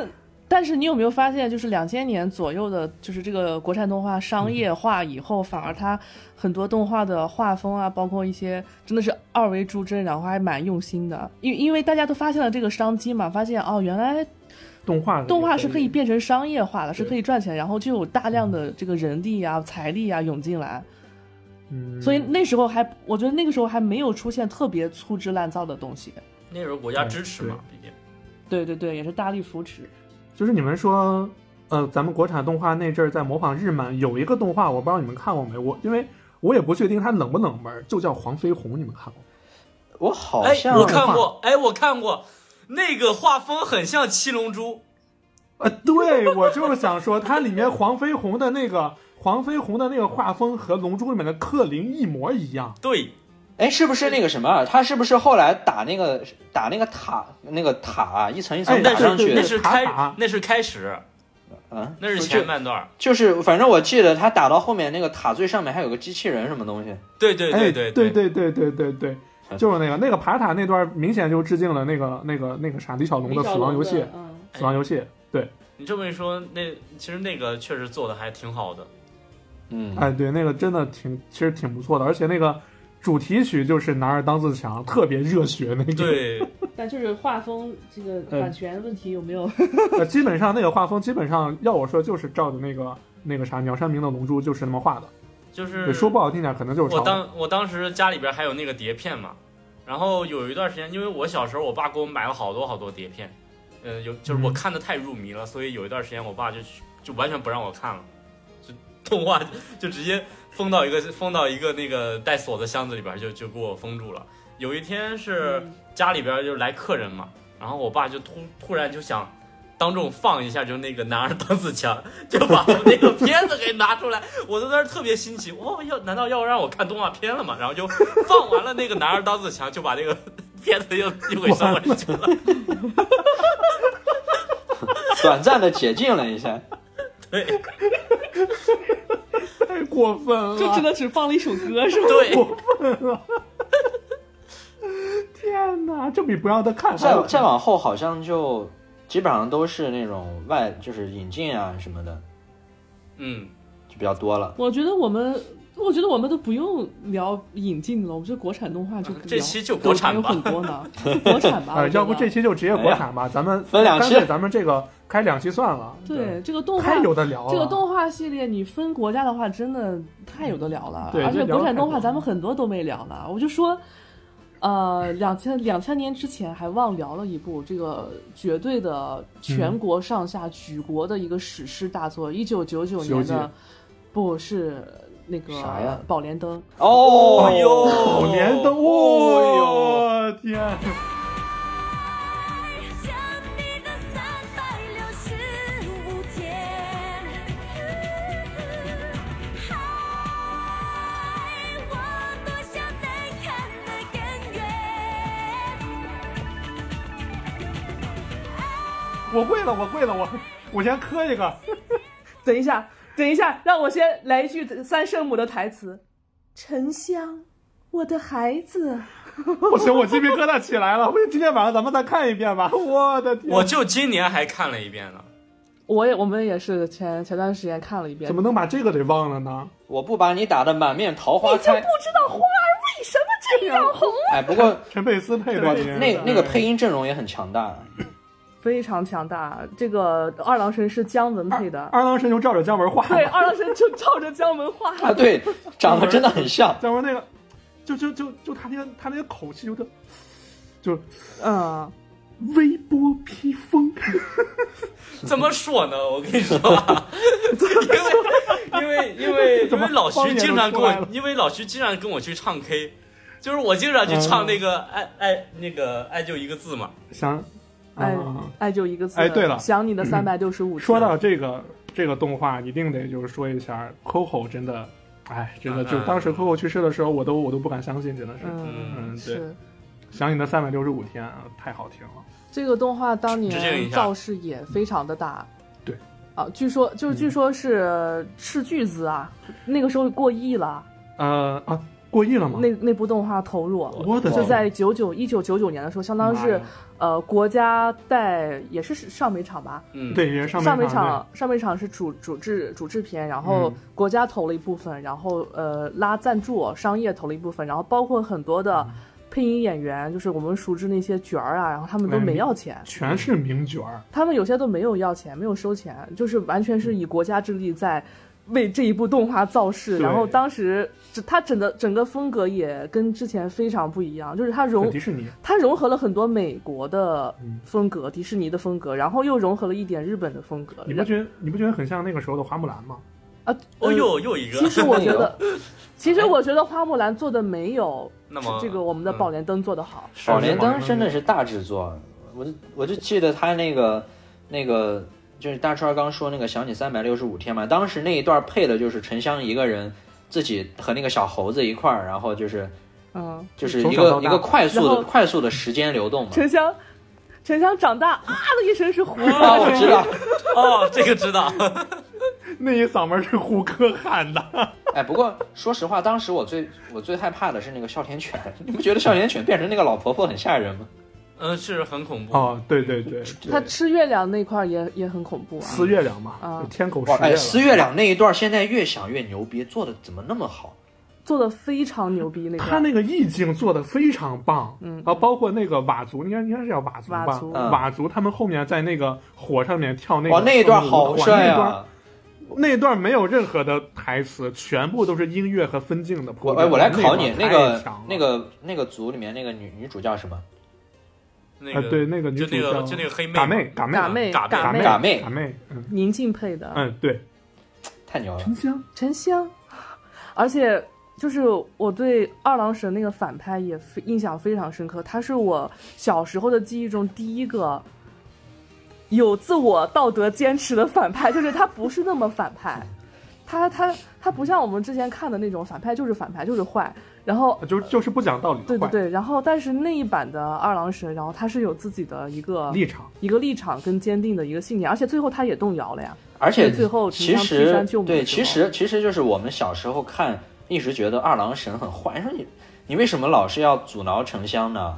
[SPEAKER 4] 但是你有没有发现，就是两千年左右的，就是这个国产动画商业化以后，反而它很多动画的画风啊，包括一些真的是二维助帧，然后还蛮用心的。因因为大家都发现了这个商机嘛，发现哦，原来
[SPEAKER 2] 动画
[SPEAKER 4] 动画是可以变成商业化的，是
[SPEAKER 2] 对
[SPEAKER 4] 可以赚钱，然后就有大量的这个人力啊、财力啊涌进来。
[SPEAKER 2] 嗯，
[SPEAKER 4] 所以那时候还，我觉得那个时候还没有出现特别粗制滥造的东西。
[SPEAKER 3] 那时候国家支持嘛，毕竟。
[SPEAKER 4] 对对对，也是大力扶持。
[SPEAKER 2] 就是你们说，呃，咱们国产动画那阵儿在模仿日漫，有一个动画我不知道你们看过没，我因为我也不确定它冷不冷门，就叫《黄飞鸿》，你们看过吗？
[SPEAKER 1] 我好
[SPEAKER 3] 哎，
[SPEAKER 1] 像
[SPEAKER 3] 我看过，哎，我看过，那个画风很像《七龙珠
[SPEAKER 2] 呃，对，我就是想说，它里面黄飞鸿的那个黄飞鸿的那个画风和《龙珠》里面的克林一模一样。》，
[SPEAKER 3] 对，
[SPEAKER 1] 哎，是不是那个什么啊？他是不是后来打那个打那个塔那个塔啊一层一层
[SPEAKER 2] 哎
[SPEAKER 1] 打
[SPEAKER 3] 那
[SPEAKER 2] 打
[SPEAKER 1] 上
[SPEAKER 3] 是
[SPEAKER 1] 去
[SPEAKER 3] 那
[SPEAKER 1] 的？
[SPEAKER 3] 是
[SPEAKER 2] 塔
[SPEAKER 3] 开
[SPEAKER 2] 塔
[SPEAKER 3] 那是开始，
[SPEAKER 1] 啊，
[SPEAKER 3] 那是
[SPEAKER 1] 就
[SPEAKER 3] 前半段儿。
[SPEAKER 1] 就是反正我记得他打到后面那个塔最上面还有个机器人什么东西。
[SPEAKER 3] 对对
[SPEAKER 2] 哎，对
[SPEAKER 3] 对对，
[SPEAKER 2] 对对对对对，就是那个那个爬塔那段，明显就致敬了那个那个那个啥李小龙的哎《死亡游戏》《
[SPEAKER 4] 嗯，
[SPEAKER 2] 死亡游戏》。对，
[SPEAKER 3] 你这么一说，那其实那个确实做的还挺好的。
[SPEAKER 1] 嗯，
[SPEAKER 2] 哎，对，那个真的挺，其实挺不错的，而且那个主题曲就是“男儿当自强”，特别热血那个。，
[SPEAKER 3] 对，
[SPEAKER 4] 但就是画风这个
[SPEAKER 2] 嗯
[SPEAKER 4] 版权问题有没有？
[SPEAKER 2] 呃， 基本上那个画风，基本上要我说就是照着那个那个啥鸟山明的《龙珠》就是那么画的。
[SPEAKER 3] 就是
[SPEAKER 2] 对，说不好听点，可能就是
[SPEAKER 3] 我
[SPEAKER 2] 抄
[SPEAKER 3] 当我当时家里边还有那个碟片嘛，然后有一段时间，因为我小时候我爸给我买了好多好多碟片，呃，有就是我
[SPEAKER 2] 嗯
[SPEAKER 3] 看的太入迷了，所以有一段时间我爸就就完全不让我看了，就动画就就直接封到一个封到一个那个带锁的箱子里边，就就给我封住了。有一天是家里边就来客人嘛，然后我爸就突突然就想当众放一下，就那个男儿当自强，就把我那个片子给拿出来， 我在那儿特别新奇，哦，要难道要让我看动画片了吗？然后就放完了那个男儿当自强，就把那个片子又又给收回去了。
[SPEAKER 1] 短暂的解禁了一下。
[SPEAKER 3] 对
[SPEAKER 2] 太过分了，
[SPEAKER 4] 就真的只放了一首歌是吗？
[SPEAKER 3] 对，
[SPEAKER 2] 天哪，这比不要的看还
[SPEAKER 1] 再
[SPEAKER 2] 要
[SPEAKER 1] 再往后好像就基本上都是那种外就是引进啊什么的
[SPEAKER 3] 嗯，
[SPEAKER 1] 就比较多了。
[SPEAKER 4] 我觉得我们，我觉得我们都不用聊引进了，我觉得国产动
[SPEAKER 2] 嗯
[SPEAKER 4] 画就可以聊
[SPEAKER 3] 这期就国产吧
[SPEAKER 4] 还有很多呢，就国产 吧。
[SPEAKER 2] 呃，
[SPEAKER 4] 我觉得
[SPEAKER 2] 要不这期就直接国产吧，咱们
[SPEAKER 1] 哎分两期
[SPEAKER 2] 干脆咱们这个开两期算了。
[SPEAKER 4] 对这个动画
[SPEAKER 2] 太有的聊啊了。
[SPEAKER 4] 这个动画系列，你分国家的话，真的太有的聊了。
[SPEAKER 2] 对
[SPEAKER 4] 而
[SPEAKER 2] 这
[SPEAKER 4] 且
[SPEAKER 2] 聊
[SPEAKER 4] 国产
[SPEAKER 2] 太
[SPEAKER 4] 动
[SPEAKER 2] 多
[SPEAKER 4] 画
[SPEAKER 2] 了
[SPEAKER 4] 咱们很多都没聊呢。我就说，呃，两千两千年之前还忘聊了一部这个绝对的全国上下举国的一个史诗大作，一九九九
[SPEAKER 2] 西游
[SPEAKER 4] 年
[SPEAKER 2] 记
[SPEAKER 4] 的，不是那个
[SPEAKER 1] 啥呀
[SPEAKER 4] 宝莲灯。
[SPEAKER 1] 哦
[SPEAKER 3] 哎呦，
[SPEAKER 2] 哦，连灯，
[SPEAKER 3] 哦
[SPEAKER 2] 哦哟，天！
[SPEAKER 5] 像你的三百六十五天，嗨，我多想能看得更远。
[SPEAKER 2] 我跪了，我跪了，我我先磕一个。
[SPEAKER 4] 等一下，等一下，让我先来一句三圣母的台词。
[SPEAKER 8] 沉香，我的孩子，
[SPEAKER 2] 不行，我鸡皮疙瘩起来了。不行，今天晚上咱们再看一遍吧。 我的天，
[SPEAKER 3] 我就今年还看了一遍呢。
[SPEAKER 4] 我也我们也是前前段时间看了一遍
[SPEAKER 2] 怎么，能把这个给忘了呢？
[SPEAKER 1] 我不把你打得满面桃花开。
[SPEAKER 8] 知道花儿为什么这样红。
[SPEAKER 1] 哎，不 过
[SPEAKER 2] 陈佩斯配的
[SPEAKER 1] 哇
[SPEAKER 2] 音，
[SPEAKER 1] 那那个配音阵容也很强大。
[SPEAKER 4] 非常强大。这个二郎神是姜文配的，
[SPEAKER 2] 二郎神就照着姜文画嘛，
[SPEAKER 4] 对，二郎神就照着姜文画。
[SPEAKER 1] 啊， 对，长得真的很像。
[SPEAKER 2] 姜文那个，就就就就他那个他那个口气有点，就是
[SPEAKER 4] 嗯，
[SPEAKER 2] 微波披风，
[SPEAKER 3] 怎么说呢？我跟你说啊，因为因为因为因为老
[SPEAKER 2] 方
[SPEAKER 3] 徐
[SPEAKER 2] 言都
[SPEAKER 3] 经常跟
[SPEAKER 2] 出来了
[SPEAKER 3] 我，因为老徐经常跟我去唱 K，就是我经常去唱那
[SPEAKER 2] 嗯
[SPEAKER 3] 个爱爱那个爱就一个字嘛。
[SPEAKER 2] 想，
[SPEAKER 4] 哎
[SPEAKER 2] 啊，
[SPEAKER 4] 爱就一个字。
[SPEAKER 2] 哎对了
[SPEAKER 4] 想你的三百六十五。
[SPEAKER 2] 说到这个这个动画，一定得就是说一下 Coco 真的，哎，真的就
[SPEAKER 3] 嗯
[SPEAKER 2] 当时 Coco 去世的时候，我都我都不敢相信，真的是，
[SPEAKER 4] 嗯，
[SPEAKER 2] 嗯，对，
[SPEAKER 4] 是
[SPEAKER 2] 想你的三百六十五天啊，太好听了，
[SPEAKER 4] 这个动画当
[SPEAKER 3] 致敬
[SPEAKER 4] 年
[SPEAKER 3] 一下
[SPEAKER 4] 造势也非常的大。
[SPEAKER 2] 对。嗯
[SPEAKER 4] 啊，据说就是据说是斥巨资啊，那个时候过亿了，
[SPEAKER 2] 呃啊，过亿了吗
[SPEAKER 4] 那？那部动画投入。
[SPEAKER 2] 我的
[SPEAKER 4] 就
[SPEAKER 2] 天
[SPEAKER 4] 在九九一九九九年的时候，相当
[SPEAKER 2] 妈
[SPEAKER 4] 是
[SPEAKER 2] 呀
[SPEAKER 4] 呃国家带也是上半场吧，
[SPEAKER 3] 嗯，，
[SPEAKER 2] 对，也是上
[SPEAKER 4] 上
[SPEAKER 2] 半
[SPEAKER 4] 半场上半场是主主制主制片，然后
[SPEAKER 2] 嗯
[SPEAKER 4] 国家投了一部分，然后呃拉赞助商业投了一部分，然后包括很多
[SPEAKER 2] 嗯
[SPEAKER 4] 的配音演员，就是我们熟知那些角儿啊，然后他们都
[SPEAKER 2] 哎
[SPEAKER 4] 没
[SPEAKER 2] 你
[SPEAKER 4] 要钱，
[SPEAKER 2] 全是名角儿，
[SPEAKER 4] 他们有些都没有要钱，没有收钱，就是完全是以国家之力在为这一部动画造势。
[SPEAKER 2] 对
[SPEAKER 4] 然后当时这它整个整个风格也跟之前非常不一样，就是它融
[SPEAKER 2] 很迪士尼，
[SPEAKER 4] 它融合了很多美国的
[SPEAKER 2] 嗯
[SPEAKER 4] 风格、迪士尼的风格，然后又融合了一点日本的风格。
[SPEAKER 2] 你不觉得你不觉得很像那个时候的花木兰吗？
[SPEAKER 4] 啊？
[SPEAKER 3] 哦
[SPEAKER 4] 呃
[SPEAKER 3] 又又一个
[SPEAKER 4] 其，实我觉得，其实我觉得花木兰做的没有
[SPEAKER 3] 那么嗯
[SPEAKER 4] 这个我们的宝莲灯做的好。
[SPEAKER 1] 宝莲灯真的是大制作，我就我就记得他那个那个就是大川刚说那个想你三百六十五天嘛，当时那一段配的就是沉香一个人自己和那个小猴子一块儿，然后就是
[SPEAKER 4] 嗯，
[SPEAKER 1] 就是
[SPEAKER 2] 从
[SPEAKER 1] 一
[SPEAKER 2] 小
[SPEAKER 1] 个
[SPEAKER 2] 到
[SPEAKER 1] 一
[SPEAKER 2] 大
[SPEAKER 1] 个快速
[SPEAKER 4] 然
[SPEAKER 1] 的
[SPEAKER 4] 后
[SPEAKER 1] 快速的时间流动嘛。
[SPEAKER 4] 沉香，沉香长大啊的一声是胡歌
[SPEAKER 1] 啊，我知道。
[SPEAKER 3] 哦，这个知道，
[SPEAKER 2] 那一嗓门是胡歌喊 的，
[SPEAKER 1] 哎，不过说实话，当时我最我最害怕的是那个哮天犬， 你不觉得哮天犬变成那个老婆婆很吓人吗？
[SPEAKER 3] 嗯，是很恐怖。
[SPEAKER 2] 哦，对对对，
[SPEAKER 4] 他吃月亮那块儿也也很恐怖啊。
[SPEAKER 2] 撕月亮嘛，
[SPEAKER 4] 啊
[SPEAKER 2] 天口食
[SPEAKER 1] 哇，
[SPEAKER 2] 月
[SPEAKER 1] 哎，
[SPEAKER 2] 亮，
[SPEAKER 1] 撕月亮那一段现在越想越牛逼，做的怎么那么好？
[SPEAKER 4] 做的非常牛逼那个。
[SPEAKER 2] 他那个意境做的非常棒，
[SPEAKER 4] 嗯
[SPEAKER 2] 啊，包括那个佤族，应该应该是叫佤族吧，
[SPEAKER 4] 佤族
[SPEAKER 1] 嗯
[SPEAKER 2] 佤族他们后面在那个火上面跳那个，
[SPEAKER 1] 哇，那一段好帅
[SPEAKER 2] 哇那段
[SPEAKER 1] 啊！
[SPEAKER 2] 那一段没有任何的台词，全部都是音乐和分镜的铺
[SPEAKER 1] 我
[SPEAKER 2] 垫。
[SPEAKER 1] 哎，我来考你，
[SPEAKER 2] 那
[SPEAKER 1] 那个那
[SPEAKER 2] 那
[SPEAKER 1] 个那个组里面那个女女主叫什么？
[SPEAKER 3] 那
[SPEAKER 2] 啊
[SPEAKER 3] 个，
[SPEAKER 2] 对那个女
[SPEAKER 3] 就
[SPEAKER 2] 主
[SPEAKER 3] 那个
[SPEAKER 2] 叫
[SPEAKER 3] 就那个黑妹
[SPEAKER 2] 嘎
[SPEAKER 3] 嘛，
[SPEAKER 2] 妹嘎妹啊
[SPEAKER 4] 嘎妹
[SPEAKER 3] 嘎
[SPEAKER 4] 嘎
[SPEAKER 3] 妹
[SPEAKER 4] 妹
[SPEAKER 1] 嘎妹
[SPEAKER 2] 嘎妹，嗯
[SPEAKER 4] 宁静配的，
[SPEAKER 2] 嗯，对，
[SPEAKER 1] 太牛了！
[SPEAKER 2] 沉香，
[SPEAKER 4] 沉香， 而且就是我对二郎神那个反派也非印象非常深刻，他是我小时候的记忆中第一个有自我道德坚持的反派，就是他不是那么反 派，他他他不像我们之前看的那种反派就是反派就是坏，然后
[SPEAKER 2] 就就是不讲道理，
[SPEAKER 4] 对对
[SPEAKER 2] 坏
[SPEAKER 4] 对，然后但是那一版的二郎神，然后他是有自己的一个
[SPEAKER 2] 立场，
[SPEAKER 4] 一个立场跟坚定的一个信念，而且最后他也动摇了呀。
[SPEAKER 1] 而且
[SPEAKER 4] 最后
[SPEAKER 1] 其
[SPEAKER 4] 哦秦香劈
[SPEAKER 1] 实
[SPEAKER 4] 山救母的
[SPEAKER 1] 对，
[SPEAKER 4] 时
[SPEAKER 1] 其
[SPEAKER 4] 候
[SPEAKER 1] 实其实就是我们小时候看，一直觉得二郎神很坏，说你你为什么老是要阻挠沉香呢？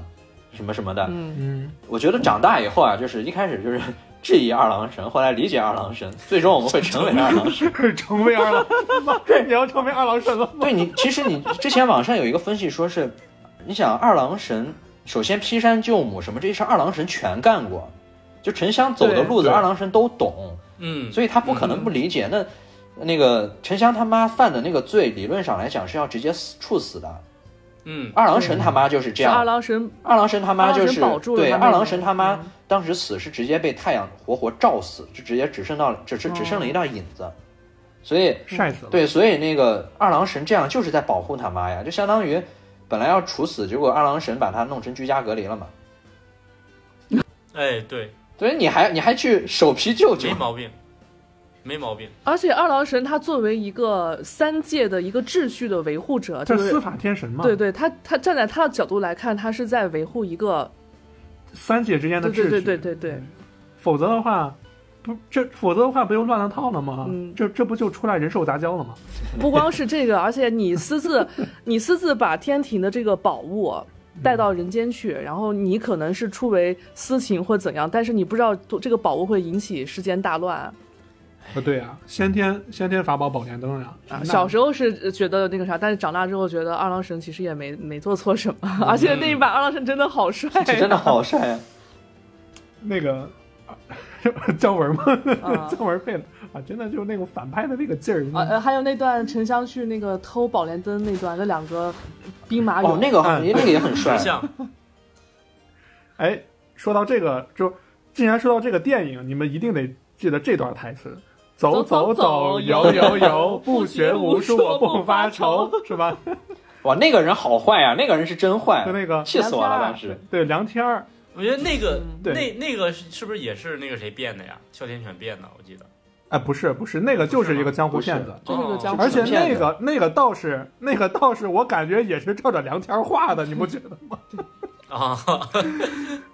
[SPEAKER 1] 什么什么的，
[SPEAKER 4] 嗯，
[SPEAKER 2] 嗯，
[SPEAKER 1] 我觉得长大以后啊，就是一开始就是 质疑二郎神，后来理解二郎神，最终我们会成为二郎神。
[SPEAKER 2] 成为二郎 神吗？你要成为二郎神了吗？
[SPEAKER 1] 对你，其实你之前网上有一个分析说是，你想二郎神首先劈山救母什么这些事儿二郎神全干过，就沉香走的路子
[SPEAKER 2] 对对
[SPEAKER 1] 二郎神都懂，
[SPEAKER 3] 嗯，
[SPEAKER 1] 所以他不可能不理
[SPEAKER 4] 嗯
[SPEAKER 1] 解。那那个沉香他妈犯的那个罪，理论上来讲是要直接死处死的。
[SPEAKER 3] 嗯，
[SPEAKER 1] 二郎神他妈就是这
[SPEAKER 4] 是二
[SPEAKER 1] 样，
[SPEAKER 4] 郎神
[SPEAKER 1] 二郎神他妈就是
[SPEAKER 4] 二郎神保住了
[SPEAKER 1] 对
[SPEAKER 4] 他妹妹嗯
[SPEAKER 1] 二郎神他妈当时死是直接被太阳活活照死，就直接只剩到只是只剩了一道影子，所以
[SPEAKER 2] 晒死了，
[SPEAKER 1] 对，所以那个二郎神这样就是在保护他妈呀，就相当于本来要处死，结果二郎神把他弄成居家隔离了嘛，
[SPEAKER 3] 哎，对，
[SPEAKER 1] 所以你还你还去首批舅舅
[SPEAKER 3] 没，毛病，没毛病。
[SPEAKER 4] 而且二郎神他作为一个三界的一个秩序的维护者，
[SPEAKER 2] 这
[SPEAKER 4] 就是
[SPEAKER 2] 司
[SPEAKER 4] 是
[SPEAKER 2] 法天神嘛，
[SPEAKER 4] 对对，他他站在他的角度来看，他是在维护一个
[SPEAKER 2] 三界之间的
[SPEAKER 4] 对
[SPEAKER 2] 秩序，
[SPEAKER 4] 对对对对对，
[SPEAKER 2] 否则的话，不，这否则的话不就乱了套了吗？
[SPEAKER 4] 嗯
[SPEAKER 2] 这这不就出来人兽杂交了吗？
[SPEAKER 4] 不光是这个，而且你私自你私自把天庭的这个宝物带到人间去，然后你可能是出为私情或怎样，但是你不知道这个宝物会引起世间大乱
[SPEAKER 2] 啊，对啊，先天先天法宝宝莲灯啊，
[SPEAKER 4] 啊。
[SPEAKER 2] 那
[SPEAKER 4] 小时候是觉得那个啥，但是长大之后觉得二郎神其实也没没做错什么，而且那一版二郎神真的好帅、啊，
[SPEAKER 1] 这真的好帅啊！
[SPEAKER 2] 那个。 啊姜文吗？
[SPEAKER 4] 啊
[SPEAKER 2] 姜文配的啊，真的就是那种反派的那个劲儿。
[SPEAKER 4] 啊，呃，还有那段沉香去那个偷宝莲灯那段，那两个兵马俑、
[SPEAKER 1] 哦，那个好
[SPEAKER 2] 嗯
[SPEAKER 1] 那个也很帅
[SPEAKER 3] 不，像
[SPEAKER 2] 哎，说到这个，就既然说到这个电影，你们一定得记得这段台词：走
[SPEAKER 4] 走
[SPEAKER 2] 走，
[SPEAKER 4] 走
[SPEAKER 2] 游游游，
[SPEAKER 4] 不
[SPEAKER 2] 不学
[SPEAKER 4] 学
[SPEAKER 2] 无
[SPEAKER 4] 无
[SPEAKER 2] 术
[SPEAKER 4] 术
[SPEAKER 2] 不
[SPEAKER 4] 不
[SPEAKER 2] 发
[SPEAKER 4] 发
[SPEAKER 2] 愁
[SPEAKER 4] 愁，
[SPEAKER 2] 是吧？
[SPEAKER 1] 哇，那个人好坏啊，那个人是真坏，
[SPEAKER 2] 就那个
[SPEAKER 1] 气死我了当 时。
[SPEAKER 2] 对梁天儿，
[SPEAKER 3] 我觉得那个、
[SPEAKER 2] 对
[SPEAKER 3] 那那个是是不是也是那个谁变的呀？哮天犬变的，我记得。哦
[SPEAKER 2] 哎，不是不是，那个就是一个江湖骗子。
[SPEAKER 4] 就是个江湖
[SPEAKER 2] 而
[SPEAKER 1] 不是
[SPEAKER 2] 且
[SPEAKER 1] 不是
[SPEAKER 2] 那个那个道士，那个道士，我感觉也是照着梁天儿画的，你不觉得吗？
[SPEAKER 3] 啊，
[SPEAKER 2] 对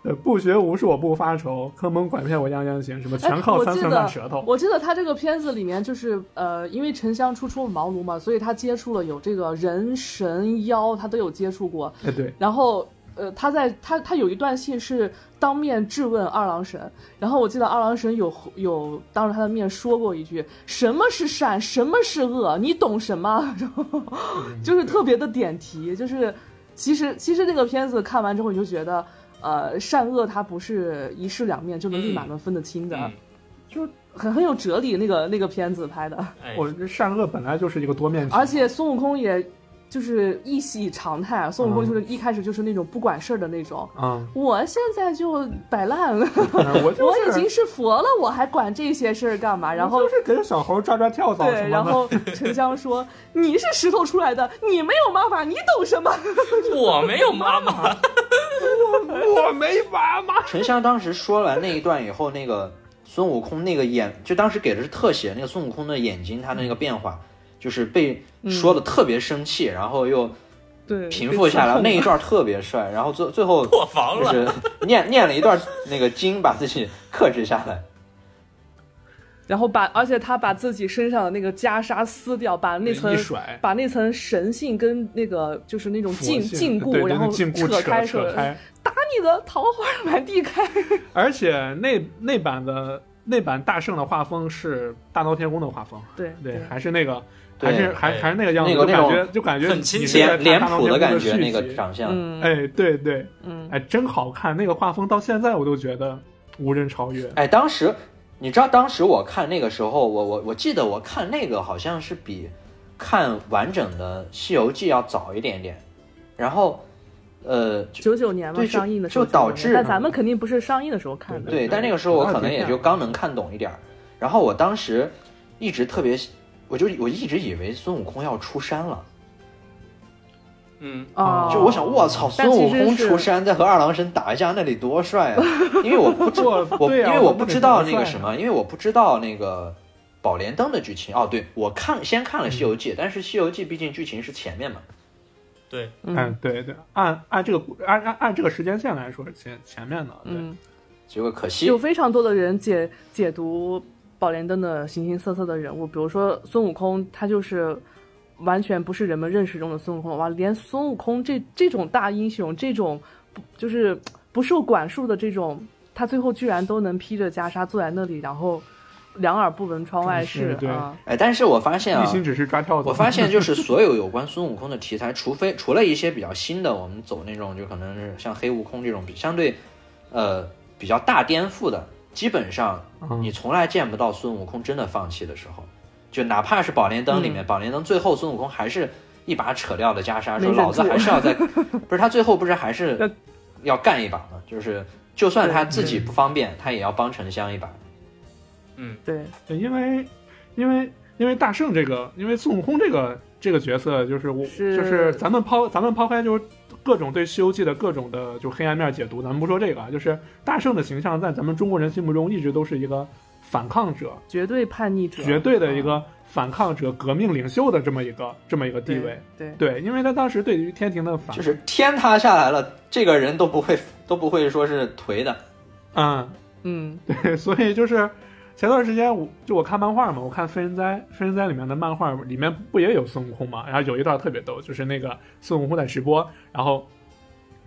[SPEAKER 2] 呃不学无术我不发愁，坑蒙拐骗我样样行，什么
[SPEAKER 4] 哎
[SPEAKER 2] 全靠
[SPEAKER 4] 我
[SPEAKER 2] 三
[SPEAKER 4] 记
[SPEAKER 2] 寸
[SPEAKER 4] 得
[SPEAKER 2] 大舌头。
[SPEAKER 4] 我记得他这个片子里面就是呃，因为沉香初出茅庐嘛，所以他接触了有这个人、神、妖，他都有接触过。
[SPEAKER 2] 哎，对，
[SPEAKER 4] 然后呃，他在他他有一段戏是当面质问二郎神，然后我记得二郎神有有当着他的面说过一句：“什么是善，什么是恶，你懂什么？” 然后就是特别的点题，就是其实其实这个片子看完之后你就觉得。呃，善恶它不是一视两面就能立马能分得清的，
[SPEAKER 3] 嗯，
[SPEAKER 4] 很很有哲理，那个那个片子拍的，
[SPEAKER 3] 哎，
[SPEAKER 2] 我这善恶本来就是一个多面体，
[SPEAKER 4] 而且孙悟空也就是一喜常态，啊孙悟空就是一开始就是那种不管事儿的那种，
[SPEAKER 2] 啊，
[SPEAKER 4] 我现在就摆烂 了，
[SPEAKER 2] 我就
[SPEAKER 4] 我已
[SPEAKER 2] 是
[SPEAKER 4] 经是佛了，我还管这些事儿干嘛？然后
[SPEAKER 2] 就是给小猴抓抓跳蚤什
[SPEAKER 4] 对，然
[SPEAKER 2] 么的。
[SPEAKER 4] 后沉香 说：“你是石头出来的，你没有妈妈，你懂什么
[SPEAKER 3] 我没有妈妈，
[SPEAKER 2] 我没妈妈，
[SPEAKER 1] 沉香当时说完那一段以后，那个孙悟空那个眼，就当时给的是特写，那个孙悟空的眼睛他的那个变化，
[SPEAKER 2] 嗯
[SPEAKER 1] 就是被说的特别生气，然后又？”
[SPEAKER 4] 对，
[SPEAKER 1] 平复下来，那一段特别帅，然后最最后
[SPEAKER 3] 破防
[SPEAKER 1] 就
[SPEAKER 3] 了。
[SPEAKER 1] 是 念念了一段那个经，把自己克制下来。
[SPEAKER 4] 然后把，而且他把自己身上的那个袈裟撕掉，把那层
[SPEAKER 2] 一甩
[SPEAKER 4] 把那层神性跟那个就是那种禁
[SPEAKER 2] 佛性
[SPEAKER 4] 禁锢，
[SPEAKER 2] 对对
[SPEAKER 4] 然后
[SPEAKER 2] 那禁锢
[SPEAKER 4] 扯开
[SPEAKER 2] 扯开，
[SPEAKER 4] 打你的桃花满地开。
[SPEAKER 2] 而且那那版的那版大圣的画风是大闹天宫的画风，
[SPEAKER 4] 对
[SPEAKER 2] 对，还是那个，
[SPEAKER 1] 对
[SPEAKER 2] 还是还
[SPEAKER 3] 哎
[SPEAKER 2] 还是那个样子，
[SPEAKER 1] 那个
[SPEAKER 2] 就感
[SPEAKER 1] 那
[SPEAKER 2] 觉就感觉
[SPEAKER 3] 很亲
[SPEAKER 2] 你是
[SPEAKER 3] 切
[SPEAKER 2] 在
[SPEAKER 1] 脸脸
[SPEAKER 2] 看大闹
[SPEAKER 1] 谱
[SPEAKER 2] 天
[SPEAKER 1] 的
[SPEAKER 2] 宫
[SPEAKER 1] 感
[SPEAKER 2] 的
[SPEAKER 1] 觉，
[SPEAKER 2] 续
[SPEAKER 1] 那个
[SPEAKER 2] 集
[SPEAKER 1] 长相，
[SPEAKER 4] 嗯，
[SPEAKER 2] 哎，对对，
[SPEAKER 4] 嗯，
[SPEAKER 2] 哎，真好看，那个画风到现在我都觉得无人 超越。
[SPEAKER 1] 哎，当时你知道，当时我看那个时候，我我我记得我看那个好像是比看完整的《西游记》要早一点点，然后呃，
[SPEAKER 4] 九九年嘛
[SPEAKER 1] 对就
[SPEAKER 4] 上映的时候
[SPEAKER 1] 就导
[SPEAKER 4] 99年
[SPEAKER 1] 致
[SPEAKER 4] 但咱们肯定不是上映的时候看的。
[SPEAKER 1] 对，但那个时候我可能也就刚能看懂一点儿。然后我当时一直特别，我就我一直以为孙悟空要出山了，
[SPEAKER 3] 嗯，
[SPEAKER 4] 啊，
[SPEAKER 1] 就我想，我操，
[SPEAKER 4] 但
[SPEAKER 1] 孙悟
[SPEAKER 4] 其实
[SPEAKER 1] 空
[SPEAKER 4] 是
[SPEAKER 1] 出山再和二郎神打一架，那得多帅 啊！因为我不知
[SPEAKER 2] 我
[SPEAKER 1] 我
[SPEAKER 2] 对啊
[SPEAKER 1] 因为我
[SPEAKER 2] 我觉得
[SPEAKER 1] 不
[SPEAKER 2] 得
[SPEAKER 1] 知道
[SPEAKER 2] 多
[SPEAKER 1] 那个
[SPEAKER 2] 帅
[SPEAKER 1] 什
[SPEAKER 2] 啊
[SPEAKER 1] 么，因为我不知道那个宝莲灯的剧情。哦，对，我看先看了《西游记》，但是《西游记》毕竟剧情是前面嘛，
[SPEAKER 3] 对，
[SPEAKER 2] 嗯，对对，按按这个按按按这个时间线来说，前前面的，对，
[SPEAKER 4] 嗯，
[SPEAKER 1] 结果可惜
[SPEAKER 4] 有非常多的人解解读宝莲灯的形形色色的人物，比如说孙悟空，他就是完全不是人们认识中的孙悟空。哇，连孙悟空这这种大英雄，这种不就是不受管束的这种，他最后居然都能披着袈裟坐在那里，然后两耳不闻窗外
[SPEAKER 2] 是
[SPEAKER 4] 事
[SPEAKER 2] 对
[SPEAKER 4] 啊。
[SPEAKER 1] 哎，但是我发现
[SPEAKER 2] 一
[SPEAKER 1] 啊，
[SPEAKER 2] 心只是抓 跳蚤。
[SPEAKER 1] 我发现就是所有有关孙悟空的题材，除非除了一些比较新的，我们走那种就可能是像黑悟空这种比相对，呃比较大颠覆的，基本上
[SPEAKER 2] 嗯
[SPEAKER 1] 你从来见不到孙悟空真的放弃的时候。就哪怕是《宝莲灯》里面，宝莲灯》最后孙悟空还是一把扯掉了袈裟，
[SPEAKER 4] 没
[SPEAKER 1] 说
[SPEAKER 4] 忍
[SPEAKER 1] 老子
[SPEAKER 4] 住
[SPEAKER 1] 还是要在，不是他最后不是还
[SPEAKER 4] 要
[SPEAKER 1] 是要干一把吗？就是就算他自己不方便，他也要帮沉香一把。
[SPEAKER 4] 对，
[SPEAKER 2] 对，因为因为因为大圣这个，因为孙悟空这个这个角色，就是我
[SPEAKER 4] 是
[SPEAKER 2] 就是咱们抛咱们抛开就是各种对《西游记》的各种的就黑暗面解读，咱们不说这个啊，就是大圣的形象在咱们中国人心目中一直都是一个反抗者，
[SPEAKER 4] 绝对啊叛逆者，
[SPEAKER 2] 绝对的一个反抗者、革命领袖的这么一个这么一个地
[SPEAKER 4] 对
[SPEAKER 2] 位。
[SPEAKER 4] 对，
[SPEAKER 2] 对，因为他当时对于天庭的反，
[SPEAKER 1] 就是天塌下来了，这个人都不会都不会说是颓的。
[SPEAKER 2] 嗯，
[SPEAKER 4] 嗯，
[SPEAKER 2] 对，所以就是，前段时间我就我看漫画嘛，我看《非人哉》，《非人哉》里面的漫画里面不也有孙悟空嘛？然后有一段特别逗，就是那个孙悟空在直播，然后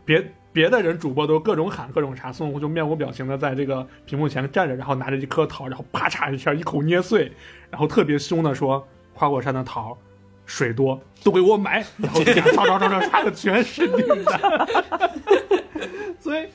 [SPEAKER 2] 别别的人主播都各种喊各种啥，孙悟空就面无表情的在这个屏幕前站着，然后拿着一颗桃，然后啪嚓一下一口捏碎，然后特别凶的说：“花果山的桃。”水多都给我买，然后啪嚓嚓嚓嚓嚓的全是你的，所以，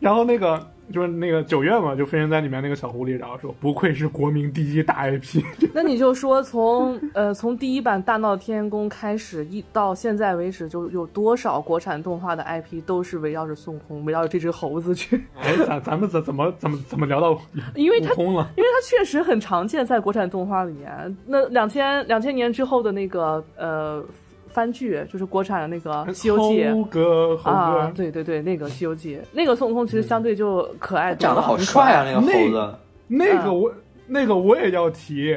[SPEAKER 2] 然后那个就是那个九月嘛，就《飞人在里面那个小狐狸，然后说不愧是国民第一大 IP，
[SPEAKER 4] 那你就说从呃从第一版《大闹天宫》开始，一到现在为止，就有多少国产动画的 IP 都是围绕着孙悟空，围绕着这只猴子去，
[SPEAKER 2] 哎，咱咱们怎怎么怎么怎么聊到悟
[SPEAKER 4] 因为它
[SPEAKER 2] 空了？
[SPEAKER 4] 因为它确实很常见在国产动画里面。那两千两千年之后的那个呃番剧，就是国产的那个《西游记》
[SPEAKER 2] 猴哥，猴
[SPEAKER 4] 啊
[SPEAKER 2] 哥，，
[SPEAKER 4] 对对对，那个《西游记》，那个孙悟空其实相对就可爱多
[SPEAKER 1] 长得
[SPEAKER 4] 了。
[SPEAKER 1] 好帅啊，那个猴子。
[SPEAKER 2] 那
[SPEAKER 3] 嗯
[SPEAKER 2] 个我那个我也要提，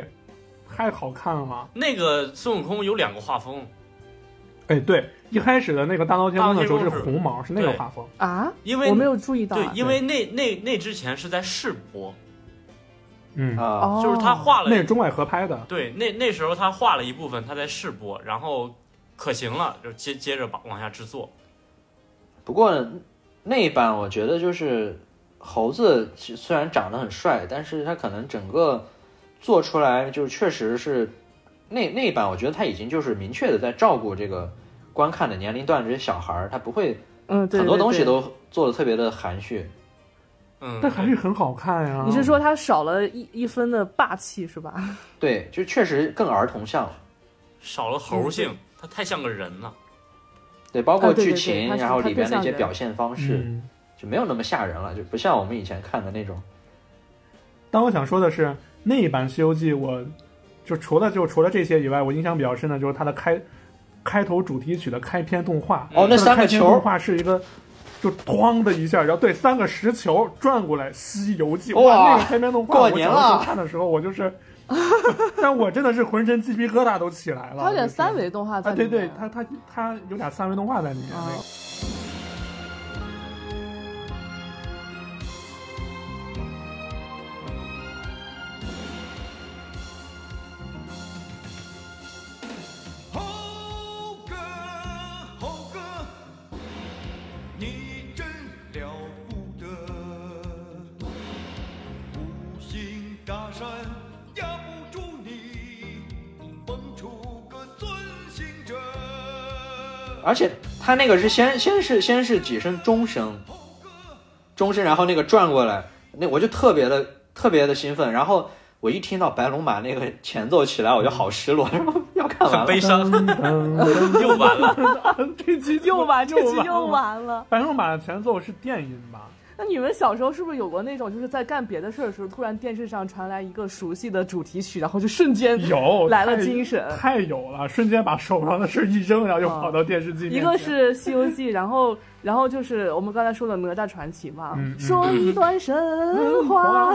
[SPEAKER 2] 太好看了。
[SPEAKER 3] 那个孙悟空有两个画风，
[SPEAKER 2] 哎，对，一开始的那个大闹天宫的时候
[SPEAKER 3] 大
[SPEAKER 2] 是
[SPEAKER 3] 闹天宫是
[SPEAKER 2] 红毛，是那个
[SPEAKER 3] 对
[SPEAKER 2] 画风。
[SPEAKER 4] 啊！
[SPEAKER 3] 因为
[SPEAKER 4] 我没有注意到啊，
[SPEAKER 3] 对，因为那那那之前是在试播，
[SPEAKER 2] 嗯，
[SPEAKER 1] 啊，
[SPEAKER 4] 哦，
[SPEAKER 3] 就是他画了
[SPEAKER 2] 那是中外合拍的。
[SPEAKER 3] 对，那那时候他画了一部分，他在试播，然后可行了，就接接着往往下制作。
[SPEAKER 1] 不过那一版我觉得就是猴子其虽然长得很帅，但是他可能整个做出来就确实是那那一版，我觉得他已经就是明确的在照顾这个观看的年龄段这些小孩儿，他不会
[SPEAKER 4] 嗯，对，
[SPEAKER 1] 很多
[SPEAKER 4] 对
[SPEAKER 1] 东西
[SPEAKER 4] 对
[SPEAKER 1] 都做的特别的含蓄。
[SPEAKER 3] 嗯，
[SPEAKER 2] 但还是很好看呀、
[SPEAKER 4] 你是说他少了一一分的霸气是吧？
[SPEAKER 1] 对，就确实更儿童向了。
[SPEAKER 3] 少了猴性，他太像个人了。
[SPEAKER 1] 对，包括
[SPEAKER 4] 啊对对
[SPEAKER 1] 剧
[SPEAKER 4] 对
[SPEAKER 1] 情，
[SPEAKER 4] 它是
[SPEAKER 1] 然后
[SPEAKER 4] 它
[SPEAKER 1] 里
[SPEAKER 4] 更
[SPEAKER 1] 边的一
[SPEAKER 4] 像
[SPEAKER 1] 些
[SPEAKER 4] 人
[SPEAKER 1] 表现方式、
[SPEAKER 2] 嗯
[SPEAKER 1] 就没有那么吓人了，就不像我们以前看的那种。
[SPEAKER 2] 但我想说的是，那一版《西游记》，我就除了就除了这些以外，我印象比较深的就是它的开开头主题曲的开篇动
[SPEAKER 4] 嗯
[SPEAKER 2] 画。
[SPEAKER 1] 哦，那
[SPEAKER 2] 它的
[SPEAKER 1] 三个
[SPEAKER 2] 开篇动
[SPEAKER 1] 球，
[SPEAKER 2] 画是一个就哐的一下，然后对三个石球转过来，《西游记》
[SPEAKER 1] 哇
[SPEAKER 2] 哇，那个开篇动画，
[SPEAKER 1] 过
[SPEAKER 2] 我
[SPEAKER 1] 年
[SPEAKER 2] 小的时候
[SPEAKER 1] 了
[SPEAKER 2] 看的时候，我就是，但我真的是浑身鸡皮疙瘩都起来了。
[SPEAKER 4] 他有点
[SPEAKER 2] 就是
[SPEAKER 4] 三维动画在
[SPEAKER 2] 啊，
[SPEAKER 4] 里
[SPEAKER 2] 对
[SPEAKER 4] 面。
[SPEAKER 2] 对，它它它有点三维动画在里面。那个
[SPEAKER 4] 啊
[SPEAKER 7] 猴哥，猴哥，你真了不得！五行大山压不住你，蹦出个孙行者。
[SPEAKER 1] 而且他那个是先先是先是几声钟声，钟声，然后那个转过来，那我就特别的特别的兴奋。然后我一听到白龙马那个前奏起来，我就好失落，然后要看完
[SPEAKER 3] 很
[SPEAKER 1] 了。
[SPEAKER 3] 悲伤，
[SPEAKER 2] 噔
[SPEAKER 3] 又完了。
[SPEAKER 2] 噔，这集
[SPEAKER 4] 又完， 这期
[SPEAKER 2] 又
[SPEAKER 4] 又完了。
[SPEAKER 2] 白龙马的前奏是电音吧？
[SPEAKER 4] 那你们小时候是不是有过那种，就是在干别的事儿的时候，突然电视上传来一个熟悉的主题曲，然后就瞬 间
[SPEAKER 2] 有
[SPEAKER 4] 来了
[SPEAKER 2] 太
[SPEAKER 4] 精神？
[SPEAKER 2] 太有了，瞬间把手上的事儿一扔，然后就
[SPEAKER 4] 啊
[SPEAKER 2] 跑到电视机面
[SPEAKER 4] 一
[SPEAKER 2] 前。
[SPEAKER 4] 个是《西游记》，然后然后就是我们刚才说的《哪吒传奇》嘛，
[SPEAKER 2] 嗯嗯
[SPEAKER 4] 说一段神话。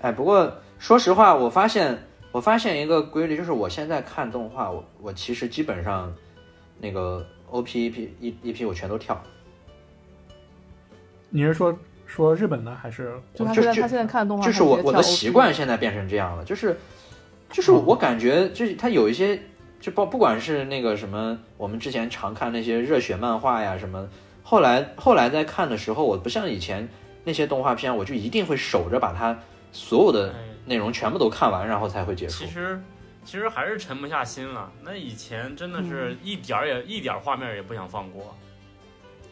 [SPEAKER 1] 哎，不过说实话，我发现我发现一个规律，就是我现在看动画，我我其实基本上那个 O P E P E E P 我全都跳。
[SPEAKER 2] 你是说说日本的还是？哦
[SPEAKER 4] 就他
[SPEAKER 1] 就
[SPEAKER 4] 现在
[SPEAKER 1] 就
[SPEAKER 4] 他现在看动画，
[SPEAKER 1] 就是我我的习惯现在变成这样了，就是就是
[SPEAKER 2] 哦
[SPEAKER 1] 我感觉就是它有一些就不不管是那个什么，我们之前常看那些热血漫画呀什么，后来后来在看的时候，我不像以前那些动画片，我就一定会守着把它所有的
[SPEAKER 3] 哎
[SPEAKER 1] 内容全部都看完，然后才会结束
[SPEAKER 3] 其。实其实还是沉不下心了。那以前真的是一点儿也一点儿画面也不想放过。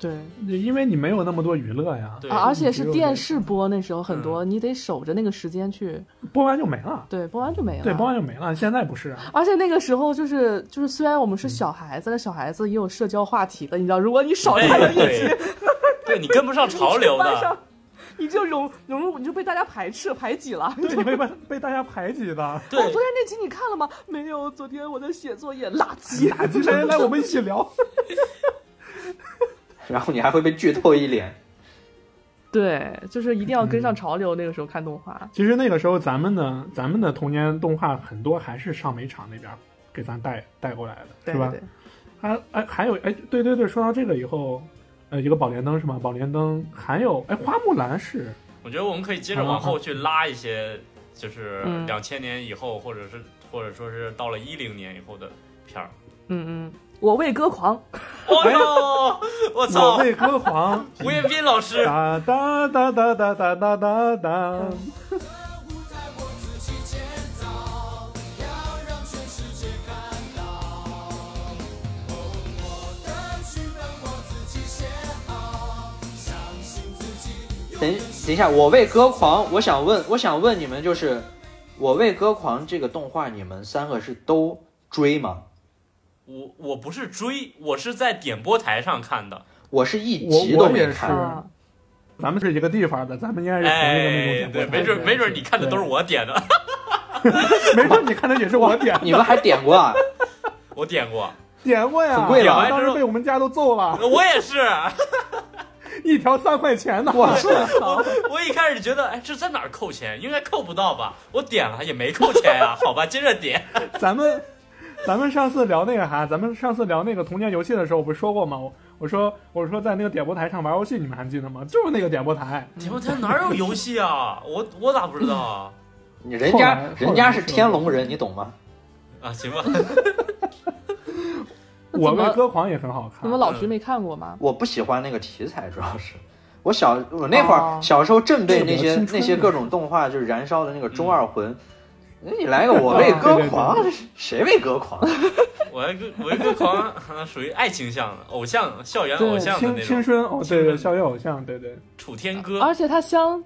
[SPEAKER 4] 对
[SPEAKER 2] 因为你没有那么多娱乐呀，
[SPEAKER 3] 对，
[SPEAKER 4] 啊，而且是电视播，那时候很多、你得守着那个时间去，
[SPEAKER 2] 播完就没了。
[SPEAKER 4] 对，播完就没了。
[SPEAKER 2] 对，播完就没了。现在不是 啊，
[SPEAKER 4] 而且那个时候就是就是，虽然我们是小孩子，但小孩子也有社交话题的，你知道，如果你少看了
[SPEAKER 3] 哎
[SPEAKER 4] 一集，
[SPEAKER 3] 对，对你跟不上潮流
[SPEAKER 4] 你就班上
[SPEAKER 3] 的，
[SPEAKER 4] 你就融融入，你就被大家排斥排挤了。哦
[SPEAKER 2] 对，你会被被大家排挤 的。
[SPEAKER 3] 对
[SPEAKER 4] 昨天那集你看了吗？没有，昨天我的写作业垃圾。
[SPEAKER 2] 打击啊来来来，我们一起聊。
[SPEAKER 1] 然后你还会被剧透一脸。
[SPEAKER 4] 对，就是一定要跟上潮流。那个时候看动画，
[SPEAKER 2] 其实那个时候咱们的咱们的童年动画很多还是上美厂那边儿给咱带带过来的，
[SPEAKER 4] 对
[SPEAKER 2] 是吧？
[SPEAKER 4] 对，
[SPEAKER 2] 还哎还有哎对对对，说到这个以后，呃，一个宝莲灯是吗？宝莲灯还有哎花木兰是
[SPEAKER 3] 我我觉得我们可以接着往后去拉一些，就是
[SPEAKER 4] 嗯
[SPEAKER 3] 两千年以后，或者是或者说是到了一零年以后的 片儿。
[SPEAKER 4] 嗯嗯，我为歌狂，
[SPEAKER 3] 哦哟，我
[SPEAKER 2] 我
[SPEAKER 3] 操！
[SPEAKER 2] 为歌 狂，
[SPEAKER 3] 胡彦斌老师，
[SPEAKER 2] 哒哒哒哒哒哒哒哒哒。
[SPEAKER 1] 等等一下，我为歌狂，我想问，我想问你们，就是我为歌狂这个动画，你们三个是都追吗？
[SPEAKER 3] 我我不是追，我是在点播台上看的。
[SPEAKER 1] 我是一
[SPEAKER 2] 我
[SPEAKER 1] 集都
[SPEAKER 2] 我
[SPEAKER 1] 没
[SPEAKER 2] 也
[SPEAKER 1] 看。
[SPEAKER 2] 是
[SPEAKER 4] 啊，
[SPEAKER 2] 咱们是一个地方的，咱们应该是同一个那
[SPEAKER 3] 哎
[SPEAKER 2] 种，
[SPEAKER 3] 对，
[SPEAKER 2] 点播台
[SPEAKER 3] 没准没准你看的都是我点的，
[SPEAKER 2] 没准你看的也是我点
[SPEAKER 1] 你们还点过 啊？
[SPEAKER 3] 我点过，
[SPEAKER 2] 点过呀，
[SPEAKER 1] 很贵了
[SPEAKER 2] 我当时被我们家都揍了，
[SPEAKER 3] 我也是。
[SPEAKER 2] 一条三块钱呢。
[SPEAKER 1] 哇塞！
[SPEAKER 3] 我一开始觉得，哎，这在哪儿扣钱？应该扣不到吧？我点了也没扣钱 呀、好吧，接着点。
[SPEAKER 2] 咱们咱们上次聊那个啥，咱们上次聊那个童年游戏的时候，我不是说过吗？我我说我说在那个点播台上玩游戏，你们还记得吗？就是那个点播台，
[SPEAKER 3] 点播台哪有游戏啊？我我咋不知道啊？
[SPEAKER 1] 你人
[SPEAKER 2] 后
[SPEAKER 1] 家
[SPEAKER 2] 来
[SPEAKER 1] 人家是天龙人，你懂吗？
[SPEAKER 3] 啊，行吧，
[SPEAKER 4] 那
[SPEAKER 2] 我
[SPEAKER 4] 怎么
[SPEAKER 2] 为歌狂也嗯很好
[SPEAKER 4] 怎
[SPEAKER 2] 看
[SPEAKER 4] 么。老徐没看过吗？
[SPEAKER 1] 我不喜欢那个题材，主要是我小我那会
[SPEAKER 4] 哦
[SPEAKER 1] 儿小时候正被那
[SPEAKER 2] 这个比较
[SPEAKER 1] 些
[SPEAKER 2] 青春嗯
[SPEAKER 1] 那些各种动画就是燃烧的那个中二魂。你来个我为歌狂，
[SPEAKER 2] 哦对
[SPEAKER 1] 谁为歌狂？
[SPEAKER 3] 我一个我一个狂啊属于爱情向的偶像，校园
[SPEAKER 4] 对
[SPEAKER 3] 偶像的
[SPEAKER 2] 青
[SPEAKER 3] 那
[SPEAKER 2] 青
[SPEAKER 3] 种。
[SPEAKER 2] 春哦，对
[SPEAKER 3] 青
[SPEAKER 2] 对，
[SPEAKER 3] 春
[SPEAKER 2] 校园偶像，对对，
[SPEAKER 3] 楚天歌
[SPEAKER 4] 而且它相，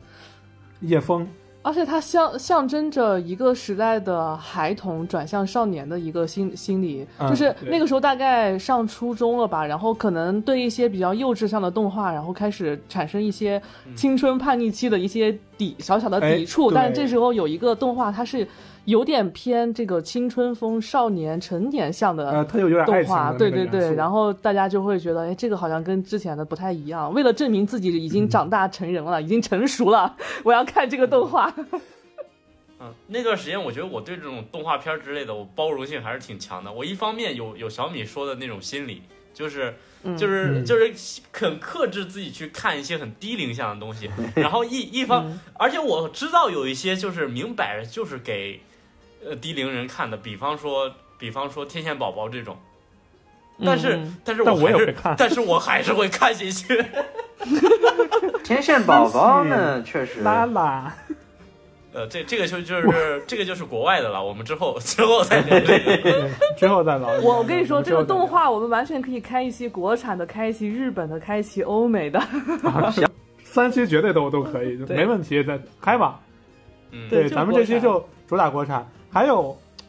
[SPEAKER 2] 叶枫，
[SPEAKER 4] 而且它象象征着一个时代的孩童转向少年的一个心心理，
[SPEAKER 2] 嗯
[SPEAKER 4] 就是
[SPEAKER 2] 对
[SPEAKER 4] 那个时候大概上初中了吧，然后可能对一些比较幼稚向的动画，然后开始产生一些青春叛逆期的一些抵小小的抵触，
[SPEAKER 2] 嗯哎
[SPEAKER 4] 但是
[SPEAKER 2] 对
[SPEAKER 4] 这时候有一个动画，它是有点偏这个青春风少年成年向的
[SPEAKER 2] 呃，他又有点爱
[SPEAKER 4] 动
[SPEAKER 2] 情的
[SPEAKER 4] 画，
[SPEAKER 2] 那
[SPEAKER 4] 对
[SPEAKER 2] 个
[SPEAKER 4] 对
[SPEAKER 2] 元
[SPEAKER 4] 对，
[SPEAKER 2] 素
[SPEAKER 4] 然后大家就会觉得，哎，这个好像跟之前的不太一样。为了证明自己已
[SPEAKER 2] 嗯
[SPEAKER 4] 经长大成人了，已经成熟了， 我要看这个动画。
[SPEAKER 3] 嗯，那段时间我觉得我对这种动画片之类的，我包容性还是挺强的。我一方面有有小米说的那种心理，就是就是
[SPEAKER 2] 嗯
[SPEAKER 3] 就是肯克制自己去看一些很低龄向的 东西，然后一一方，
[SPEAKER 2] 嗯
[SPEAKER 3] 而且我知道有一些就是明摆着就是给呃低龄人看的，比方说比方说天线宝宝这种，但是、
[SPEAKER 4] 嗯
[SPEAKER 3] 但是
[SPEAKER 2] 但我
[SPEAKER 3] 还
[SPEAKER 2] 也
[SPEAKER 3] 是
[SPEAKER 2] 会看
[SPEAKER 3] 但是我还是会看进去。
[SPEAKER 1] 天线宝宝呢？确实，
[SPEAKER 2] 拉拉，
[SPEAKER 3] 呃，这这个就就是这个就是国外的了，我们之后之后再聊这个。
[SPEAKER 2] 对之后再聊。
[SPEAKER 4] 我我跟你说，
[SPEAKER 2] 们之
[SPEAKER 4] 这
[SPEAKER 2] 后
[SPEAKER 4] 个
[SPEAKER 2] 再聊
[SPEAKER 4] 动画我们完全可以开一期国产的，开一期日本的，开一期欧美的。
[SPEAKER 2] 三期绝对都都可以，
[SPEAKER 4] 对
[SPEAKER 2] 没问题，咱开吧。
[SPEAKER 3] 嗯
[SPEAKER 4] 对
[SPEAKER 2] 对，
[SPEAKER 4] 就
[SPEAKER 2] 咱们这
[SPEAKER 4] 国
[SPEAKER 2] 期
[SPEAKER 4] 产
[SPEAKER 2] 就主打国产。还有《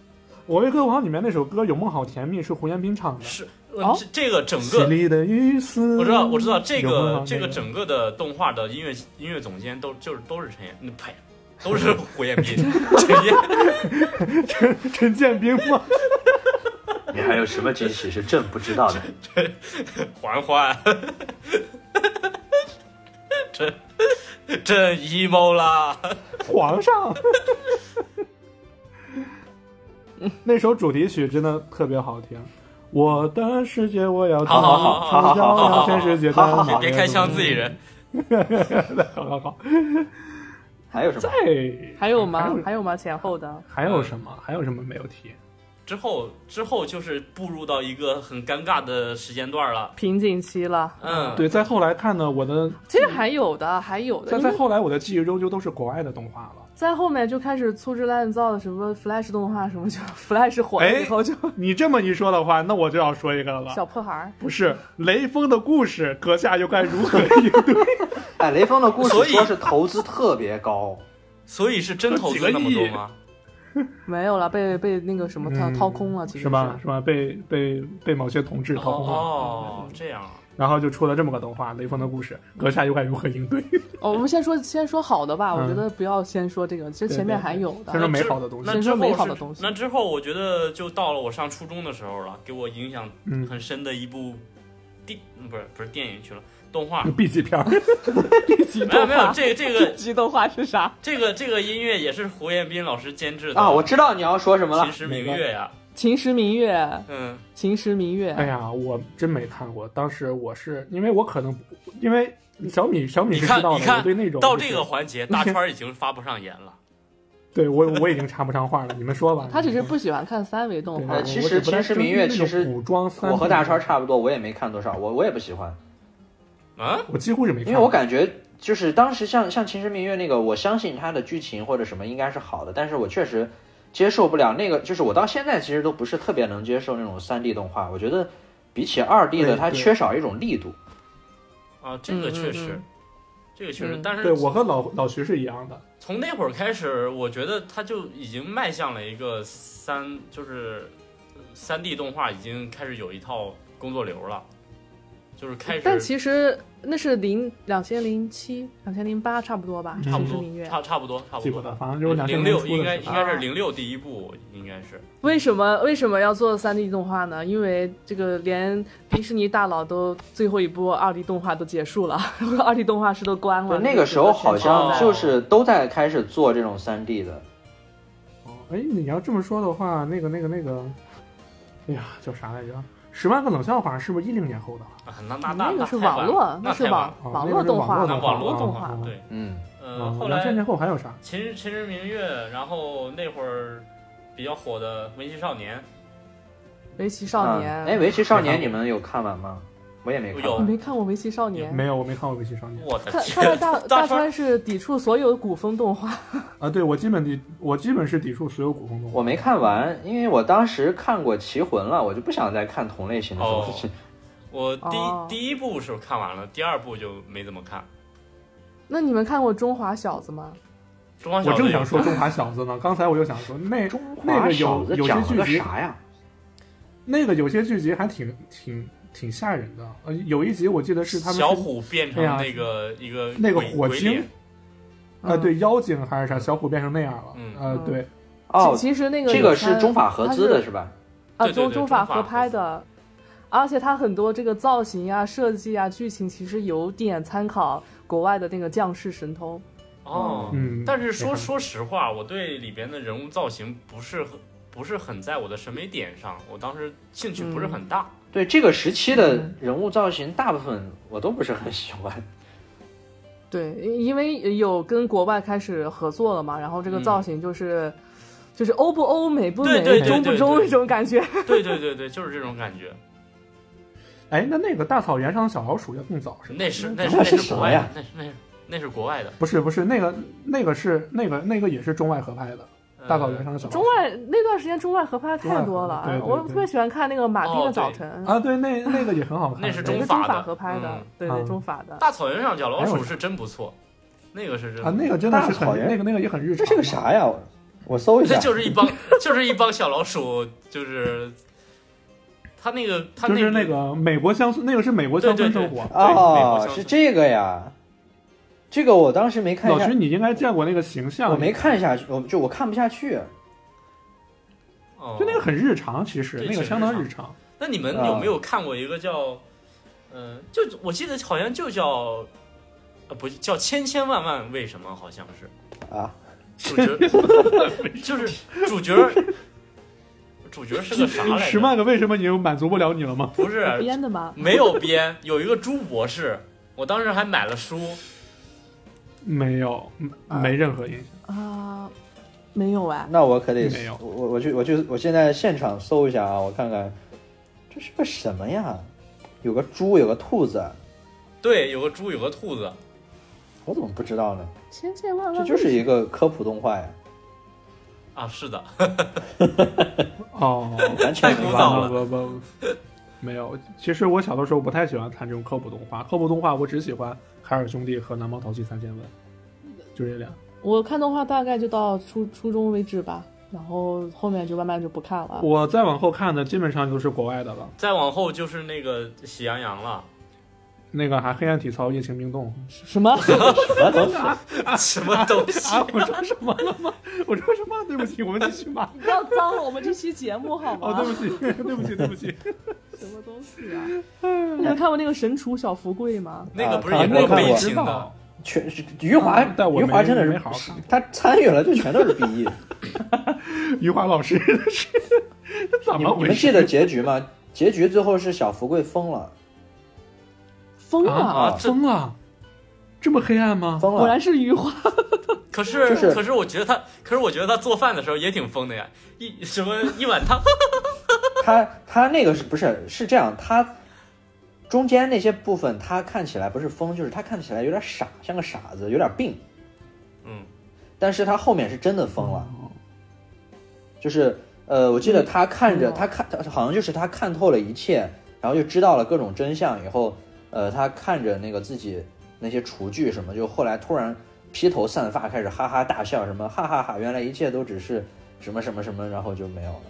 [SPEAKER 2] 我为歌狂》里面那首歌《有梦好甜蜜》是胡彦斌唱的。
[SPEAKER 3] 是，
[SPEAKER 4] 哦
[SPEAKER 3] 呃这这个整
[SPEAKER 2] 淅
[SPEAKER 3] 个
[SPEAKER 2] 沥的雨丝，
[SPEAKER 3] 我知道，我知道这
[SPEAKER 2] 有梦好
[SPEAKER 3] 个
[SPEAKER 2] 那
[SPEAKER 3] 这个整个的动画的音乐音乐总监都就是都是陈彦，嗯呸，都 是胡彦斌，陈彦
[SPEAKER 2] 陈陈建斌吗？
[SPEAKER 1] 你还有什么惊喜是朕不知道的？
[SPEAKER 3] 环环，真真 emo 啦，
[SPEAKER 2] 皇上。那首主题曲真的特别好听。我的世界，我要
[SPEAKER 3] 好好好好
[SPEAKER 1] 好好好
[SPEAKER 2] 好全世界的
[SPEAKER 1] 好好好
[SPEAKER 3] 别
[SPEAKER 1] 好
[SPEAKER 2] 美
[SPEAKER 3] 别开枪自己人。
[SPEAKER 2] 好好好。
[SPEAKER 1] 还有什么？
[SPEAKER 2] 哎，
[SPEAKER 4] 还有吗
[SPEAKER 2] 还？有
[SPEAKER 4] 还有吗？前后的
[SPEAKER 2] 还有什么？还有什么没有提？
[SPEAKER 3] 之后之后就是步入到一个很尴尬的时间段了，
[SPEAKER 4] 瓶颈期了，
[SPEAKER 3] 嗯，
[SPEAKER 2] 对，再后来看呢，我的
[SPEAKER 4] 其实还有的，还有的。
[SPEAKER 2] 再
[SPEAKER 4] 因为
[SPEAKER 2] 再后来，我的记忆终究都是国外的动画了。
[SPEAKER 4] 在后面就开始粗制滥造的，什么 Flash 动画，什么就 Flash 火了
[SPEAKER 2] 哎
[SPEAKER 4] 以后就
[SPEAKER 2] 你这么一说的话，那我就要说一个了。
[SPEAKER 4] 小破孩儿。
[SPEAKER 2] 不是雷锋的故事，阁下又该如何应对？
[SPEAKER 1] 哎，雷锋的故
[SPEAKER 3] 所
[SPEAKER 1] 事
[SPEAKER 3] 以
[SPEAKER 1] 说是投资特别高，
[SPEAKER 3] 所以是真投资那么多吗？
[SPEAKER 4] 没有了，被被那个什么掏、
[SPEAKER 2] 嗯
[SPEAKER 4] 掏空了，其实
[SPEAKER 2] 是吧？？ 是吧？被被被某些同志
[SPEAKER 3] 哦
[SPEAKER 2] 掏空了，
[SPEAKER 3] 哦，这样啊，
[SPEAKER 2] 然后就出了这么个动画《雷锋的故事》，阁下又该如何应 对？
[SPEAKER 4] 哦，我们先说先说好的吧，
[SPEAKER 2] 嗯
[SPEAKER 4] 我觉得不要先说这个，其实前面还有的。
[SPEAKER 2] 对对对先说美好的东西
[SPEAKER 3] 那
[SPEAKER 4] 先
[SPEAKER 3] 之
[SPEAKER 4] 说
[SPEAKER 3] 后
[SPEAKER 4] 美
[SPEAKER 3] 是
[SPEAKER 4] 好的东西
[SPEAKER 3] 那之后，我觉得就到了我上初中的时候了，给我影响
[SPEAKER 2] 嗯
[SPEAKER 3] 很深的一部电，嗯不是不是电影去了，动画。
[SPEAKER 2] B 级 片儿，
[SPEAKER 3] 没有没有，这个这个
[SPEAKER 4] 激动话是啥？
[SPEAKER 3] 这个这个音乐也是胡彦斌老师监制的
[SPEAKER 1] 啊！我知道你要说什么了
[SPEAKER 3] 秦。时明月》呀，
[SPEAKER 4] 秦时明月，
[SPEAKER 3] 嗯，
[SPEAKER 4] 秦时明月，
[SPEAKER 2] 哎哎呀，我真没看过。当时我是因为我可能因为小米小米
[SPEAKER 3] 你
[SPEAKER 2] 是
[SPEAKER 3] 看
[SPEAKER 2] 知道的，
[SPEAKER 3] 你
[SPEAKER 2] 我
[SPEAKER 3] 看
[SPEAKER 2] 对那种
[SPEAKER 3] 到
[SPEAKER 2] 就是
[SPEAKER 3] 这个环节，大川已经发不上言了。
[SPEAKER 2] 对我我已经插不上话了，你们说吧。
[SPEAKER 4] 他只是不喜欢看三维动
[SPEAKER 2] 对
[SPEAKER 4] 画
[SPEAKER 1] 呃，。其实
[SPEAKER 2] 我只不太
[SPEAKER 1] 其实
[SPEAKER 2] 针对
[SPEAKER 1] 明月
[SPEAKER 2] 那
[SPEAKER 1] 其
[SPEAKER 2] 种
[SPEAKER 1] 实
[SPEAKER 2] 古装三，
[SPEAKER 1] 我和大川，差不多，我也没看多少，我我也不喜欢，
[SPEAKER 3] 嗯，
[SPEAKER 2] 我几乎是没看
[SPEAKER 1] 因
[SPEAKER 2] 过，
[SPEAKER 1] 为我感觉就是当时像像《秦时明月》那个，我相信它的剧情或者什么应该是好的，但是我确实接受不了那个，就是我到现在其实都不是特别能接受那种三 D 动画，我觉得比起二 D 的，
[SPEAKER 2] 对
[SPEAKER 1] 它
[SPEAKER 2] 对
[SPEAKER 1] 缺少一种力度。
[SPEAKER 3] 啊，这个
[SPEAKER 4] 嗯嗯
[SPEAKER 3] 确实
[SPEAKER 4] 嗯，
[SPEAKER 3] 这个确实
[SPEAKER 4] 嗯，
[SPEAKER 3] 但是
[SPEAKER 2] 对我和老老徐是一样的，
[SPEAKER 3] 从那会儿开始，我觉得他就已经迈向了一个三，就是三 D 动画已经开始有一套工作流了，就是开始，
[SPEAKER 4] 但其实那是零两千零七、两千零八差不多吧，
[SPEAKER 2] 嗯
[SPEAKER 3] 差不
[SPEAKER 4] 秦时明
[SPEAKER 3] 多，
[SPEAKER 4] 月。
[SPEAKER 3] 差差不多，差不
[SPEAKER 2] 记不
[SPEAKER 3] 多
[SPEAKER 2] 得，。反正就是两千
[SPEAKER 3] 啊零
[SPEAKER 2] 年
[SPEAKER 3] 六
[SPEAKER 2] 出
[SPEAKER 3] 应该
[SPEAKER 2] 的时
[SPEAKER 3] 应
[SPEAKER 2] 候。
[SPEAKER 4] 啊
[SPEAKER 3] 该是零六第一部，应该是
[SPEAKER 4] 为什么为什么要做三 D 动画呢？因为这个连迪士尼大佬都最后一波二 D 动画都结束了， 二 D 动画师都关了
[SPEAKER 1] 对，。那个时候好像
[SPEAKER 3] 哦
[SPEAKER 1] 就是都在开始做这种三 D 的，
[SPEAKER 2] 哎，你要这么说的话，那个那个那个，哎呀，叫啥来着？十万个冷笑话是不是一零年后的？
[SPEAKER 3] 啊，那那那
[SPEAKER 4] 那个是
[SPEAKER 3] 太晚
[SPEAKER 4] 网
[SPEAKER 3] 了
[SPEAKER 4] 络，
[SPEAKER 3] 那
[SPEAKER 4] 是
[SPEAKER 3] 太晚
[SPEAKER 4] 网
[SPEAKER 3] 了
[SPEAKER 2] 哦
[SPEAKER 4] 网
[SPEAKER 2] 那个
[SPEAKER 4] 络
[SPEAKER 2] 是
[SPEAKER 4] 动
[SPEAKER 2] 网
[SPEAKER 4] 画
[SPEAKER 2] 络
[SPEAKER 3] 那
[SPEAKER 2] 动，
[SPEAKER 3] 网络
[SPEAKER 2] 画
[SPEAKER 3] 动
[SPEAKER 2] 啊
[SPEAKER 3] 画
[SPEAKER 2] 啊
[SPEAKER 3] 对，
[SPEAKER 1] 嗯，
[SPEAKER 3] 呃，
[SPEAKER 2] 嗯，
[SPEAKER 3] 后
[SPEAKER 2] 两
[SPEAKER 3] 来
[SPEAKER 2] 千年后还有啥？
[SPEAKER 3] 秦《秦时明月》，然后那会儿比较火的《围棋少年
[SPEAKER 4] 围棋少
[SPEAKER 1] 啊哎，
[SPEAKER 4] 年。
[SPEAKER 1] 围棋少
[SPEAKER 2] 没
[SPEAKER 1] 年
[SPEAKER 2] 看
[SPEAKER 1] 你们有看完吗？我也没看
[SPEAKER 3] 有
[SPEAKER 4] 你
[SPEAKER 1] 完。
[SPEAKER 4] 没看过围棋少年？
[SPEAKER 2] 没有，我没看过《围棋少》，年
[SPEAKER 3] 我的
[SPEAKER 4] 看看来
[SPEAKER 3] 天，
[SPEAKER 4] 大
[SPEAKER 3] 大
[SPEAKER 4] 大
[SPEAKER 3] 川
[SPEAKER 4] 川是抵触所有古风动画，》
[SPEAKER 2] 啊。对，我基本抵，我基本是抵触所有古风动画。
[SPEAKER 1] 我没看完，因为我当时看过《棋魂》了，我就不想再看同类型的东西。
[SPEAKER 3] 我第
[SPEAKER 4] 哦
[SPEAKER 3] 第一部是看完了，第二部就没怎么看。
[SPEAKER 4] 那你们看过《中华小子》吗？
[SPEAKER 3] 中华小
[SPEAKER 2] 我
[SPEAKER 3] 子
[SPEAKER 2] 正
[SPEAKER 3] 有
[SPEAKER 2] 想说中华小子呢，刚才我就想说那那
[SPEAKER 1] 华
[SPEAKER 2] 个
[SPEAKER 1] 小
[SPEAKER 2] 有
[SPEAKER 1] 子
[SPEAKER 2] 有些
[SPEAKER 1] 讲了
[SPEAKER 2] 剧
[SPEAKER 1] 个
[SPEAKER 2] 集，
[SPEAKER 1] 啥呀？
[SPEAKER 2] 那个有些剧集还挺挺挺吓人的。呃，有一集我记得是他们是
[SPEAKER 3] 小虎变成
[SPEAKER 2] 哎呀
[SPEAKER 3] 那个一个
[SPEAKER 2] 那个
[SPEAKER 3] 鬼
[SPEAKER 2] 火
[SPEAKER 3] 鬼
[SPEAKER 2] 精
[SPEAKER 3] 脸
[SPEAKER 2] 啊、
[SPEAKER 1] 嗯
[SPEAKER 2] 对妖精还是啥，小虎变成那样了。
[SPEAKER 3] 嗯
[SPEAKER 2] 呃，
[SPEAKER 4] 嗯
[SPEAKER 2] 对，
[SPEAKER 1] 哦，
[SPEAKER 4] 其其实那个
[SPEAKER 1] 这
[SPEAKER 4] 个
[SPEAKER 1] 个是中法合资的是吧？
[SPEAKER 4] 啊，
[SPEAKER 3] 对对
[SPEAKER 4] 中中
[SPEAKER 3] 对中
[SPEAKER 4] 法
[SPEAKER 3] 法
[SPEAKER 4] 合
[SPEAKER 3] 合
[SPEAKER 4] 拍
[SPEAKER 3] 资
[SPEAKER 4] 的，而且它很多这个造型啊、设计啊、剧情其实有点参考国外的那个《降世神通
[SPEAKER 3] 哦。
[SPEAKER 2] 嗯，
[SPEAKER 3] 但是说
[SPEAKER 2] 没看
[SPEAKER 3] 说实话，我对里边的人物造型不是很不是很在我的审美点上，我当时兴趣不是很大。
[SPEAKER 1] 对这个时期的
[SPEAKER 4] 嗯
[SPEAKER 1] 人物造型，大部分我都不是很喜欢。》。
[SPEAKER 4] 对，因因为有跟国外开始合作了嘛，然后这个
[SPEAKER 3] 嗯
[SPEAKER 4] 造型就是。就是欧不欧美不美
[SPEAKER 3] 对对对
[SPEAKER 4] 中不
[SPEAKER 3] 对
[SPEAKER 4] 中
[SPEAKER 3] 对
[SPEAKER 4] 那种感觉，
[SPEAKER 3] 对对对对，就是这种感觉。
[SPEAKER 2] 哎，那那个大草原上的小老鼠要更嗯早是吧？
[SPEAKER 3] 那是那是
[SPEAKER 1] 那是
[SPEAKER 3] 是
[SPEAKER 1] 什
[SPEAKER 3] 国
[SPEAKER 1] 么
[SPEAKER 3] 外的
[SPEAKER 1] 呀，
[SPEAKER 3] 那是那是那是国外的。
[SPEAKER 2] 不是不是，那个那个是那个那个也是中外合拍的，
[SPEAKER 3] 呃
[SPEAKER 2] 大草原上的小老鼠
[SPEAKER 4] 中外那段时间中外合拍太多了，
[SPEAKER 2] 中外合拍对对
[SPEAKER 4] 我
[SPEAKER 2] 对
[SPEAKER 4] 特别喜欢看那个《马丁
[SPEAKER 3] 哦
[SPEAKER 4] 的早
[SPEAKER 3] 对
[SPEAKER 4] 晨》
[SPEAKER 2] 啊，对，那那个也很好看。
[SPEAKER 3] 那是
[SPEAKER 4] 也
[SPEAKER 2] 对
[SPEAKER 4] 是
[SPEAKER 3] 中
[SPEAKER 4] 中
[SPEAKER 3] 法
[SPEAKER 4] 法
[SPEAKER 3] 的
[SPEAKER 4] 合拍的
[SPEAKER 3] 嗯，
[SPEAKER 4] 对对
[SPEAKER 2] 嗯
[SPEAKER 4] 中法的。
[SPEAKER 3] 大草原上小老
[SPEAKER 2] 还
[SPEAKER 3] 鼠
[SPEAKER 2] 有
[SPEAKER 3] 是真不错，那个是真
[SPEAKER 2] 哎啊，那个真的是很
[SPEAKER 1] 大草原
[SPEAKER 2] 那个那个也很日常。
[SPEAKER 1] 这是个啥？呀？我我搜 一
[SPEAKER 3] 这
[SPEAKER 1] 下，
[SPEAKER 3] 就是一帮 就是一帮小老鼠，就是他那个他
[SPEAKER 2] 就是
[SPEAKER 3] 那
[SPEAKER 2] 那个美国乡村，那个是美国乡村
[SPEAKER 3] 对对
[SPEAKER 2] 生
[SPEAKER 3] 对
[SPEAKER 2] 活。
[SPEAKER 3] 对美国
[SPEAKER 1] 哦
[SPEAKER 3] 乡，村
[SPEAKER 1] 是这个呀。这个我当时没看
[SPEAKER 2] 老
[SPEAKER 1] 下
[SPEAKER 2] 徐，，你应该见过那个形象，
[SPEAKER 1] 我没看下去，我就我看不下去。
[SPEAKER 3] 哦
[SPEAKER 2] 就那个很日常，其实
[SPEAKER 3] 对
[SPEAKER 2] 那个相当日常。
[SPEAKER 3] 那你们有没有看过一个叫，嗯、就我记得好像就叫，呃，不叫千千万万为什么，好像是
[SPEAKER 1] 啊，
[SPEAKER 3] 主角， 就是主角，主角是个啥来
[SPEAKER 2] 十
[SPEAKER 3] 着？
[SPEAKER 2] 万个为什么你又满足不了你了吗？
[SPEAKER 3] 不是，
[SPEAKER 4] 编的吗？
[SPEAKER 3] 没有编，有一个朱博士，我当时还买了书，
[SPEAKER 2] 没有，
[SPEAKER 4] 啊
[SPEAKER 2] 没任何印象。
[SPEAKER 4] 啊，没有哎，
[SPEAKER 1] 那我可得
[SPEAKER 2] 没有
[SPEAKER 1] 我我我去我去我现在现场搜一下啊，我看看这是个什么呀？有个猪，有个兔子，
[SPEAKER 3] 对，有个猪，有个兔子，
[SPEAKER 1] 我怎么不知道呢？
[SPEAKER 4] 千千万万
[SPEAKER 1] 这就是一个科普动画呀，
[SPEAKER 3] 啊，是的，
[SPEAKER 2] 哦，
[SPEAKER 1] 完全
[SPEAKER 3] 太
[SPEAKER 1] 没
[SPEAKER 3] 枯
[SPEAKER 1] 看
[SPEAKER 3] 燥
[SPEAKER 1] 过。
[SPEAKER 2] 不
[SPEAKER 3] 了
[SPEAKER 2] 不不，没有。其实我小的时候不太喜欢看这种科普动画，科普动画我只喜欢《海尔兄弟》和《南方淘气三千问》，就这俩。
[SPEAKER 4] 我看动画大概就到初初中为止吧，然后后面就慢慢就不看了。
[SPEAKER 2] 我再往后看的基本上都是国外的了，
[SPEAKER 3] 再往后就是那个喜羊羊了，
[SPEAKER 2] 那个还《黑暗体操》《夜行冰冻
[SPEAKER 4] 什么？
[SPEAKER 1] 什么东西？
[SPEAKER 3] 什么东西》
[SPEAKER 2] 啊！我说什么了吗？我说什么？对不起，我们继续吧。
[SPEAKER 4] 不要脏了我们这期节目好
[SPEAKER 2] 哦，对不起， 对不起，对不哎起。
[SPEAKER 4] 什么东西啊？你们看过那个《神厨小福贵》吗？
[SPEAKER 3] 那个不是
[SPEAKER 1] 啊
[SPEAKER 3] 也
[SPEAKER 1] 看过
[SPEAKER 3] 是
[SPEAKER 1] 看
[SPEAKER 3] 悲
[SPEAKER 1] 过
[SPEAKER 3] 情
[SPEAKER 2] 知
[SPEAKER 3] 的
[SPEAKER 2] 道。
[SPEAKER 1] 全是余华
[SPEAKER 2] 嗯，但我
[SPEAKER 1] 余华
[SPEAKER 2] 没
[SPEAKER 1] 真的
[SPEAKER 2] 没
[SPEAKER 1] 是
[SPEAKER 2] 好好看
[SPEAKER 1] 他参与了，就全都是 BE。
[SPEAKER 2] 余华老师是怎
[SPEAKER 1] 你
[SPEAKER 2] 么
[SPEAKER 1] 们你
[SPEAKER 2] 回
[SPEAKER 1] 们记
[SPEAKER 2] 事？
[SPEAKER 1] 得结局吗？结局最后是小福贵疯了，
[SPEAKER 4] 疯了！
[SPEAKER 2] 啊，疯了！这么黑暗吗？
[SPEAKER 1] 疯
[SPEAKER 4] 果
[SPEAKER 1] 了
[SPEAKER 4] 然。是余华。
[SPEAKER 3] 可是，
[SPEAKER 1] 就是
[SPEAKER 3] 可是我觉得他，可是我觉得他做饭的时候也挺疯的呀，一什么一碗汤，
[SPEAKER 1] 他他那个是不是是这样？他中间那些部分，他看起来不是疯，就是他看起来有点傻，像个傻子，有点病。
[SPEAKER 3] 嗯，
[SPEAKER 1] 但是他后面是真的疯了，就是呃，我记得他看着、
[SPEAKER 4] 嗯
[SPEAKER 1] 他看他好像就是他看透了一切，然后就知道了各种真相以后，呃，他看着那个自己那些厨具什么，就后来突然披头散发，开始哈哈大笑，什么哈哈哈，原来一切都只是什么什么什么，然后就没有了。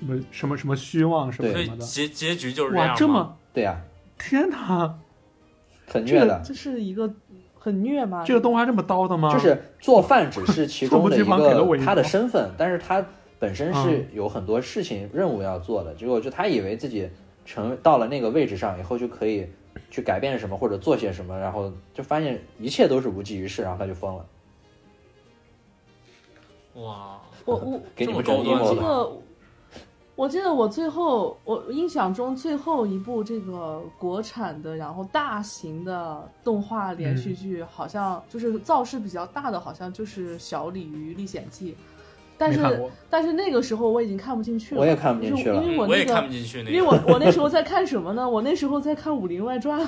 [SPEAKER 2] 什么什么什么虚妄什么
[SPEAKER 3] 所
[SPEAKER 2] 什
[SPEAKER 3] 以
[SPEAKER 2] 么的，
[SPEAKER 3] 结结局就是这样
[SPEAKER 2] 哇，
[SPEAKER 3] 吗
[SPEAKER 2] 这么
[SPEAKER 1] 对呀、
[SPEAKER 2] 天哪，
[SPEAKER 1] 很
[SPEAKER 4] 这
[SPEAKER 1] 虐
[SPEAKER 4] 个
[SPEAKER 1] 的，
[SPEAKER 4] 这是一个很虐吗？
[SPEAKER 2] 这个动画这么刀的吗？
[SPEAKER 1] 就是做饭只是 其中
[SPEAKER 2] 啊猝不
[SPEAKER 1] 的
[SPEAKER 2] 及
[SPEAKER 1] 一
[SPEAKER 2] 防给了我
[SPEAKER 1] 个
[SPEAKER 2] 一
[SPEAKER 1] 他的
[SPEAKER 2] 刀
[SPEAKER 1] 身份，但是他本身是
[SPEAKER 2] 嗯
[SPEAKER 1] 有很多事情任务要做的。结果就他以为自己成到了那个位置上以后就可以去改变什么或者做些什么，然后就发现一切都是无济于事，然后他就疯了。
[SPEAKER 3] 哇，
[SPEAKER 4] 我我
[SPEAKER 1] 给你们
[SPEAKER 3] 这
[SPEAKER 1] 整
[SPEAKER 3] 么高端
[SPEAKER 1] emo
[SPEAKER 4] 这
[SPEAKER 3] 是
[SPEAKER 1] 了，
[SPEAKER 4] 个，我记得我最后我印象中最后一部这个国产的，然后大型的动画连续剧，好像就是造势比较大的，好像就是《小鲤鱼历险记》，但
[SPEAKER 2] 没看
[SPEAKER 4] 是
[SPEAKER 2] 过，
[SPEAKER 4] 但是那个时候我已经看不进去了，
[SPEAKER 1] 我也看不进去了
[SPEAKER 4] 就是因为我
[SPEAKER 3] 我也
[SPEAKER 4] 那
[SPEAKER 3] 看不
[SPEAKER 4] 个。
[SPEAKER 3] 进去那
[SPEAKER 4] 因为
[SPEAKER 3] 个，
[SPEAKER 4] 我我那时候在看什么呢？我那时候在看《武林外传》，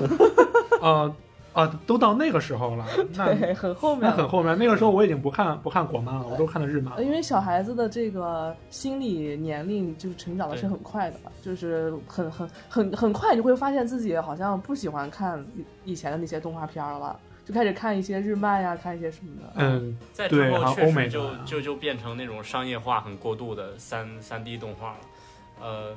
[SPEAKER 2] 啊啊，都到那个时候了，那
[SPEAKER 4] 对，很后面
[SPEAKER 2] 那
[SPEAKER 4] 了。
[SPEAKER 2] 很后面，那个时候我已经不看不看国漫了，我都看的日漫
[SPEAKER 4] 呃，。因为小孩子的这个心理年龄就是成长的是
[SPEAKER 3] 对
[SPEAKER 4] 很快的嘛，就是很很很很快，你会发现自己好像不喜欢看以前的那些动画片儿了，就开始看一些日漫呀、看一些什么的。
[SPEAKER 2] 嗯，
[SPEAKER 3] 在之
[SPEAKER 2] 对还
[SPEAKER 3] 后
[SPEAKER 2] 有
[SPEAKER 3] 确
[SPEAKER 2] 欧美
[SPEAKER 3] 实
[SPEAKER 2] 的
[SPEAKER 3] 就就就变成那种商业化很过度的三三 D 动画了，呃，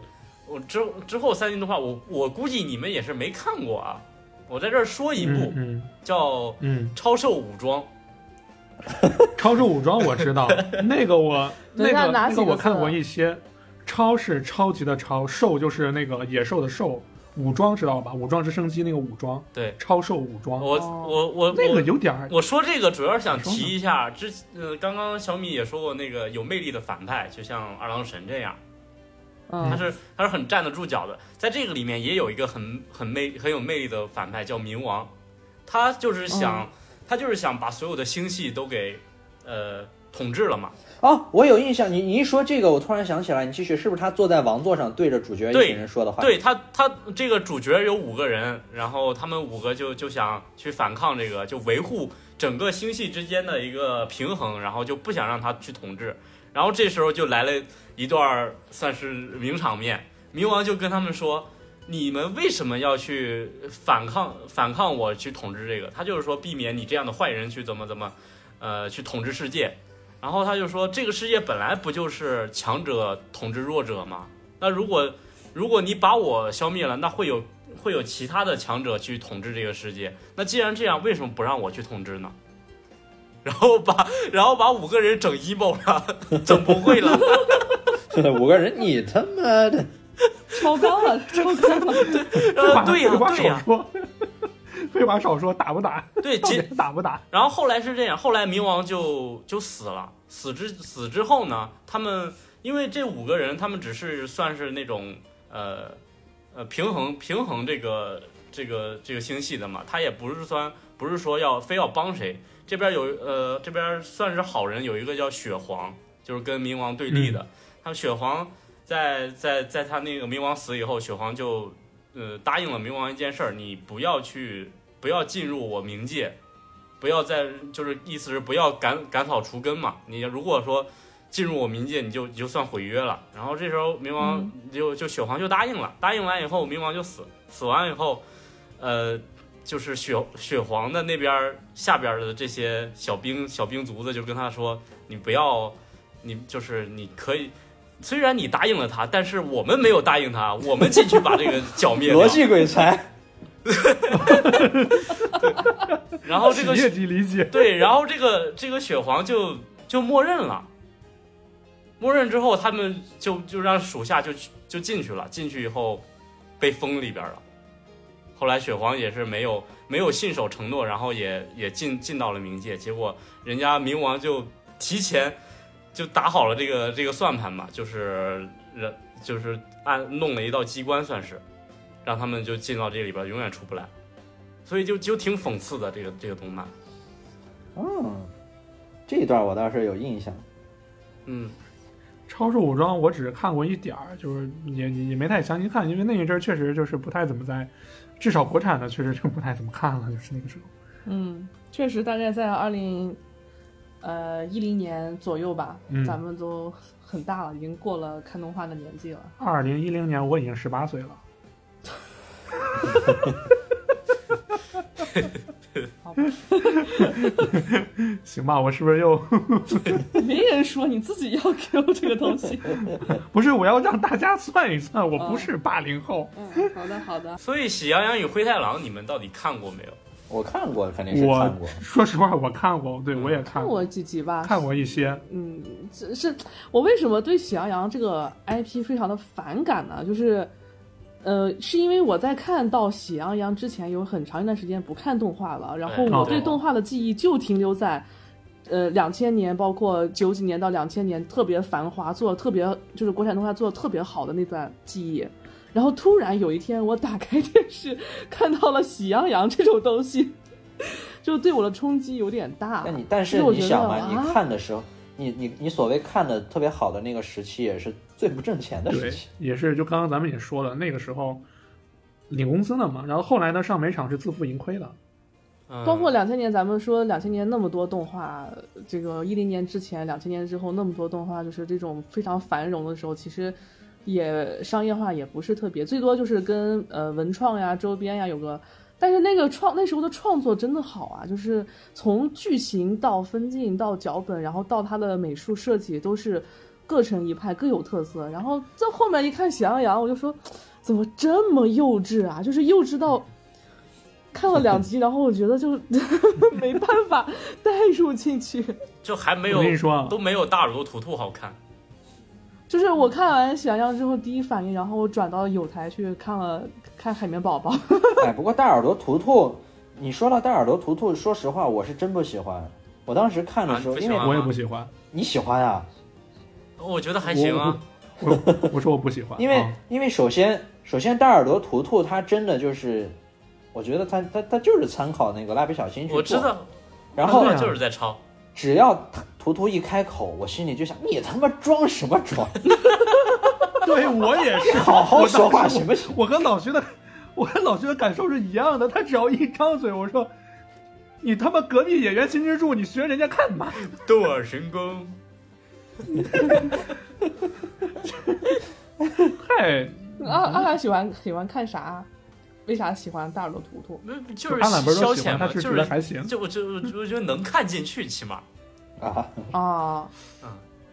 [SPEAKER 3] 我之之后三 D 动画，我我估计你们也是没看过啊，我在这儿说一部、
[SPEAKER 2] 嗯
[SPEAKER 3] 叫
[SPEAKER 2] 嗯
[SPEAKER 3] 《超兽武装》，
[SPEAKER 2] 嗯，超市武装我知道，那个我
[SPEAKER 4] 等一
[SPEAKER 2] 那
[SPEAKER 4] 下
[SPEAKER 2] 个
[SPEAKER 4] 哪
[SPEAKER 2] 那
[SPEAKER 4] 几
[SPEAKER 2] 个
[SPEAKER 4] 个
[SPEAKER 2] 我看
[SPEAKER 4] 字
[SPEAKER 2] 过一些，超是超级的超，兽就是那个野兽的兽，武装知道吧？武装直升机那个武装，
[SPEAKER 3] 对
[SPEAKER 2] 超兽武装，
[SPEAKER 3] 我
[SPEAKER 4] 哦
[SPEAKER 3] 我我
[SPEAKER 2] 那
[SPEAKER 3] 我
[SPEAKER 2] 个有点儿
[SPEAKER 3] 我说这个主要是想提一下，之呃，刚刚小米也说过，那个有魅力的反派，就像二郎神这样，他
[SPEAKER 4] 嗯，
[SPEAKER 3] 是他是很站得住脚的。在这个里面也有一个很很魅很有魅力的反派叫冥王，他就是想、他就是想把所有的星系都给呃统治了嘛。
[SPEAKER 1] 哦，我有印象，你你一说这个，我突然想起来，你继续，是不是他坐在王座上对着主角一
[SPEAKER 3] 对
[SPEAKER 1] 群人说的话？，
[SPEAKER 3] 对他他这个主角有五个人，然后他们五个就就想去反抗这个，就维护整个星系之间的一个平衡，然后就不想让他去统治。然后这时候就来了一段儿算是名场面，冥王就跟他们说：“你们为什么要去反抗反抗我去统治这个？”他就是说避免你这样的坏人去怎么怎么，呃，去统治世界。然后他就说，这个世界本来不就是强者统治弱者吗？那如果如果你把我消灭了，那会有会有其他的强者去统治这个世界。那既然这样，为什么不让我去统治呢？然后把然后把五个人整 emo 了，整不会了。
[SPEAKER 1] 五个人，你他妈的，
[SPEAKER 4] 超纲了，超纲了。
[SPEAKER 2] 废
[SPEAKER 3] 呃，
[SPEAKER 2] 话
[SPEAKER 3] 对呀、
[SPEAKER 2] 废话
[SPEAKER 3] 对
[SPEAKER 2] 少
[SPEAKER 3] 呀、
[SPEAKER 2] 说，废话少说，打不打？
[SPEAKER 3] 对。
[SPEAKER 2] 到底
[SPEAKER 3] 结
[SPEAKER 2] 打不打？
[SPEAKER 3] 然后后来是这样，后来冥王就就死了。死之死之后呢，他们因为这五个人，他们只是算是那种呃呃平衡平衡这个这个这个星系的嘛，他也不是算不是说要非要帮谁。这边有呃这边算是好人，有一个叫雪皇，就是跟冥王对立的。他们雪皇在在在他那个冥王死以后，雪皇就呃答应了冥王一件事儿，你不要去不要进入我冥界。不要再就是意思是不要赶赶草除根嘛。你如果说进入我冥界，你就你就算毁约了。然后这时候冥王就就雪皇就答应了，答应完以后冥王就死，死完以后，呃，就是雪雪皇的那边儿下边儿的这些小兵小兵卒子就跟他说，你不要，你就是你可以。虽然你答应了他，但是我们没有答应他，我们进去把这个剿灭掉。
[SPEAKER 1] 逻辑鬼 才，
[SPEAKER 3] 然后哦这个
[SPEAKER 2] 企业级理 解，
[SPEAKER 3] 对，然后这个这个雪皇就就默认了，默认之后，他们就就让属下就去就进去了，进去以后被封里边了。后来雪皇也是没有没有信守承诺，然后也也进进到了冥界，结果人家冥王就提前就打好了这个这个算盘嘛，就是人就是按弄了一道机关算是，让他们就进到这里边，永远出不来。所以就就挺讽刺的这个这个动漫。
[SPEAKER 1] 嗯，这一段我倒是有印象。
[SPEAKER 3] 嗯，
[SPEAKER 2] 超市武装我只看过一点儿，就是也也也没太详细看，因为那一阵儿确实就是不太怎么在，至少国产的确实就不太怎么看了，就是那个时候。
[SPEAKER 4] 嗯，确实，大概在二零呃一零年左右吧，
[SPEAKER 2] 嗯
[SPEAKER 4] 咱们都很大了，已经过了看动画的年纪了。
[SPEAKER 2] 二零一零年我已经十八岁了，
[SPEAKER 4] 好吧，
[SPEAKER 2] 行吧，我是不是又
[SPEAKER 4] 没人说你自己要 Q 这个东西。
[SPEAKER 2] 不是？我要让大家算一算，我
[SPEAKER 3] 哦
[SPEAKER 2] 不是八零后，
[SPEAKER 4] 嗯，好的好的。
[SPEAKER 3] 所以《喜羊羊与灰太狼》你们到底看过没有？
[SPEAKER 1] 我看过，肯定是看
[SPEAKER 2] 我
[SPEAKER 1] 过。
[SPEAKER 2] 说实话我看过，对我也看
[SPEAKER 4] 看
[SPEAKER 2] 过
[SPEAKER 4] 过，几集
[SPEAKER 1] 啊
[SPEAKER 4] 吧，
[SPEAKER 2] 看过一些，
[SPEAKER 4] 嗯，这是我为什么对喜羊羊这个 IP 非常的反感呢？就是，呃，是因为我在看到喜羊羊之前有很长一段时间不看动画了，然后
[SPEAKER 3] 哎
[SPEAKER 4] 我
[SPEAKER 2] 对
[SPEAKER 4] 对动画的记忆就停留在，呃，两千年，包括九几年到两千年特别繁华，做的特别就是国产动画做的特别好的那段记忆。然后突然有一天，我打开电视，看到了喜羊羊这种东西， 就对我的冲击有点大。
[SPEAKER 1] 那你但
[SPEAKER 4] 就是我
[SPEAKER 1] 你
[SPEAKER 4] 啊觉
[SPEAKER 1] 想
[SPEAKER 4] 得
[SPEAKER 1] 嘛，
[SPEAKER 4] 啊
[SPEAKER 1] 你看的时候，你你你所谓看的特别好的那个时期，也是最不挣钱的时
[SPEAKER 2] 对
[SPEAKER 1] 期。，
[SPEAKER 2] 也是就刚刚咱们也说了，那个时候领工资了嘛，然后后来呢上美场是自负盈亏的，
[SPEAKER 3] 嗯、
[SPEAKER 4] 包括两千年，咱们说两千年那么多动画，这个一零年之前，两千年之后那么多动画，就是这种非常繁荣的时候，其实也商业化也不是特别，最多就是跟呃文创呀、周边呀有个。但是那个创那时候的创作真的好啊，就是从剧情到分镜到脚本，然后到它的美术设计都是各成一派，各有特色。然后这后面一看《喜羊羊》，我就说怎么这么幼稚啊？就是幼稚到看了两 集，然后我觉得就没办法带入进去。
[SPEAKER 3] 就还没有
[SPEAKER 2] 我跟你说啊
[SPEAKER 3] 都没有大乳头图图好看。
[SPEAKER 4] 就是我看完《喜羊羊》之后，第一反应，然后我转到有台去看了看《海绵宝 宝》，
[SPEAKER 1] 哎，不过大耳朵图图，你说到大耳朵图图，说实话，我是真不喜欢。我当时看的时候，
[SPEAKER 3] 啊你
[SPEAKER 1] 因
[SPEAKER 3] 不喜欢
[SPEAKER 1] 为
[SPEAKER 2] 我
[SPEAKER 3] 啊
[SPEAKER 2] 也不喜欢，
[SPEAKER 1] 你喜欢啊，
[SPEAKER 3] 我觉得还行啊，
[SPEAKER 2] 我我说我不喜欢，
[SPEAKER 1] 因为、
[SPEAKER 2] 啊
[SPEAKER 1] 因为首先首先大耳朵图图他真的就是，我觉得他他他就是参考那个蜡笔小新去做。
[SPEAKER 3] 我知。道，
[SPEAKER 1] 然后
[SPEAKER 2] 对啊
[SPEAKER 3] 就是在抄。
[SPEAKER 1] 只要他图图一开口，我心里就想，你他妈装什么装？
[SPEAKER 2] 对我也 是，
[SPEAKER 1] 好好说话
[SPEAKER 2] 我当时
[SPEAKER 1] 行不行
[SPEAKER 2] 我跟老徐的，我跟老徐的感受是一样的。他只要一张嘴，我说：“你他妈隔壁演员金之助，你学人家干嘛
[SPEAKER 3] 斗尔神功，
[SPEAKER 2] 太
[SPEAKER 4] 阿阿兰啊喜欢喜欢看啥？为啥喜欢大耳朵图图？
[SPEAKER 3] 那就是
[SPEAKER 2] 阿懒不是
[SPEAKER 3] 消
[SPEAKER 2] 都喜
[SPEAKER 3] 遣
[SPEAKER 2] 欢，
[SPEAKER 3] 嘛，
[SPEAKER 2] 他
[SPEAKER 3] 就是
[SPEAKER 2] 觉
[SPEAKER 3] 是
[SPEAKER 2] 得还行。
[SPEAKER 3] 就我就我我觉得能看进去，起码
[SPEAKER 1] 啊，
[SPEAKER 4] 啊
[SPEAKER 3] 啊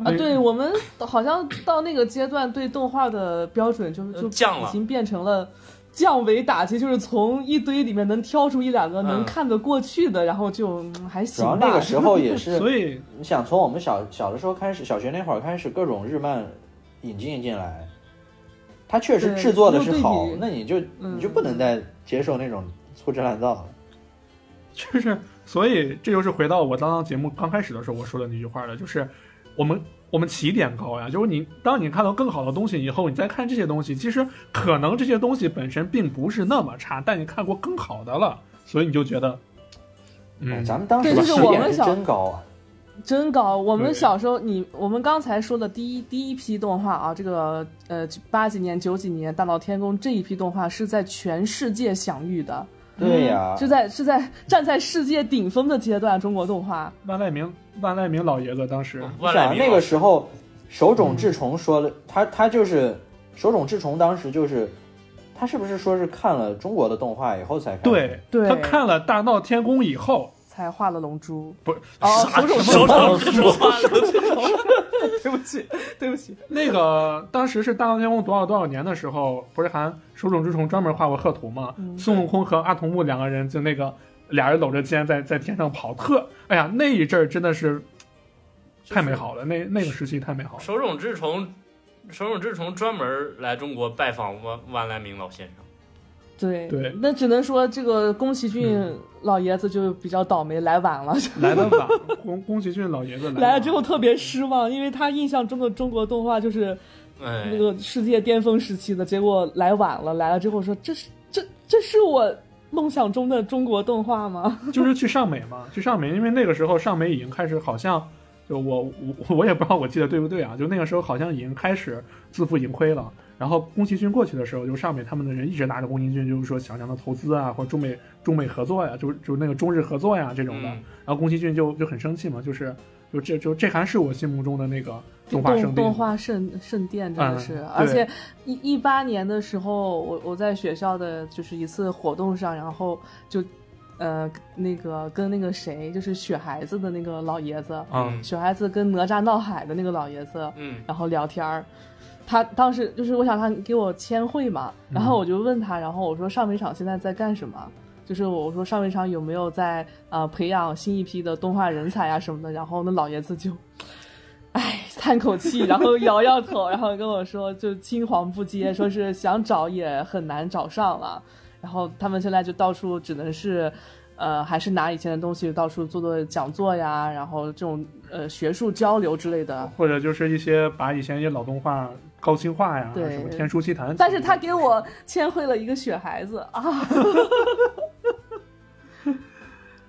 [SPEAKER 4] 啊！对我们好像到那个阶段，对动画的标准就是就
[SPEAKER 3] 呃降了
[SPEAKER 4] 已经变成了降维打击，就是从一堆里面能挑出一两个
[SPEAKER 3] 嗯
[SPEAKER 4] 能看得过去的，然后就嗯还
[SPEAKER 1] 主
[SPEAKER 4] 行
[SPEAKER 1] 要
[SPEAKER 4] 吧。
[SPEAKER 1] 那个时候也是，
[SPEAKER 2] 所以
[SPEAKER 1] 你想从我们小小的时候开始，小学那会儿开始，各种日漫引进进来，它确实
[SPEAKER 4] 对
[SPEAKER 1] 制作的是
[SPEAKER 4] 没有对
[SPEAKER 1] 好
[SPEAKER 4] 比，
[SPEAKER 1] 那你就
[SPEAKER 4] 嗯
[SPEAKER 1] 你就不能再接受那种粗制滥造了。
[SPEAKER 2] 就是所以这就是回到我刚刚节目刚开始的时候我说的那句话了，就是我们。我们起点高呀，就是你，当你看到更好的东西以后，你再看这些东西，其实可能这些东西本身并不是那么差，但你看过更好的了，所以你就觉得，
[SPEAKER 1] 哎
[SPEAKER 2] 嗯，
[SPEAKER 1] 咱们当时
[SPEAKER 4] 对就是
[SPEAKER 1] 起
[SPEAKER 4] 我们
[SPEAKER 1] 点是
[SPEAKER 4] 小
[SPEAKER 1] 真高啊！
[SPEAKER 4] 真高！我们
[SPEAKER 2] 对
[SPEAKER 4] 小时候，你我们刚才说的第一第一批动画啊，这个呃八几年、九几年《大闹天宫》这一批动画是在全世界享誉的，
[SPEAKER 1] 对呀、
[SPEAKER 4] 是在是在站在世界顶峰的阶段，中国动画。
[SPEAKER 2] 万籁鸣，万籁鸣老爷子当时，
[SPEAKER 1] 你
[SPEAKER 3] 万籁
[SPEAKER 1] 想
[SPEAKER 3] 鸣
[SPEAKER 1] 那
[SPEAKER 3] 老
[SPEAKER 1] 个
[SPEAKER 3] 师
[SPEAKER 1] 时候，手
[SPEAKER 4] 嗯
[SPEAKER 1] 冢治虫说的，他他就是手冢治虫，当时就是他是不是说是看了中国的动画以后才看？
[SPEAKER 2] 对，
[SPEAKER 4] 对
[SPEAKER 2] 他看了《大闹天宫》以后，
[SPEAKER 4] 才画了《龙珠
[SPEAKER 2] 不是》
[SPEAKER 4] 哦，手冢治虫，
[SPEAKER 3] 手冢治虫画的，
[SPEAKER 4] 对不起，对不起，
[SPEAKER 2] 那个当时是《大闹天宫》多少多少年的时候，不是还手冢治虫专门画过贺图吗？
[SPEAKER 4] 嗯
[SPEAKER 2] 孙悟空和阿童木两个人就那个俩人搂着肩在在天上跑，特哎呀那一阵儿真的是太美好了，那那个时期太美好了。
[SPEAKER 3] 手冢治虫，手冢治虫专门来中国拜访万万来明老先生。
[SPEAKER 4] 对
[SPEAKER 2] 对
[SPEAKER 4] 那只能说这个宫崎骏
[SPEAKER 2] 嗯
[SPEAKER 4] 老爷子就比较倒霉，来晚了。
[SPEAKER 2] 来的晚， 宫宫崎骏老爷子
[SPEAKER 4] 来
[SPEAKER 2] 来
[SPEAKER 4] 了
[SPEAKER 2] 了
[SPEAKER 4] 之后特别失望，因为他印象中的中国动画就是
[SPEAKER 3] 哎，
[SPEAKER 4] 那个世界巅峰时期的，结果来晚了，来了之后说这是这这是我梦想中的中国动画吗？
[SPEAKER 2] 就是去上美嘛，去上美，因为那个时候上美已经开始，好像就我我我也不知道我记得对不对啊，就那个时候好像已经开始自负盈亏了。然后宫崎骏过去的时候，就上美他们的人一直拿着宫崎骏，就是说想让他投资啊，或者中美中美合作呀，就是就是那个中日合作呀这种的。
[SPEAKER 3] 嗯
[SPEAKER 2] 然后宫崎骏就就很生气嘛，就是就这就这还是我心目中的那个 动画圣
[SPEAKER 4] 动
[SPEAKER 2] 地。啊
[SPEAKER 4] 动画圣圣殿真的是，
[SPEAKER 2] 嗯
[SPEAKER 4] 而
[SPEAKER 2] 对
[SPEAKER 4] 且一一八年的时候，我我在学校的就是一次活动上，然后就呃那个跟那个谁，就是雪孩子的那个老爷子，
[SPEAKER 2] 啊、
[SPEAKER 3] 嗯
[SPEAKER 4] 雪孩子跟哪吒闹海的那个老爷子，
[SPEAKER 3] 嗯
[SPEAKER 4] 然后聊天儿。他当时就是我想他给我签会嘛，然后我就问他，然后我说上美厂现在在干什么？就是我说上美厂有没有在啊培养新一批的动画人才啊什么的？然后那老爷子就，唉，叹口气，然后摇摇头，然后跟我说就青黄不接，说是想找也很难找上了。然后他们现在就到处只能是，呃，还是拿以前的东西到处做做讲座呀，然后这种呃学术交流之类的。
[SPEAKER 2] 或者就是一些把以前一些老动画高清化呀，
[SPEAKER 4] 对
[SPEAKER 2] 什么天书奇谭。
[SPEAKER 4] 但是他给 我签会了一个雪孩子啊。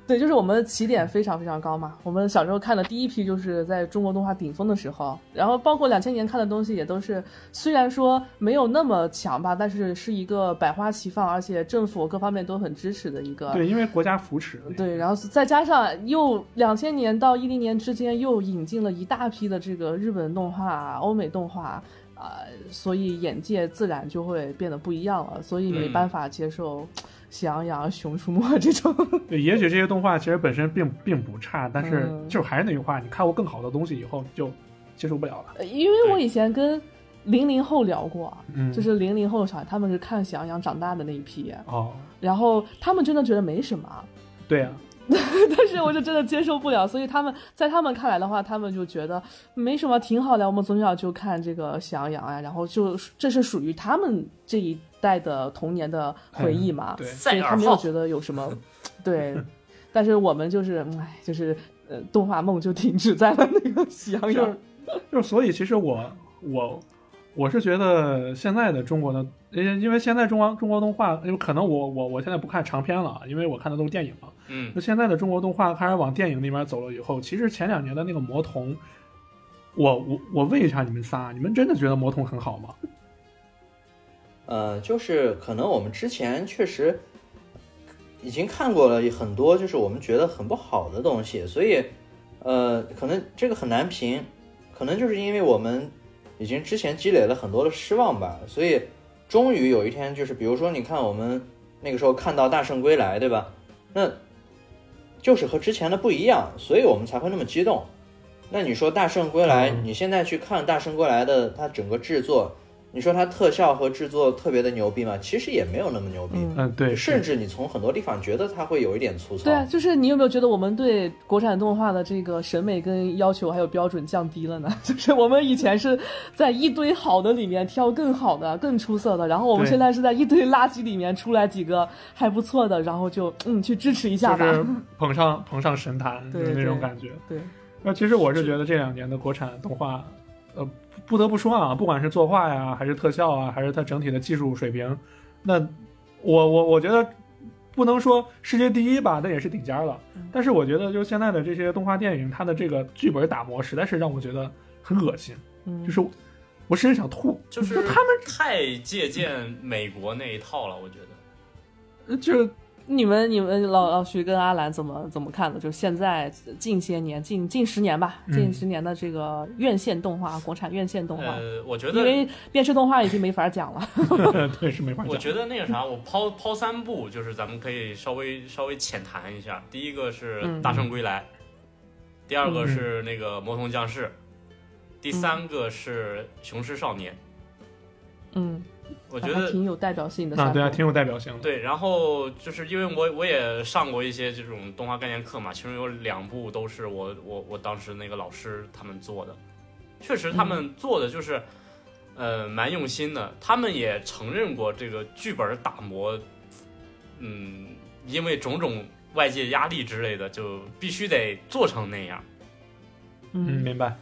[SPEAKER 4] 对，就是我们的起点非常非常高嘛。我们小时候看的第一批就是在中国动画顶峰的时候，然后包括两千年看的东西也都是，虽然说没有那么强吧，但是是一个百花齐放，而且政府各方面都很支持的一个
[SPEAKER 2] 对，因为国家扶持的那个。
[SPEAKER 4] 对，然后再加上又两千年到一零年之间又引进了一大批的这个日本动画、欧美动画，啊、所以眼界自然就会变得不一样了，所以没办法接受《喜羊羊》《熊出没》这种。
[SPEAKER 2] 对，也许这些动画其实本身并并不差，但是
[SPEAKER 4] 嗯
[SPEAKER 2] 就还是那句话，你看过更好的东西以后，你就接受不了了。
[SPEAKER 4] 呃因为我
[SPEAKER 3] 对
[SPEAKER 4] 以前跟零零后聊过啊，
[SPEAKER 2] 嗯，
[SPEAKER 4] 就是零零后小孩他们是看《喜羊羊》长大的那一批，啊
[SPEAKER 2] 哦，
[SPEAKER 4] 然后他们真的觉得没什么，
[SPEAKER 2] 对啊，
[SPEAKER 4] 但 是我就真的接受不了，所以他们在他们看来的话，他们就觉得没什么，挺好的。我们从小就看这个《喜羊羊》啊，然后就这是属于他们这一代的童年的回忆嘛，
[SPEAKER 2] 嗯对，
[SPEAKER 4] 所
[SPEAKER 3] 赛
[SPEAKER 4] 以他
[SPEAKER 3] 尔
[SPEAKER 4] 没有
[SPEAKER 3] 号
[SPEAKER 4] 觉得有什 么，对。但是我们就是，嗯哎，就是呃，动画梦就停止在了那个《喜羊
[SPEAKER 2] 就
[SPEAKER 4] 羊
[SPEAKER 2] 是》。就是，所以其实我我我是觉得现在的中国的，因因为现在中国中国动画，因为可能我我我现在不看长片了啊，因为我看的都是电影嘛。
[SPEAKER 3] 嗯
[SPEAKER 2] 那现在的中国动画开始往电影那边走了以后，其实前两年的那个魔童，我我我问一下你们仨，你们真的觉得魔童很好吗？
[SPEAKER 1] 呃，就是可能我们之前确实已经看过了很多，就是我们觉得很不好的东西，所以呃，可能这个很难评，可能就是因为我们已经之前积累了很多的失望吧，所以终于有一天，就是比如说，你看我们那个时候看到《大圣归来》，对吧？那就是和之前的不一样，所以我们才会那么激动。那你说《大圣归来》，
[SPEAKER 2] 嗯
[SPEAKER 1] 你现在去看《大圣归来》的它整个制作，你说它特效和制作特别的牛逼吗？其实也没有那么牛逼，
[SPEAKER 4] 嗯
[SPEAKER 2] 嗯，对，是
[SPEAKER 1] 甚至你从很多地方觉得它会有一点粗糙。
[SPEAKER 4] 对啊，就是你有没有觉得我们对国产动画的这个审美跟要求还有标准降低了呢？ 就是我们以前是在一堆好的里面挑更好的、更出色的，然后我们
[SPEAKER 2] 对
[SPEAKER 4] 现在是在一堆垃圾里面出来几个还不错的，然后就嗯去支持一下吧。
[SPEAKER 2] 就是捧上 捧上神坛，就
[SPEAKER 4] 对
[SPEAKER 2] 是那种
[SPEAKER 4] 对
[SPEAKER 2] 感觉。
[SPEAKER 4] 对，
[SPEAKER 2] 那其实我是觉得这两年的国产动画，呃，不得不说啊，不管是作画呀，还是特效啊，还是它整体的技术水平，那我我我觉得不能说世界第一吧，那也是顶尖了。
[SPEAKER 4] 嗯
[SPEAKER 2] 但是我觉得，就现在的这些动画电影，它的这个剧本打磨，实在是让我觉得很恶心，
[SPEAKER 4] 嗯，
[SPEAKER 2] 就是我甚至 想吐。
[SPEAKER 3] 就是
[SPEAKER 2] 就他
[SPEAKER 3] 们太借鉴美国那一套了，我觉得。
[SPEAKER 2] 们就是
[SPEAKER 4] 你们你们老老徐跟阿兰怎么怎么看的？就现在近些年近近十年吧，
[SPEAKER 2] 嗯
[SPEAKER 4] 近十年的这个院线动画，国产院线动画。
[SPEAKER 3] 呃，我觉
[SPEAKER 4] 因
[SPEAKER 3] 得，
[SPEAKER 4] 为电视动画已经没法讲了，
[SPEAKER 2] 对，是没法
[SPEAKER 3] 我
[SPEAKER 2] 讲。
[SPEAKER 3] 觉得那个啥，我抛抛三部，就是咱们可以稍微稍微浅谈一下。第一个是
[SPEAKER 4] 嗯
[SPEAKER 3] 《大圣归来》，第二个
[SPEAKER 2] 嗯
[SPEAKER 3] 是那个《魔童降世》，第三个是《雄狮少年》。
[SPEAKER 4] 嗯，
[SPEAKER 3] 我觉
[SPEAKER 4] 还
[SPEAKER 3] 得
[SPEAKER 4] 挺有代表性的三
[SPEAKER 2] 啊，
[SPEAKER 4] 部。
[SPEAKER 2] 对啊，挺有代表性的。
[SPEAKER 3] 对，然后就是因为我我也上过一些这种动画概念课嘛，其中有两部都是我我我当时那个老师他们做的，确实他们做的就是，呃，蛮用心的。他们也承认过这个剧本打磨，嗯，因为种种外界压力之类的，就必须得做成那样。
[SPEAKER 2] 嗯，明白。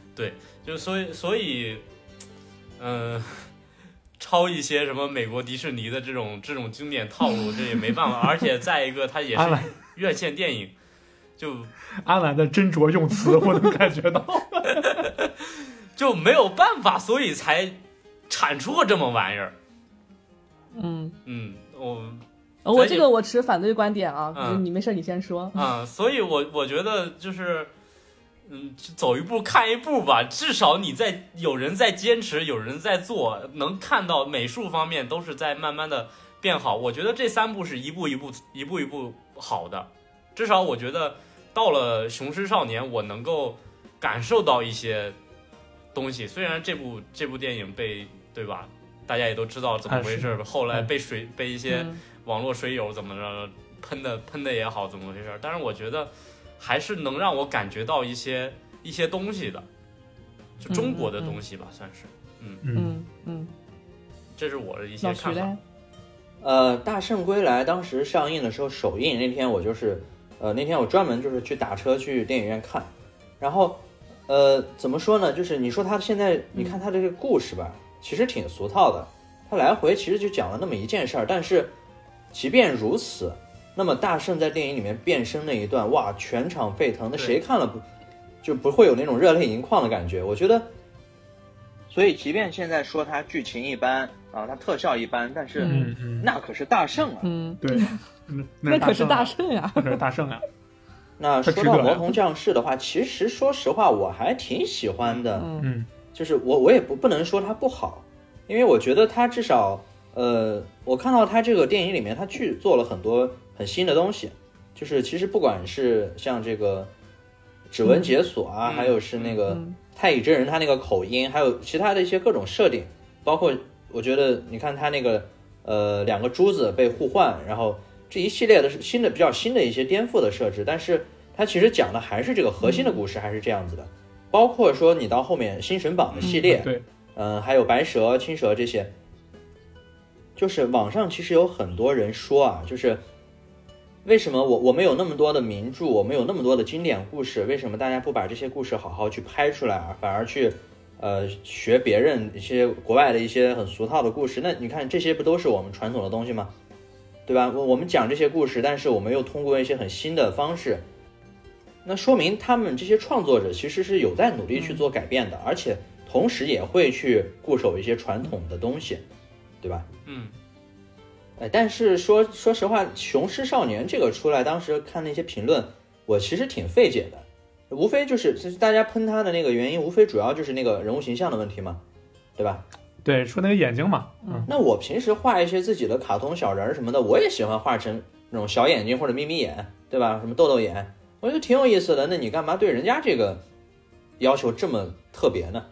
[SPEAKER 3] 就所以所以，嗯、 抄一些什么美国迪士尼的这种这种经典套路，这也没办法。而且再一个，它也是
[SPEAKER 2] 安澜
[SPEAKER 3] 院线电影，就
[SPEAKER 2] 安澜的斟酌用词，我能感觉到。
[SPEAKER 3] 就没有办法，所以才产出个这么玩意儿。
[SPEAKER 4] 嗯，
[SPEAKER 3] 嗯，我
[SPEAKER 4] 呃我这个我持反对观点啊，
[SPEAKER 3] 嗯
[SPEAKER 4] 就是你没事你先说。
[SPEAKER 3] 啊，所以我我觉得就是，嗯，走一步看一步吧。至少你在有人在坚持，有人在做，能看到美术方面都是在慢慢的变好。我觉得这三部是一步一步、一步一步好的。至少我觉得到了《雄狮少年》，我能够感受到一些东西。虽然这部这部电影被对吧，大家也都知道怎么回事儿，后来被水被一些。
[SPEAKER 4] 嗯
[SPEAKER 3] 网络水友怎么着喷的喷的也好，怎么回事儿？但是我觉得还是能让我感觉到一些一些东西的，就中国的东西吧，算是。
[SPEAKER 2] 嗯，
[SPEAKER 4] 嗯嗯，
[SPEAKER 3] 这是我的一些
[SPEAKER 4] 老徐
[SPEAKER 3] 看法
[SPEAKER 4] 嘞。，
[SPEAKER 1] 呃，《大圣归来》当时上映的时候，首映那天我就是，呃，那天我专门就是去打车去电影院看，然后，呃，怎么说呢？就是你说他现在，你看他的这个故事吧，其实挺俗套的，他来回其实就讲了那么一件事儿，但是，即便如此，那么大圣在电影里面变身那一段，哇，全场沸腾，那
[SPEAKER 3] 对
[SPEAKER 1] 谁看了不就不会有那种热泪盈眶的感觉？我觉得，所以即便现在说它剧情一般啊，它特效一般，但是。
[SPEAKER 4] 嗯
[SPEAKER 2] 嗯嗯，
[SPEAKER 1] 那可是大圣啊！
[SPEAKER 4] 嗯，
[SPEAKER 2] 对，嗯
[SPEAKER 4] 那可是大
[SPEAKER 2] 圣
[SPEAKER 4] 圣呀。
[SPEAKER 2] 啊，那是大圣啊。
[SPEAKER 1] 那
[SPEAKER 2] 他
[SPEAKER 1] 说
[SPEAKER 2] 值
[SPEAKER 1] 到
[SPEAKER 2] 得呀
[SPEAKER 1] 魔童降世的话，其实说实话，我还挺喜欢的。
[SPEAKER 4] 嗯
[SPEAKER 2] 嗯
[SPEAKER 1] 就是我我也不不能说它不好，因为我觉得它至少呃，我看到它这个电影里面，它去做了很多很新的东西，就是其实不管是像这个指纹解锁啊，
[SPEAKER 3] 嗯
[SPEAKER 1] 还有是那个
[SPEAKER 4] 嗯
[SPEAKER 1] 太乙真人他那个口音，还有其他的一些各种设定，包括我觉得你看他那个呃两个珠子被互换，然后这一系列的是新的比较新的一些颠覆的设置，但是它其实讲的还是这个核心的故事，还是这样子的。包括说你到后面新神榜的系列，
[SPEAKER 2] 对，
[SPEAKER 1] 嗯，还有白蛇、青蛇这些，就是网上其实有很多人说啊，就是为什么我我们有那么多的名著，我们有那么多的经典故事，为什么大家不把这些故事好好去拍出来啊，反而去呃学别人一些国外的一些很俗套的故事？那你看这些不都是我们传统的东西吗？对吧？我我们讲这些故事，但是我们又通过一些很新的方式，那说明他们这些创作者其实是有在努力去做改变的，而且同时也会去固守一些传统的东西，对吧？
[SPEAKER 3] 嗯，
[SPEAKER 1] 哎，但是说说实话，《雄狮少年》这个出来，当时看那些评论，我其实挺费解的。无非就是，就是大家喷他的那个原因，无非主要就是那个人物形象的问题嘛，对吧？
[SPEAKER 2] 对，说那个眼睛嘛，嗯，
[SPEAKER 1] 那我平时画一些自己的卡通小人儿什么的，我也喜欢画成那种小眼睛或者眯眯眼，对吧？什么豆豆眼，我觉得挺有意思的。那你干嘛对人家这个要求这么特别呢？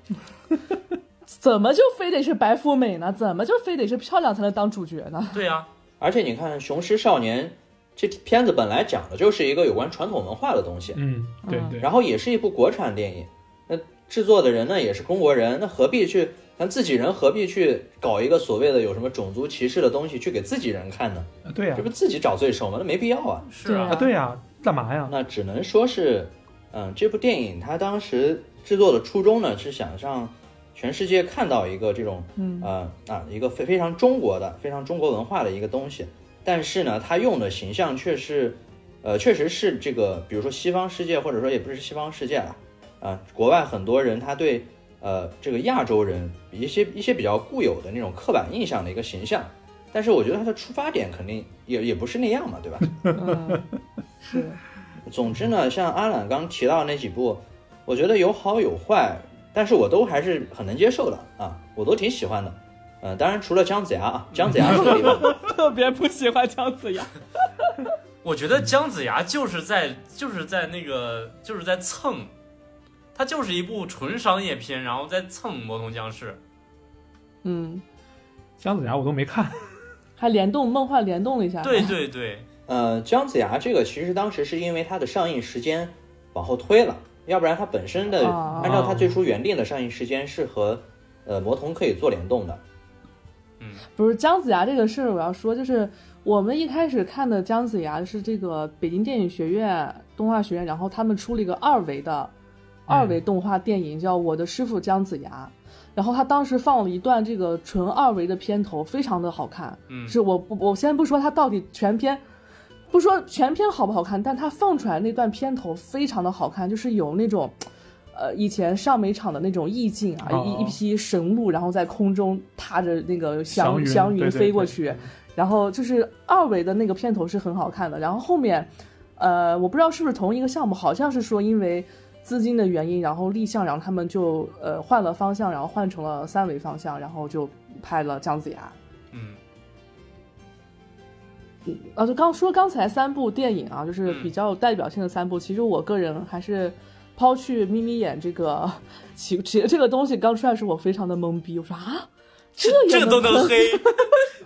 [SPEAKER 4] 怎么就非得是白富美呢？怎么就非得是漂亮才能当主角呢？
[SPEAKER 3] 对啊，
[SPEAKER 1] 而且你看《雄狮少年》这片子本来讲的就是一个有关传统文化的东西，
[SPEAKER 2] 嗯，对对，
[SPEAKER 1] 然后也是一部国产电影，那制作的人呢也是中国人，那何必去咱自己人何必去搞一个所谓的有什么种族歧视的东西去给自己人看呢？
[SPEAKER 4] 嗯
[SPEAKER 2] 啊对呀
[SPEAKER 1] 这，不自己找罪受吗？那没必要啊。
[SPEAKER 3] 是
[SPEAKER 4] 对
[SPEAKER 3] 啊
[SPEAKER 2] 啊，对呀，干嘛呀？
[SPEAKER 1] 那只能说是，嗯，这部电影它当时制作的初衷呢，是想让全世界看到一个这种，
[SPEAKER 4] 嗯
[SPEAKER 1] 呃啊，一个非非常中国的、非常中国文化的一个东西。但是呢，它用的形象却是，呃，确实是这个，比如说西方世界，或者说也不是西方世界了，啊、国外很多人他对呃这个亚洲人一些一些比较固有的那种刻板印象的一个形象。但是我觉得它的出发点肯定也也不是那样嘛，对吧？
[SPEAKER 4] 嗯，是，
[SPEAKER 1] 总之呢，像阿懒刚提到那几部，我觉得有好有坏，但是我都还是很能接受的啊，我都挺喜欢的。嗯、当然除了姜子牙啊，姜子牙是个例 外。
[SPEAKER 4] 特别不喜欢姜子牙。
[SPEAKER 3] 我觉得姜子牙就是在就是在那个就是在蹭，它就是一部纯商业片，然后再蹭《魔童降世》。
[SPEAKER 4] 嗯，
[SPEAKER 2] 姜子牙我都没看，
[SPEAKER 4] 还联动梦幻联动了一下。
[SPEAKER 3] 对对对，
[SPEAKER 1] 呃，姜子牙这个其实当时是因为它的上映时间往后推了，要不然它本身的
[SPEAKER 4] 哦
[SPEAKER 1] 按照它最初原定的上映时间是和呃魔童可以做联动的。
[SPEAKER 4] 不是姜子牙这个事儿，我要说就是我们一开始看的姜子牙是这个北京电影学院动画学院，然后他们出了一个二维的二维动画电影，叫《我的师傅姜子牙》。然后他当时放了一段这个纯二维的片头，非常的好看。
[SPEAKER 3] 嗯
[SPEAKER 4] 是我不我先不说它到底全片，不说全片好不好看，但它放出来那段片头非常的好看，就是有那种，呃，以前上美场的那种意境啊，
[SPEAKER 2] 哦
[SPEAKER 4] 一一匹神鹿，然后在空中踏着那个
[SPEAKER 2] 祥
[SPEAKER 4] 祥
[SPEAKER 2] 云
[SPEAKER 4] 祥
[SPEAKER 2] 对
[SPEAKER 4] 云
[SPEAKER 2] 对
[SPEAKER 4] 飞过
[SPEAKER 2] 对
[SPEAKER 4] 去，然后就是二维的那个片头是很好看的，然后后面，呃，我不知道是不是同一个项目，好像是说因为。资金的原因，然后立项，然后他们就呃换了方向，然后换成了三维方向，然后就拍了姜子牙。
[SPEAKER 3] 嗯
[SPEAKER 4] 啊，就刚说刚才三部电影啊，就是
[SPEAKER 3] 嗯
[SPEAKER 4] 比较有代表性的三部，其实我个人还是抛去眯眯眼这个其其这个东西刚出来的时候，我非常的懵逼，我说啊，这
[SPEAKER 3] 这
[SPEAKER 4] 也
[SPEAKER 3] 个都
[SPEAKER 4] 能
[SPEAKER 3] 能
[SPEAKER 4] 喷，
[SPEAKER 3] 黑，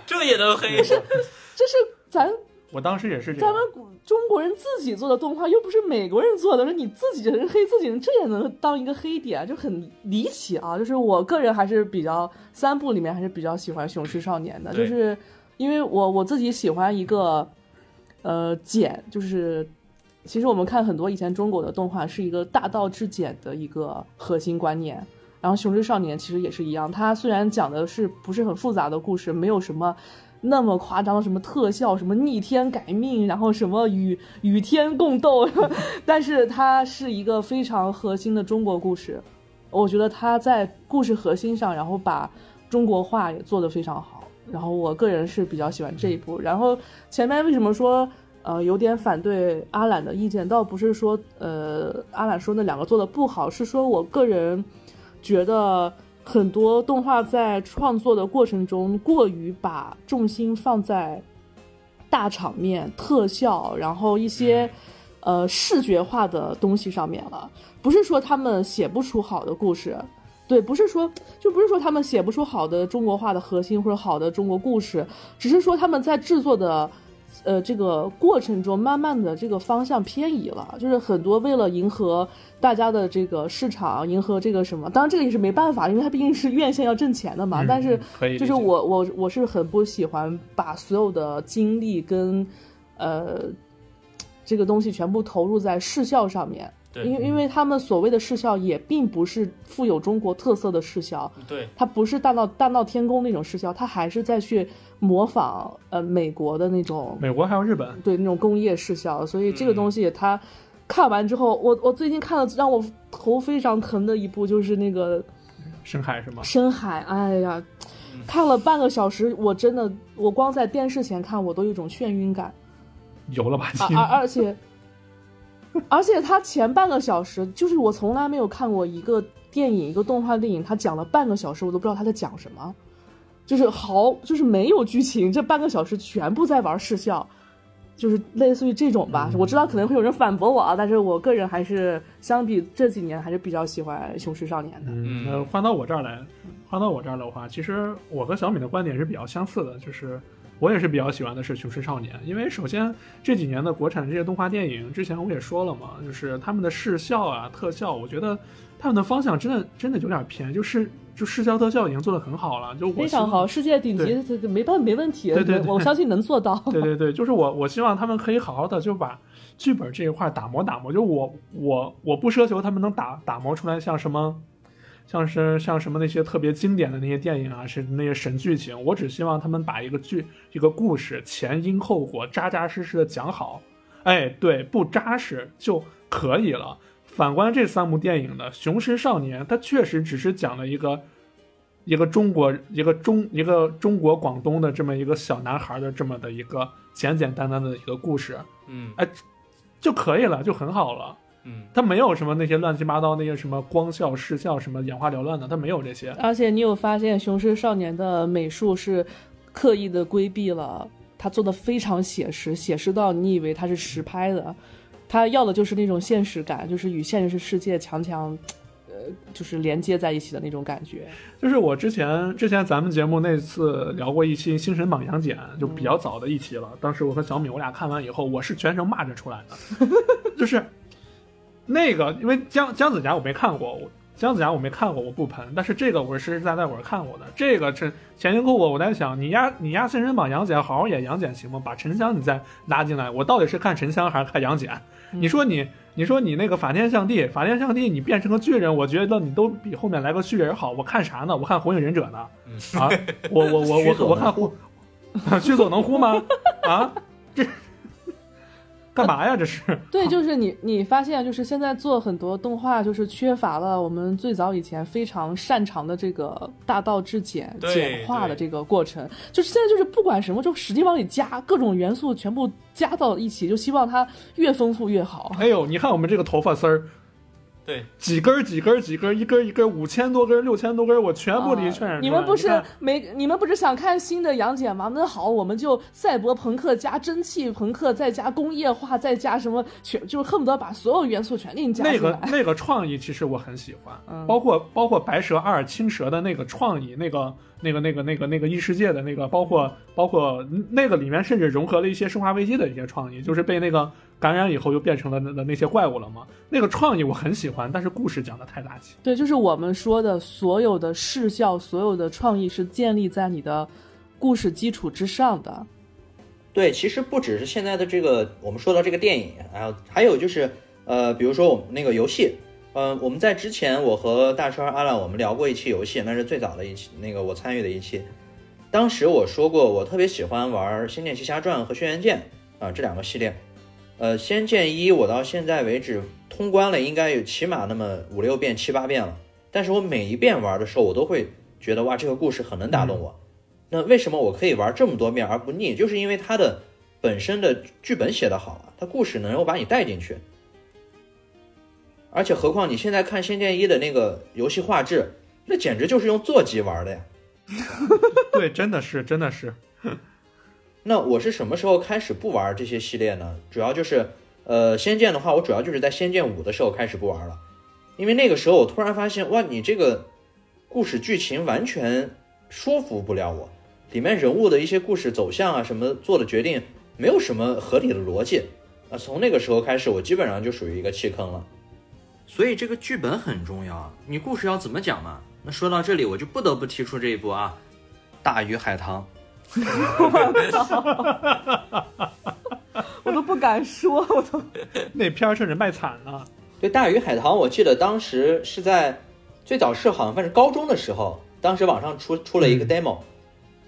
[SPEAKER 3] 这个也能黑，
[SPEAKER 4] 这是咱
[SPEAKER 2] 我当时也是这
[SPEAKER 4] 咱
[SPEAKER 2] 样
[SPEAKER 4] 们。古中国人自己做的动画，又不是美国人做的，说你自己人黑自己人，这也能当一个黑点，就很离奇啊！就是我个人还是比较三部里面还是比较喜欢《雄狮少年》的，
[SPEAKER 3] 对
[SPEAKER 4] 就是因为我我自己喜欢一个呃简，就是其实我们看很多以前中国的动画是一个大道至简的一个核心观念。然后《雄狮少年》其实也是一样，它虽然讲的是不是很复杂的故事，没有什么那么夸张的什么特效，什么逆天改命，然后什么与与天共斗， 但是它是一个非常核心的中国故事。我觉得它在故事核心上，然后把中国化也做得非常好。然后我个人是比较喜欢这一部。然后前面为什么说呃有点反对阿懒的意见，倒不是说呃阿懒说那两个做的不好，是说我个人觉得很多动画在创作的过程中过于把重心放在大场面、特效，然后一些、呃视觉化的东西上面了。不是说他们写不出好的故事，对，不是说就不是说他们写不出好的中国化的核心或者好的中国故事，只是说他们在制作的。呃，这个过程中慢慢的这个方向偏移了，就是很多为了迎合大家的这个市场，迎合这个什么，当然这个也是没办法，因为它毕竟是院线要挣钱的嘛。
[SPEAKER 2] 嗯
[SPEAKER 4] 但是
[SPEAKER 2] 可以理解
[SPEAKER 4] 就是我我我是很不喜欢把所有的精力跟呃这个东西全部投入在视效上面，
[SPEAKER 3] 对
[SPEAKER 2] 嗯
[SPEAKER 4] 因为因为他们所谓的视效也并不是富有中国特色的视效，
[SPEAKER 3] 嗯对，
[SPEAKER 4] 它不是大闹大闹天宫那种视效，它还是在去模仿呃美国的那种
[SPEAKER 2] 美国还有日本，
[SPEAKER 4] 对那种工业视效，所以这个
[SPEAKER 3] 嗯
[SPEAKER 4] 东西它看完之后，我我最近看了让我头非常疼的一部就是那个
[SPEAKER 2] 深海是吗？
[SPEAKER 4] 深海，哎呀，看了半个小时，我真的我光在电视前看我都有一种眩晕感。
[SPEAKER 2] 游了 吧唧
[SPEAKER 4] 啊而，而而且，而且他前半个小时，就是我从来没有看过一个电影，一个动画电影，他讲了半个小时，我都不知道他在讲什么，就是毫就是没有剧情，这半个小时全部在玩视效，就是类似于这种
[SPEAKER 2] 嗯
[SPEAKER 4] 吧。我知道可能会有人反驳我啊，但是我个人还是相比这几年还是比较喜欢《雄狮少年》的。
[SPEAKER 2] 嗯，
[SPEAKER 3] 嗯
[SPEAKER 2] 那换到我这儿来，换到我这儿的话，其实我和小米的观点是比较相似的，就是我也是比较喜欢的是《雄狮少年》，因为首先这几年的国产这些动画电影，之前我也说了嘛，就是他们的视效啊、特效，我觉得他们的方向真的真的有点偏，就是就视效特效已经做得很好了，就我
[SPEAKER 4] 非
[SPEAKER 2] 希望
[SPEAKER 4] 常好，世界顶级
[SPEAKER 2] 对
[SPEAKER 4] 这个没办没问题，
[SPEAKER 2] 对对对
[SPEAKER 4] 我相信能做到。
[SPEAKER 2] 对对对，就是我我希望他们可以好好的就把剧本这一块打磨打磨。就我我我不奢求他们能打打磨出来像什么，像是像什么那些特别经典的那些电影啊，是那些神剧情。我只希望他们把一个剧一个故事前因后果扎扎实实的讲好。哎，对，不扎实就可以了。反观这三部电影的《雄狮少年》，它确实只是讲了一个一个中国一个中一个中国广东的这么一个小男孩的这么的一个简简单单的一个故事
[SPEAKER 3] 嗯
[SPEAKER 2] 就可以了，就很好了。
[SPEAKER 3] 嗯，
[SPEAKER 2] 它没有什么那些乱七八糟那些什么光效视效什么眼花缭乱的，它没有这些。
[SPEAKER 4] 而且你有发现《雄狮少年》的美术是刻意的规避了，他做的非常写实，写实到你以为他是实拍的，他要的就是那种现实感，就是与现实世界强强，呃，就是连接在一起的那种感觉。
[SPEAKER 2] 就是我之前之前咱们节目那次聊过一期《星神榜杨戬》，就比较早的一期了。当时我和小米我俩看完以后，我是全程 骂着出来的，就是那个因为姜姜子牙我没看过，我姜子牙我没看过，我不喷。但是这个我是实实在在我是看过的。这个陈前因后果，我在想，你压你压真人榜杨戬，好好演杨戬行吗？把陈香你再拉进来，我到底是看陈香还是看杨戬？
[SPEAKER 4] 嗯
[SPEAKER 2] 你说你你说你那个法天象帝，法天象帝你变成个巨人，我觉得你都比后面来个巨人好。我看啥呢？我看火影忍者呢？啊，我我我
[SPEAKER 1] 徐
[SPEAKER 2] 我
[SPEAKER 1] 总
[SPEAKER 2] 我看呼， 徐总能呼吗？啊， 这干嘛呀？这是
[SPEAKER 4] 对，就是你，你发现就是现在做很多动画，就是缺乏了我们最早以前非常擅长的这个大道至简、
[SPEAKER 3] 对
[SPEAKER 4] 简化的
[SPEAKER 3] 对
[SPEAKER 4] 这个过程。就是现在就是不管什么，就使劲往里加各种元素，全部加到一起，就希望它越丰富越好。
[SPEAKER 2] 哎呦，你看我们这个头发丝儿，
[SPEAKER 3] 对，
[SPEAKER 2] 几根儿几根儿几根儿，一根儿一根儿，五千多根儿，六千多根儿，我全部给你渲染出来、
[SPEAKER 4] 啊你们不是
[SPEAKER 2] 看
[SPEAKER 4] 没你们不是想看新的杨戬吗？那好，我们就赛博朋克加蒸汽朋克，再加工业化，再加什么全，就恨不得把所有元素全给你加
[SPEAKER 2] 那
[SPEAKER 4] 出来。
[SPEAKER 2] 个那个创意，其实我很喜欢，
[SPEAKER 4] 嗯
[SPEAKER 2] 包括包括白蛇二青蛇的那个创意，那个那个那个那个那个异世界的那个，包括包括嗯那个里面甚至融合了一些生化危机的一些创意，就是被那个感染以后就变成了那那那些怪物了嘛。那个创意我很喜欢，但是故事讲的太垃圾。
[SPEAKER 4] 对，就是我们说的所有的视效、所有的创意是建立在你的故事基础之上的。
[SPEAKER 1] 对，其实不只是现在的这个，我们说到这个电影，然后还有就是呃，比如说我们那个游戏，呃，我们在之前我和大川阿兰我们聊过一期游戏，那是最早的一期，那个我参与的一期。当时我说过，我特别喜欢玩《仙剑奇侠传》和《轩辕剑》啊、这两个系列。呃，《仙剑一》我到现在为止通关了，应该有起码那么五六遍、七八遍了。但是我每一遍玩的时候，我都会觉得哇，这个故事很能打动我。那为什么我可以玩这么多面而不腻？就是因为它的本身的剧本写得好啊，它故事能够把你带进去。而且何况你现在看《仙剑一》的那个游戏画质，那简直就是用座机玩的呀。
[SPEAKER 2] 对，真的是真的是，
[SPEAKER 1] 那我是什么时候开始不玩这些系列呢？主要就是，呃，《仙剑》的话，我主要就是在《仙剑五》的时候开始不玩了，因为那个时候我突然发现，哇，你这个故事剧情完全说服不了我，里面人物的一些故事走向啊，什么做的决定，没有什么合理的逻辑。啊，从那个时候开始，我基本上就属于一个弃坑了。所以这个剧本很重要啊，你故事要怎么讲嘛？那说到这里，我就不得不提出这一部啊，《大鱼海棠》。
[SPEAKER 4] 我都不敢说，我都
[SPEAKER 2] 那片儿甚至卖惨了。
[SPEAKER 1] 对《大鱼海棠》，我记得当时是在最早是好像反正高中的时候，当时网上出出了一个 demo，、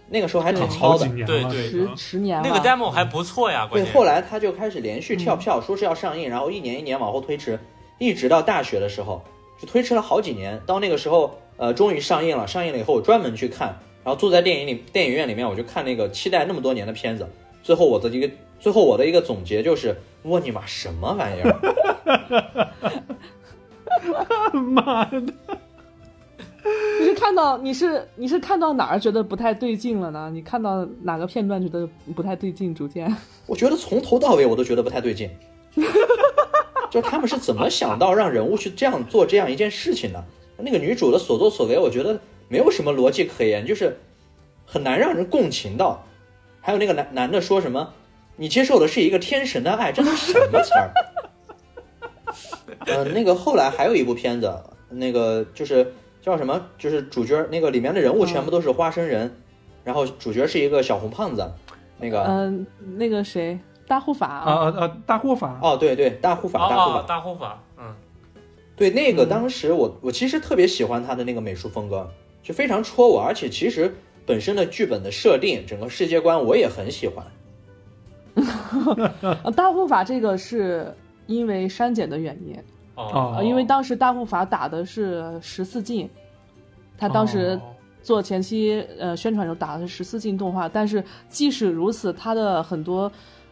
[SPEAKER 1] 那个时候还挺
[SPEAKER 4] 对
[SPEAKER 1] 糙
[SPEAKER 2] 嗯好几
[SPEAKER 1] 的。
[SPEAKER 2] 年
[SPEAKER 3] 对
[SPEAKER 2] 了，
[SPEAKER 3] 对
[SPEAKER 4] 十十年了。
[SPEAKER 3] 那个 demo 还不错呀，关
[SPEAKER 1] 对，
[SPEAKER 3] 键
[SPEAKER 1] 后来他就开始连续
[SPEAKER 2] 嗯
[SPEAKER 1] 跳票，说是要上映，然后一年一年往后推迟，一直到大学的时候，就推迟了好几年。到那个时候，呃，终于上映了。上映了以后，我专门去看，然后坐在电影里电影院里面，我就看那个期待那么多年的片子。最后我的一个最后我的一个总结就是，我你妈什么玩意儿！
[SPEAKER 2] 妈的，
[SPEAKER 4] 你是看到你是你是看到哪儿觉得不太对劲了呢？你看到哪个片段觉得不太对劲？逐渐，
[SPEAKER 1] 我觉得从头到尾我都觉得不太对劲，就是他们是怎么想到让人物去这样做这样一件事情的？那个女主的所作所为，我觉得没有什么逻辑可言，就是很难让人共情到。还有那个男男的说什么，你接受的是一个天神的爱，这都什么词儿？呃，那个后来还有一部片子，那个就是叫什么，就是主角那个里面的人物全部都是花生人，然后主角是一个小红胖子，那个、
[SPEAKER 4] 嗯、那个谁，大护法
[SPEAKER 2] 啊啊啊！大护法，
[SPEAKER 1] 哦，对对，大护法，大护
[SPEAKER 3] 哦
[SPEAKER 1] 法，
[SPEAKER 3] 大嗯护法，嗯，
[SPEAKER 1] 对那个当时我我其实特别喜欢他的那个美术风格，就非常戳我，而且其实本身的剧本的设定，整个世界观我也很喜欢。
[SPEAKER 4] 呃，大护法这个是因为删减的原因，
[SPEAKER 3] 哦
[SPEAKER 2] 哦
[SPEAKER 4] 呃，因为当时大护法打的是十四禁，他当时
[SPEAKER 2] 哦
[SPEAKER 4] 做前期呃宣传时候打的是十四禁动画，但是即使如此，他的很多。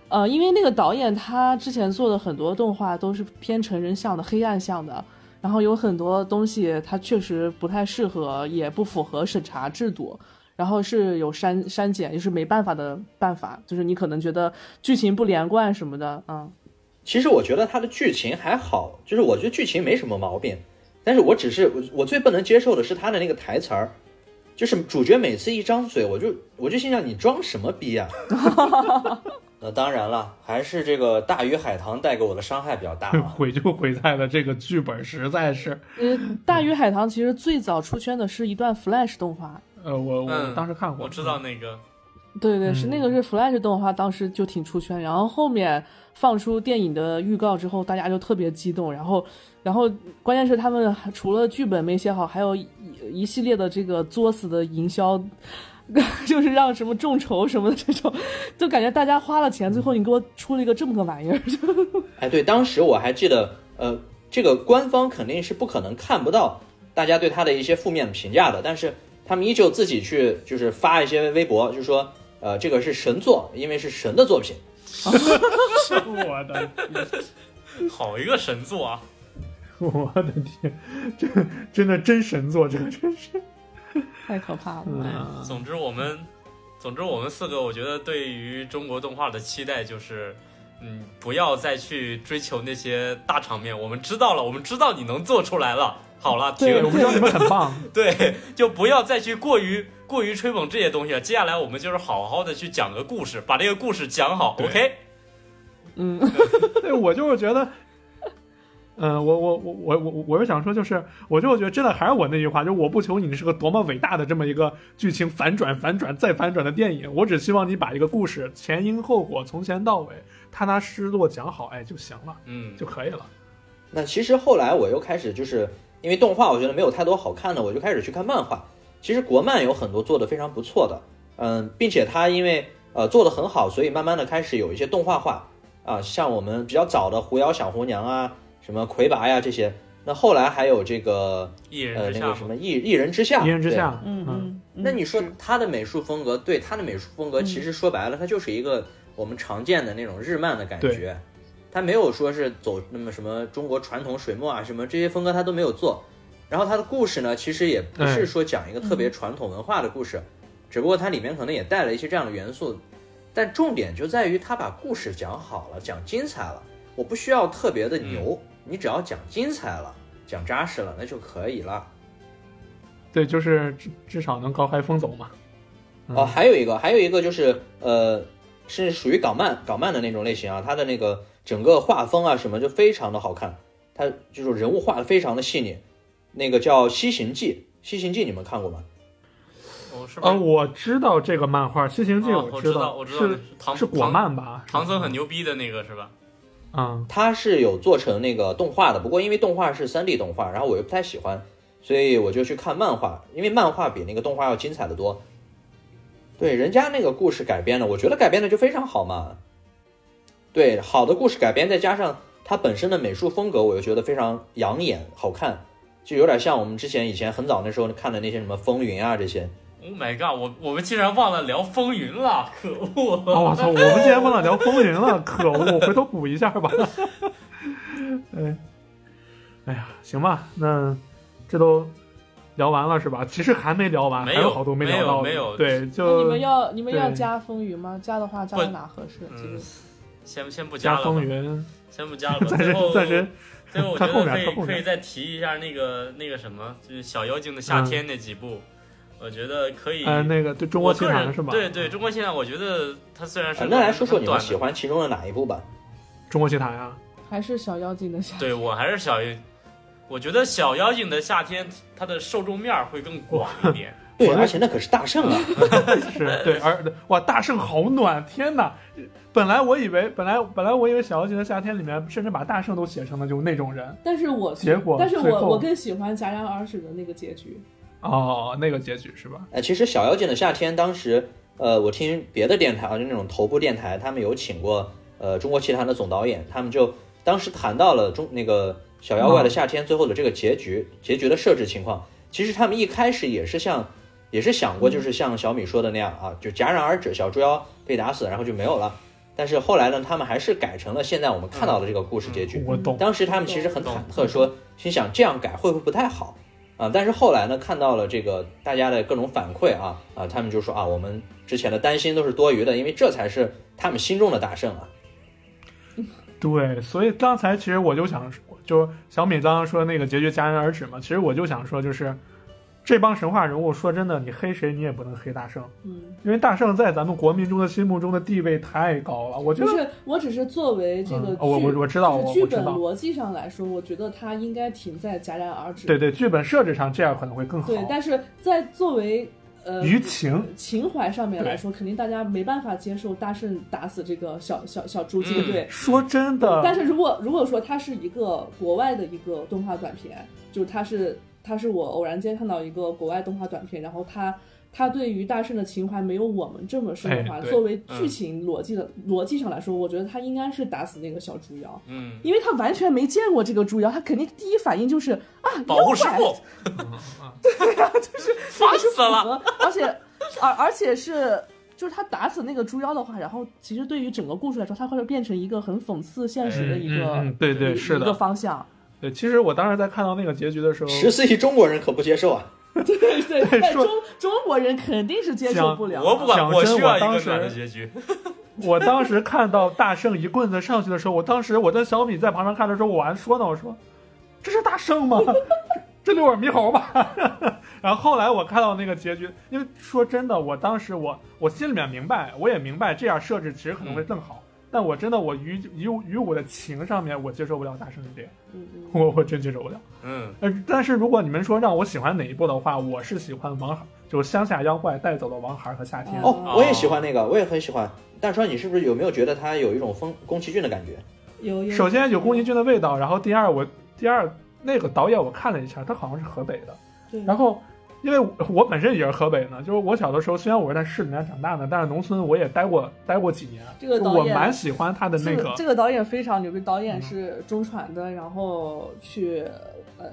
[SPEAKER 4] 呃，因为那个导演他之前做的很多动画都是偏成人向的、黑暗向的，然后有很多东西呃它确实不太适合，也不符合审查制度，然后是有删删减，就是没办法的办法，就是你可能觉得剧情不连贯什么的，嗯，
[SPEAKER 1] 其实我觉得它的剧情还好，就是我觉得剧情没什么毛病，但是我只是我我最不能接受的是它的那个台词儿，就是主角每次一张嘴，我就我就心想你装什么 逼呀、啊那当然了，还是这个《大鱼海棠》带给我的伤害比较大啊。
[SPEAKER 2] 毁就毁在了这个剧本实在是，
[SPEAKER 4] 呃，《大鱼海棠》其实最早出圈的是一段 Flash 动画，
[SPEAKER 2] 呃，我我
[SPEAKER 3] 嗯
[SPEAKER 2] 当时看过，
[SPEAKER 3] 我知道那个，
[SPEAKER 4] 对对，是
[SPEAKER 2] 嗯
[SPEAKER 4] 那个是 Flash 动画，当时就挺出圈。然后后面放出电影的预告之后，大家就特别激动。然后，然后关键是他们还除了剧本没写好，还有一一系列的这个作死的营销， 就是让什么众筹什么的这种，就感觉大家花了钱，最后你给我出了一个这么个玩意儿， 就
[SPEAKER 1] 哎，对，当时我还记得，呃，这个官方肯定是不可能看不到大家对他的一些负面评价的，但是他们依旧自己去就是发一些微博，就说呃这个是神作，因为是神的作品。
[SPEAKER 2] 我的
[SPEAKER 3] 好一个神作啊！
[SPEAKER 2] 我的天，这真的真神作，这个真是，
[SPEAKER 4] 太可怕了。
[SPEAKER 2] 嗯，
[SPEAKER 3] 总之我们，总之我们四个，我觉得对于中国动画的期待就是，嗯，不要再去追求那些大场面。我们知道了，我们知道你能做出来了。好了，停，
[SPEAKER 2] 对，我不知道你们很棒，
[SPEAKER 3] 对，就不要再去过于过于吹捧这些东西了。接下来我们就是好好的去讲个故事，把这个故事讲好。
[SPEAKER 2] 对
[SPEAKER 3] OK，
[SPEAKER 4] 嗯，
[SPEAKER 2] 对我就是觉得，嗯、我我我我我我是想说，就是我就觉得真的还是我那句话，就是我不求你是个多么伟大的这么一个剧情反转、反转再反转的电影，我只希望你把一个故事前因后果从前到尾踏踏实实地讲好，哎就行了
[SPEAKER 3] 嗯
[SPEAKER 2] 就，可以了。
[SPEAKER 1] 那其实后来我又开始就是因为动画，我觉得没有太多好看的，我就开始去看漫画。其实国漫有很多做的非常不错的，嗯，并且它因为呃做的很好，所以慢慢的开始有一些动画化啊，像我们比较早的《狐妖小红娘》啊，什么《魁拔》呀这些。那后来还有这个
[SPEAKER 3] 一人
[SPEAKER 1] 呃
[SPEAKER 3] 之
[SPEAKER 1] 那
[SPEAKER 3] 下
[SPEAKER 1] 个
[SPEAKER 3] 嘛
[SPEAKER 1] 什，么一一人之下，
[SPEAKER 2] 一人之
[SPEAKER 1] 对
[SPEAKER 2] 下，
[SPEAKER 4] 嗯嗯，
[SPEAKER 1] 那你说他的美术风格，对他的美术风格，其实说白了，它就是一个我们常见的那种日漫的感
[SPEAKER 2] 对
[SPEAKER 1] 觉，他没有说是走那么什么中国传统水墨啊什么这些风格他都没有做。然后他的故事呢，其实也不是说讲一个特别传统文化的故事，只不过它里面可能也带了一些这样的元素，但重点就在于他把故事讲好了，讲精彩了。我不需要特别的牛，你只要讲精彩了，讲扎实了，那就可以了。
[SPEAKER 2] 对，就是至至少能高开风走嘛。嗯
[SPEAKER 1] 哦，还有一个，还有一个就是呃，是属于港漫港漫的那种类型啊，它的那个整个画风啊什么就非常的好看，它就是人物画的非常的细腻。那个叫《西行记》，《西行记》你们看过吗？
[SPEAKER 3] 哦，是不
[SPEAKER 2] 啊，
[SPEAKER 3] 是？
[SPEAKER 2] 我知道这个漫画《西行记》，
[SPEAKER 3] 啊我
[SPEAKER 2] 知
[SPEAKER 3] 道，我知道那
[SPEAKER 2] 是
[SPEAKER 3] 是唐
[SPEAKER 2] 是国
[SPEAKER 3] 唐
[SPEAKER 2] 漫吧？
[SPEAKER 3] 唐僧很牛逼的那个是吧？
[SPEAKER 2] 啊，
[SPEAKER 1] 它是有做成那个动画的，不过因为动画是 3D 动画，然后我又不太喜欢，所以我就去看漫画，因为漫画比那个动画要精彩的多。对，人家那个故事改编的，我觉得改编的就非常好嘛。对，好的故事改编，再加上它本身的美术风格，我又觉得非常养眼、好看，就有点像我们之前以前很早那时候看的那些什么《风云》啊这些。
[SPEAKER 3] Oh my god！我我们竟然忘了聊风云了，可恶！
[SPEAKER 2] 啊 我操！我们竟然忘了聊风云了， 可恶！回头补一下吧。哎，哎呀，行吧，那这都聊完了是吧？其实还没聊完，
[SPEAKER 3] 没
[SPEAKER 2] 还
[SPEAKER 3] 有
[SPEAKER 2] 好多
[SPEAKER 3] 没
[SPEAKER 2] 聊
[SPEAKER 3] 有
[SPEAKER 2] 到的。
[SPEAKER 3] 没有
[SPEAKER 2] 对，
[SPEAKER 4] 那你
[SPEAKER 2] 就
[SPEAKER 4] 们要你们要
[SPEAKER 2] 对
[SPEAKER 4] 加风云吗？加的话加
[SPEAKER 3] 不
[SPEAKER 4] 到哪合适？其
[SPEAKER 3] 嗯
[SPEAKER 4] 实，
[SPEAKER 3] 先先不
[SPEAKER 2] 加
[SPEAKER 3] 了
[SPEAKER 2] 风
[SPEAKER 3] 吧，
[SPEAKER 2] 云，
[SPEAKER 3] 先 不加了吧。
[SPEAKER 2] 暂
[SPEAKER 3] 最
[SPEAKER 2] 时
[SPEAKER 3] 后
[SPEAKER 2] 暂时
[SPEAKER 3] 最后我觉
[SPEAKER 2] 看后
[SPEAKER 3] 得
[SPEAKER 2] 面
[SPEAKER 3] 可以
[SPEAKER 2] 看后面
[SPEAKER 3] 可以再提一下那个那个什么，就是小妖精的夏天那几部，我觉得可以。
[SPEAKER 2] 嗯呃，那个对中国
[SPEAKER 3] 我
[SPEAKER 2] 奇
[SPEAKER 3] 个
[SPEAKER 2] 谭
[SPEAKER 3] 人
[SPEAKER 2] 是吧？
[SPEAKER 3] 对对，中国现在我觉得它虽然是
[SPEAKER 1] 呃那来说说
[SPEAKER 3] 很
[SPEAKER 1] 你
[SPEAKER 3] 短
[SPEAKER 1] 们
[SPEAKER 3] 的
[SPEAKER 1] 喜欢其中的哪一部吧？
[SPEAKER 2] 中国奇谭啊，
[SPEAKER 4] 还是小妖精的夏
[SPEAKER 3] 对我还是小，我觉得小妖精的夏天它的受众面儿会更广一点。
[SPEAKER 1] 对，
[SPEAKER 2] 我那
[SPEAKER 1] 而且那可是大圣啊！
[SPEAKER 2] 是对，而哇，大圣好暖，天哪！本来我以为，本来本来我以为《小妖精的夏天》里面甚至把大圣都写成了就是那种人
[SPEAKER 4] 但是我
[SPEAKER 2] 结果
[SPEAKER 4] 但是
[SPEAKER 2] 最后
[SPEAKER 4] 我我更喜欢戛然而止的那个结局。
[SPEAKER 2] 哦，那个结局是吧？
[SPEAKER 1] 哎，其实《小妖精的夏天》当时，呃，我听别的电台啊，就那种头部电台，他们有请过呃中国奇谭的总导演，他们就当时谈到了中那个《小妖怪的夏天》最后的这个结局，结局的设置情况。其实他们一开始也是像，也是想过，就是像小米说的那样啊，就戛然而止，小猪妖被打死，然后就没有了。但是后来呢，他们还是改成了现在我们看到的这个故事结局。
[SPEAKER 2] 我懂，
[SPEAKER 1] 当时他们其实很忐忑，说心想这样改会不会不太好啊？但是后来呢，看到了这个大家的各种反馈啊啊，他们就说啊，我们之前的担心都是多余的，因为这才是他们心中的大圣啊。
[SPEAKER 2] 对，所以刚才其实我就想说，就小米刚刚说那个结局戛然而止嘛，其实我就想说，就是这帮神话人物，说真的，你黑谁你也不能黑大圣，
[SPEAKER 4] 嗯，
[SPEAKER 2] 因为大圣在咱们国民中的心目中的地位太高了。我觉
[SPEAKER 4] 就
[SPEAKER 2] 得
[SPEAKER 4] 是我只是作为这个
[SPEAKER 2] 嗯我我
[SPEAKER 4] 剧
[SPEAKER 2] 我知道
[SPEAKER 4] 就是
[SPEAKER 2] 我
[SPEAKER 4] 剧
[SPEAKER 2] 我知
[SPEAKER 4] 本
[SPEAKER 2] 道
[SPEAKER 4] 逻辑上来说，我觉得它应该停在戛然而止。
[SPEAKER 2] 对对，剧本设置上这样可能会更好。
[SPEAKER 4] 对，但是在作为呃
[SPEAKER 2] 舆情，
[SPEAKER 4] 情怀上面来说，肯定大家没办法接受大圣打死这个小小小猪
[SPEAKER 3] 嗯
[SPEAKER 4] 精，对。
[SPEAKER 2] 说真的，
[SPEAKER 4] 但是如果如果说它是一个国外的一个动画短片，就是它是它是我偶然间看到一个国外动画短片，然后它它对于大圣的情怀没有我们这么深的话，
[SPEAKER 2] 哎
[SPEAKER 3] 对
[SPEAKER 4] 作为剧
[SPEAKER 3] 嗯
[SPEAKER 4] 情逻辑的、逻辑上来说，我觉得他应该是打死那个小猪妖，
[SPEAKER 3] 嗯，
[SPEAKER 4] 因为他完全没见过这个猪妖，他肯定第一反应就是啊，
[SPEAKER 3] 保护师
[SPEAKER 4] 妖怪
[SPEAKER 3] 傅，
[SPEAKER 4] 这
[SPEAKER 3] 烦
[SPEAKER 4] 个是
[SPEAKER 3] 死了，
[SPEAKER 4] 符合，而且而而且是。就是他打死那个猪妖的话，然后其实对于整个故事来说，它会变成一个很讽刺现实的一
[SPEAKER 2] 嗯
[SPEAKER 4] 个、
[SPEAKER 2] 嗯嗯对对
[SPEAKER 4] 一
[SPEAKER 2] 是的
[SPEAKER 4] 一个方向。
[SPEAKER 2] 对，其实我当时在看到那个结局的时候，
[SPEAKER 9] 十四亿中国人可不接受啊！
[SPEAKER 4] 对对，但
[SPEAKER 2] 说
[SPEAKER 4] 中中国人肯定是接受不了的。
[SPEAKER 3] 我不管，
[SPEAKER 2] 讲
[SPEAKER 3] 我
[SPEAKER 2] 真
[SPEAKER 3] 需要
[SPEAKER 2] 我
[SPEAKER 3] 一个
[SPEAKER 2] 当时
[SPEAKER 3] 暖的结局。
[SPEAKER 2] 我当时看到大圣一棍子上去的时候，我当时我跟小米在旁边看的时候，我还说呢，我说这是大圣吗？ 这六耳猕猴吧？ 然后后来我看到那个结局，因为说真的，我当时我我心里面明白，我也明白这样设置其实可能会更好，但我真的我于于于我的情上面，我接受不了大圣这点，
[SPEAKER 4] 嗯嗯
[SPEAKER 2] 我我真接受不了。
[SPEAKER 3] 嗯，
[SPEAKER 2] 呃，但是如果你们说让我喜欢哪一部的话，我是喜欢王孩，就是乡下妖怪带走了王孩和夏天。
[SPEAKER 9] 哦，我也喜欢那个，我也很喜欢。但川，你是不是有没有觉得他有一种风宫崎骏的感觉？
[SPEAKER 4] 有有。
[SPEAKER 2] 首先有宫崎骏的味道，然后第二我第二那个导演我看了一下，他好像是河北的，
[SPEAKER 4] 对，
[SPEAKER 2] 然后。因为我我本身也是河北的，就是我小的时候，虽然我是在市里面长大的，但是农村我也待过待过几年。
[SPEAKER 4] 这个导
[SPEAKER 2] 我
[SPEAKER 4] 演
[SPEAKER 2] 蛮喜欢他的
[SPEAKER 4] 这
[SPEAKER 2] 那个，
[SPEAKER 4] 这个导演非常牛逼，导演
[SPEAKER 2] 嗯
[SPEAKER 4] 是中传的，然后去呃，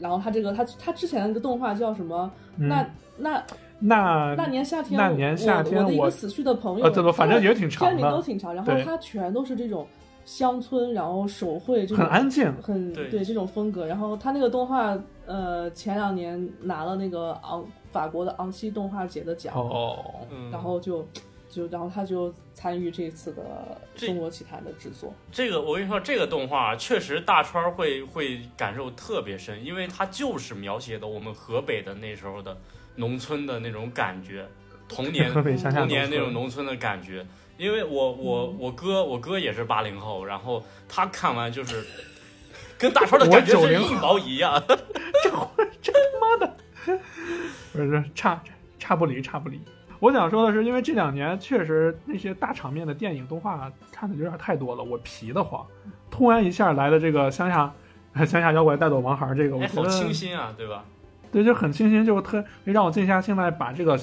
[SPEAKER 4] 然后他这个他他之前那个动画叫什么？
[SPEAKER 2] 嗯
[SPEAKER 4] 那那
[SPEAKER 2] 那
[SPEAKER 4] 那年夏天，
[SPEAKER 2] 那年夏天
[SPEAKER 4] 我的一
[SPEAKER 2] 我
[SPEAKER 4] 个死去的朋友，
[SPEAKER 2] 呃，这个反正也挺
[SPEAKER 4] 片
[SPEAKER 2] 长
[SPEAKER 4] 名都
[SPEAKER 2] 的，
[SPEAKER 4] 挺长，然后
[SPEAKER 2] 对
[SPEAKER 4] 它全都是这种乡村，然后手绘这种
[SPEAKER 2] 很安静。
[SPEAKER 4] 很
[SPEAKER 3] 对
[SPEAKER 4] 这种风格。然后它那个动画，呃，前两年拿了那个昂法国的昂西动画节的奖，
[SPEAKER 2] 哦，
[SPEAKER 3] 嗯
[SPEAKER 4] 然后就就然后他就参与这次的
[SPEAKER 3] 这嗯
[SPEAKER 4] 中国奇谭的制作。
[SPEAKER 3] 这个我跟你说，这个动画啊确实大川儿会会感受特别深，因为它就是描写的我们河北的那时候的农村的那种感觉，童年
[SPEAKER 2] 河北乡下农
[SPEAKER 3] 童年
[SPEAKER 2] 村
[SPEAKER 3] 那种农村的感觉。因为我我我哥我哥也是八零后，然后他看完 就是跟大川儿的感觉
[SPEAKER 2] 我
[SPEAKER 3] 是
[SPEAKER 2] 90后
[SPEAKER 3] 一毛一样。
[SPEAKER 2] 不是差差不离，差不离。我想说的是，因为这两年确实那些大场面的电影动画看的有点太多了，我皮得慌。
[SPEAKER 4] 嗯
[SPEAKER 2] 突然一下来的这个乡下乡下妖 怪带走王孩儿这个，我
[SPEAKER 3] 哎，
[SPEAKER 2] 觉
[SPEAKER 3] 好
[SPEAKER 2] 得
[SPEAKER 3] 清新啊，对吧？
[SPEAKER 2] 对，就很清新，就特可以让我静下心来把这个，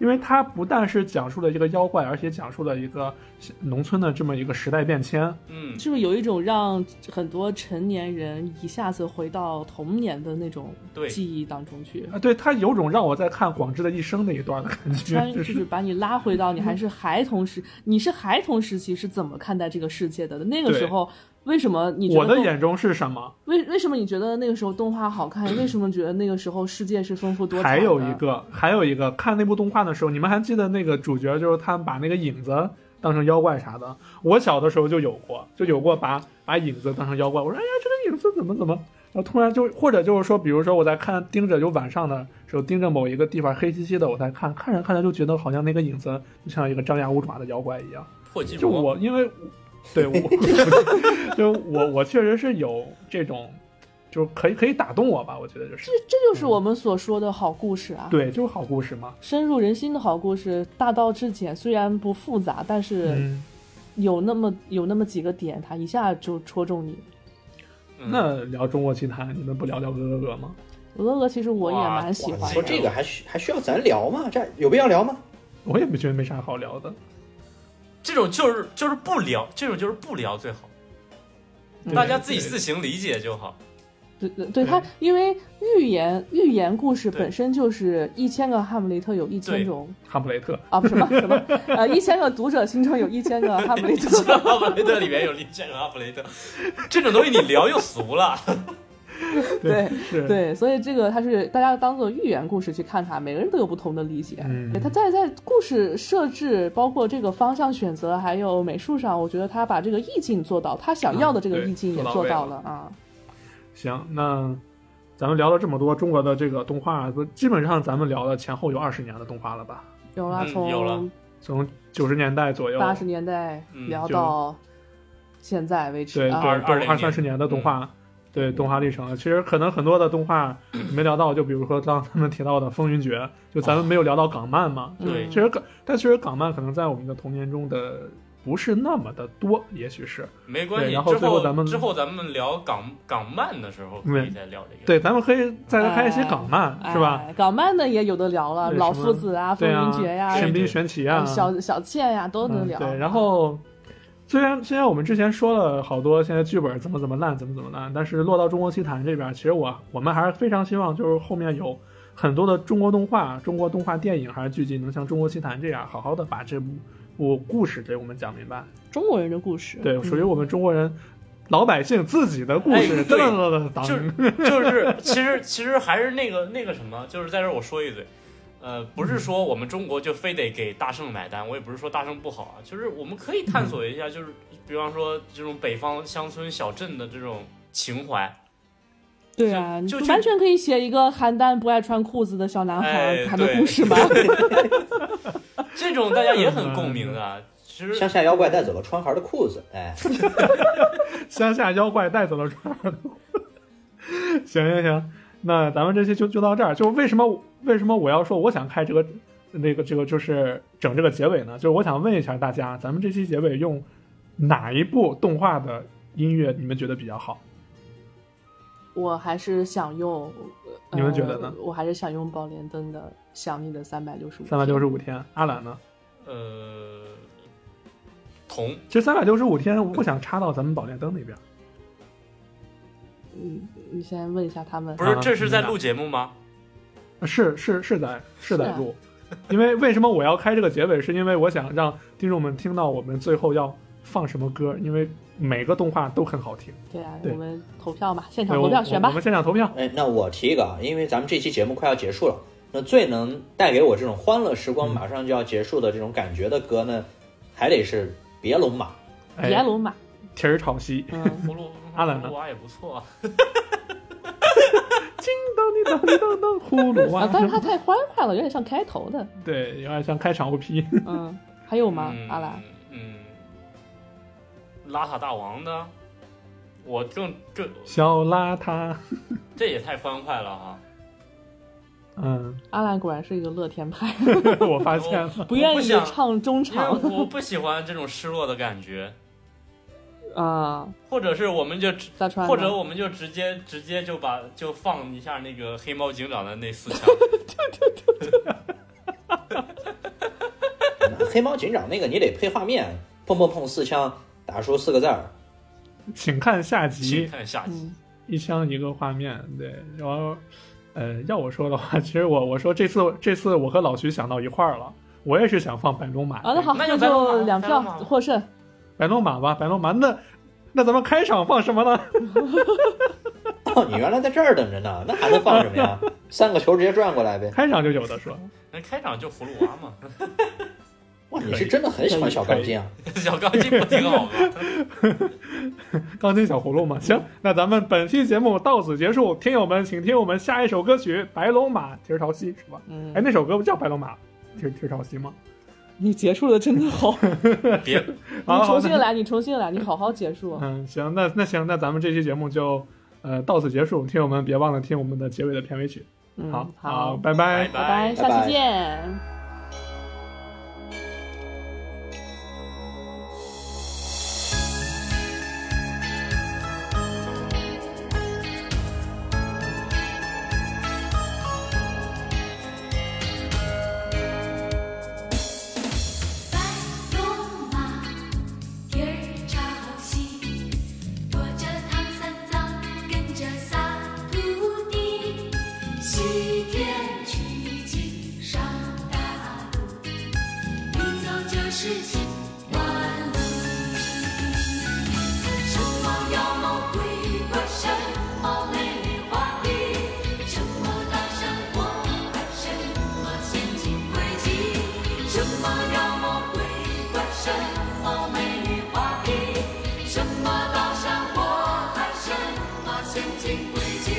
[SPEAKER 2] 因为它不但是讲述了一个妖怪，而且讲述了一个农村的这么一个时代变迁。
[SPEAKER 3] 嗯，
[SPEAKER 4] 是不是有一种让很多成年人一下子回到童年的那种
[SPEAKER 3] 对
[SPEAKER 4] 记忆当中去？
[SPEAKER 2] 啊，对，它有种让我在看广志的一生那一段的感觉，
[SPEAKER 4] 穿
[SPEAKER 2] 就
[SPEAKER 4] 就是是把你拉回到你还是孩童时，你是孩童时期是怎么看待这个世界的？那个
[SPEAKER 2] 对
[SPEAKER 4] 时候为什么你觉得
[SPEAKER 2] 我的
[SPEAKER 4] 动
[SPEAKER 2] 眼中是什么？
[SPEAKER 4] 为为什么你觉得那个时候动画好看？为什么觉得那个时候世界是丰富多彩的？
[SPEAKER 2] 还有一个，还有一个，看那部动画的时候，你们还记得那个主角就是他们把那个影子当成妖怪啥的？我小的时候就有过，就有过把把影子当成妖怪。我说，哎呀，这个影子怎么怎么？然后突然就，或者就是说，比如说我在看盯着，就晚上的时候盯着某一个地方黑漆漆的，我在看，看着看着就觉得好像那个影子就像一个张牙舞爪的妖怪一样。
[SPEAKER 3] 破寂
[SPEAKER 2] 就
[SPEAKER 3] 魔，
[SPEAKER 2] 我，因为我对我，就我我确实是有这种，就是可以可以打动我吧，我觉得就是
[SPEAKER 4] 这这就是我们所说的好故事啊，
[SPEAKER 2] 嗯对，就是好故事嘛。
[SPEAKER 4] 深入人心的好故事，大道至简，虽然不复杂，但是
[SPEAKER 2] 嗯，
[SPEAKER 4] 有那么有那么几个点，它一下就戳中你。
[SPEAKER 3] 嗯
[SPEAKER 2] 那聊中国奇谭，你们不聊聊鹅鹅鹅吗？
[SPEAKER 4] 鹅鹅鹅其实我也
[SPEAKER 3] 哇
[SPEAKER 4] 蛮喜
[SPEAKER 9] 哇，
[SPEAKER 4] 欢
[SPEAKER 9] 你
[SPEAKER 4] 的
[SPEAKER 9] 说，这个还需还需要咱聊吗？这有必要聊吗？
[SPEAKER 2] 我也没觉得没啥好聊的。
[SPEAKER 3] 这种就是就是不聊，这种就是不聊最好，
[SPEAKER 2] 对
[SPEAKER 3] 嗯大家自己
[SPEAKER 2] 对
[SPEAKER 3] 自行理解就好。
[SPEAKER 4] 对对对，它因为寓言寓言故事
[SPEAKER 3] 对
[SPEAKER 4] 本身就是一千个哈姆雷特有一千
[SPEAKER 3] 对
[SPEAKER 4] 种
[SPEAKER 2] 哈姆雷特，
[SPEAKER 4] 啊，不是什么 什么呃一千个读者心中有一千个哈姆雷特。
[SPEAKER 3] 阿布雷特里面有利剑和阿布雷特，这种东西你聊又俗了。
[SPEAKER 4] 对
[SPEAKER 2] 是，
[SPEAKER 4] 对，所以这个它是大家当做寓言故事去看它，每个人都有不同的理解。
[SPEAKER 2] 嗯
[SPEAKER 4] 对它在在故事设置，包括这个方向选择，还有美术上，我觉得他把这个意境做到，他想要的这个啊
[SPEAKER 2] 嗯对
[SPEAKER 4] 意境也
[SPEAKER 2] 做到
[SPEAKER 4] 做
[SPEAKER 2] 位
[SPEAKER 4] 到
[SPEAKER 2] 了
[SPEAKER 4] 了啊。
[SPEAKER 2] 行，那咱们聊了这么多中国的这个动画，不基本上咱们聊了前后有二十年的动画了吧？
[SPEAKER 4] 有啦，
[SPEAKER 3] 嗯有了
[SPEAKER 4] 从
[SPEAKER 2] 从九十年代左右，
[SPEAKER 4] 八十年代
[SPEAKER 3] 嗯
[SPEAKER 4] 聊
[SPEAKER 2] 就
[SPEAKER 4] 到现在为止
[SPEAKER 2] 对对，
[SPEAKER 4] 啊，
[SPEAKER 2] 二
[SPEAKER 3] 20
[SPEAKER 2] 二三十年的动画，对动画历程了。其实可能很多的动画没聊到，就比如说刚刚他们提到的《风云决》，就咱们没有聊到港漫嘛。
[SPEAKER 4] 嗯
[SPEAKER 3] 对
[SPEAKER 2] 其实港，但其实港漫可能在我们的童年中的不是那么的多，也许是
[SPEAKER 3] 没关
[SPEAKER 2] 对
[SPEAKER 3] 系。
[SPEAKER 2] 然后
[SPEAKER 3] 之
[SPEAKER 2] 最后
[SPEAKER 3] 后
[SPEAKER 2] 咱们
[SPEAKER 3] 之后咱们聊港港漫的时候可以再聊这个。
[SPEAKER 2] 对，咱们可以再来看一些港漫，是吧？
[SPEAKER 4] 哎？港漫的也有的聊了，
[SPEAKER 2] 对
[SPEAKER 4] 老
[SPEAKER 2] 什
[SPEAKER 4] 夫
[SPEAKER 2] 么
[SPEAKER 4] 子啊，风
[SPEAKER 2] 对啊
[SPEAKER 4] 云决，呀，哎
[SPEAKER 2] 神
[SPEAKER 3] 对
[SPEAKER 2] 兵玄奇啊，
[SPEAKER 4] 小小倩呀都啊能聊。
[SPEAKER 2] 嗯。对，然后虽然虽然我们之前说了好多，现在剧本怎么怎么烂，怎么怎么烂，但是落到中国奇谭这边，其实我我们还是非常希望，就是后面有很多的中国动画、中国动画电影还是剧集，能像中国奇谭这样好好的把这部部故事给我们讲明白。
[SPEAKER 4] 中国人的故事，
[SPEAKER 2] 对，
[SPEAKER 4] 嗯
[SPEAKER 2] 属于我们中国人老百姓自己的故事。
[SPEAKER 3] 哎
[SPEAKER 2] 噔
[SPEAKER 3] 对
[SPEAKER 2] 噔噔噔
[SPEAKER 3] 就
[SPEAKER 2] 噔
[SPEAKER 3] 是。就是，其实其实还是那个那个什么，就是在这儿我说一嘴，呃，不是说我们中国就非得给大圣买单，我也不是说大圣不好啊，就是我们可以探索一下，就是比方说这种北方乡村小镇的这种情怀，
[SPEAKER 4] 对啊，
[SPEAKER 3] 就
[SPEAKER 4] 你
[SPEAKER 3] 就
[SPEAKER 4] 完全可以写一个邯郸不爱穿裤子的小男孩
[SPEAKER 3] 哎
[SPEAKER 4] 他的
[SPEAKER 3] 对
[SPEAKER 4] 故事嘛。
[SPEAKER 3] 这种大家也很共鸣
[SPEAKER 2] 嗯
[SPEAKER 3] 的。其实
[SPEAKER 9] 乡下妖怪带走了川孩的裤子，哎，
[SPEAKER 2] 乡下妖怪带走了船儿。 行行行，那咱们这期就就到这儿。就是为什么我为什么我要说我想开这个那个这个就是整这个结尾呢？就是我想问一下大家，咱们这期结尾用哪一部动画的音乐你们觉得比较好？
[SPEAKER 4] 我还是想用，呃
[SPEAKER 2] 你们觉得呢？
[SPEAKER 4] 我还是想用宝莲灯的《想你的三百六十五》。
[SPEAKER 2] 三百六十五天，阿兰呢？
[SPEAKER 3] 呃，同
[SPEAKER 2] 其实三百六十五天，我不想插到咱们宝莲灯那边。
[SPEAKER 4] 嗯，你先问一下他们
[SPEAKER 3] 不。是
[SPEAKER 2] 啊
[SPEAKER 3] 这是在
[SPEAKER 2] 明白
[SPEAKER 3] 录节目吗？
[SPEAKER 2] 是是是在是
[SPEAKER 4] 是
[SPEAKER 2] 在
[SPEAKER 4] 啊
[SPEAKER 2] 录，因为为什么我要开这个结尾，是因为我想让听众们听到我们最后要放什么歌，因为每个动画都很好听。
[SPEAKER 4] 对啊，
[SPEAKER 2] 对
[SPEAKER 4] 我们投票嘛，现场
[SPEAKER 2] 对我
[SPEAKER 4] 投票选
[SPEAKER 2] 我
[SPEAKER 4] 吧
[SPEAKER 2] 我。们现场投票。
[SPEAKER 9] 哎，那我提一个啊，因为咱们这期节目快要结束了，那最能带给我这种欢乐时光马上就要结束的这种感觉的歌呢，还得是《别龙马》。
[SPEAKER 2] 哎
[SPEAKER 4] 别龙 马，
[SPEAKER 2] 蹄儿炒西，
[SPEAKER 4] 嗯，
[SPEAKER 3] 葫芦
[SPEAKER 2] 阿兰呢
[SPEAKER 3] 葫芦娃也不错啊，
[SPEAKER 2] 叮当叮当叮当当，呼噜
[SPEAKER 4] 啊
[SPEAKER 2] 娃，。
[SPEAKER 4] 但是他太欢快了，有点像开头的。
[SPEAKER 2] 对，有点像开场 OP。
[SPEAKER 4] 嗯，还有吗
[SPEAKER 3] 嗯？
[SPEAKER 4] 阿兰，
[SPEAKER 3] 嗯，邋遢大王呢？我更更
[SPEAKER 2] 小邋遢，
[SPEAKER 3] 这也太欢快了哈、
[SPEAKER 2] 嗯，
[SPEAKER 4] 阿兰果然是一个乐天 派，
[SPEAKER 2] 我发现了，
[SPEAKER 4] 不愿
[SPEAKER 3] 我
[SPEAKER 4] 意
[SPEAKER 3] 不想
[SPEAKER 4] 唱中
[SPEAKER 3] 因为
[SPEAKER 4] 场
[SPEAKER 3] 我不喜欢这种失落的感觉，
[SPEAKER 4] 啊。
[SPEAKER 3] 或者是我们就直，
[SPEAKER 4] 大川呢，
[SPEAKER 3] 或者我们就直接直接就把就放一下那个黑猫警长的那四 枪，
[SPEAKER 9] 黑猫警长那个你得配画面，砰砰砰四枪打出四个字儿，
[SPEAKER 2] 请看下
[SPEAKER 3] 请
[SPEAKER 2] 集，
[SPEAKER 3] 看下集。
[SPEAKER 4] 嗯，
[SPEAKER 2] 一枪一个画面。对，然后，呃，要我说的话，其实我我说这次这次我和老徐想到一块儿了，我也是想放白龙马。
[SPEAKER 4] 啊，那好，
[SPEAKER 3] 那
[SPEAKER 4] 那
[SPEAKER 3] 就白龙马
[SPEAKER 4] 就两
[SPEAKER 3] 白
[SPEAKER 4] 票
[SPEAKER 3] 龙马
[SPEAKER 4] 获胜。
[SPEAKER 2] 白龙马吧，白龙马。那那咱们开场放什么呢？
[SPEAKER 9] 哦，你原来在这儿等着呢，那还能放什么呀？三个球直接转过来呗。
[SPEAKER 2] 开场就有的说，
[SPEAKER 3] 那开场就葫芦娃嘛，
[SPEAKER 9] 哇，你是真的很喜欢小钢筋啊！
[SPEAKER 3] 小钢筋不挺 好吗？
[SPEAKER 2] 钢筋小葫芦嘛。行，那咱们本期节目到此结束，听友们请听我们下一首歌曲《白龙马》，蹄儿朝西是吧？
[SPEAKER 4] 嗯
[SPEAKER 2] 哎，，那首歌不叫《白龙马》，蹄儿蹄儿朝西吗？
[SPEAKER 4] 你结束的真的 好，
[SPEAKER 3] 别
[SPEAKER 2] 好
[SPEAKER 4] 你
[SPEAKER 2] 好
[SPEAKER 4] 重新来，你重新来，你 好好结束。
[SPEAKER 2] 嗯，行，那那行，那咱们这期节目就呃到此结束，听友们别忘了听我们的结尾的片尾曲。
[SPEAKER 4] 嗯，
[SPEAKER 2] 好，
[SPEAKER 4] 好，
[SPEAKER 2] 拜拜。
[SPEAKER 4] 拜拜，
[SPEAKER 9] 拜
[SPEAKER 4] 下
[SPEAKER 9] 拜
[SPEAKER 4] 期见。
[SPEAKER 5] 白龙马，蹄儿朝西，驮着唐三藏，跟着仨徒弟，西天取经上大路，一走就是千万里。什么妖魔鬼怪，什么美女画皮，什么大山火海，什么陷阱诡计，什么妖魔鬼怪，什么美女画皮，什么大山火海，什么陷阱诡计。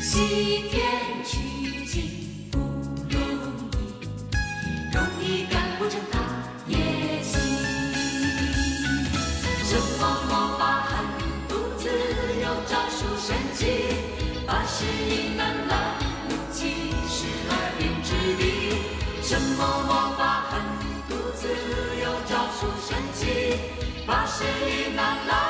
[SPEAKER 5] 西天取经不容易，容易干不成大业绩。什么魔法狠毒自有招数神奇，八十一难拦不起十二变之力。什么魔法狠毒自有招数神奇，八十一难拦。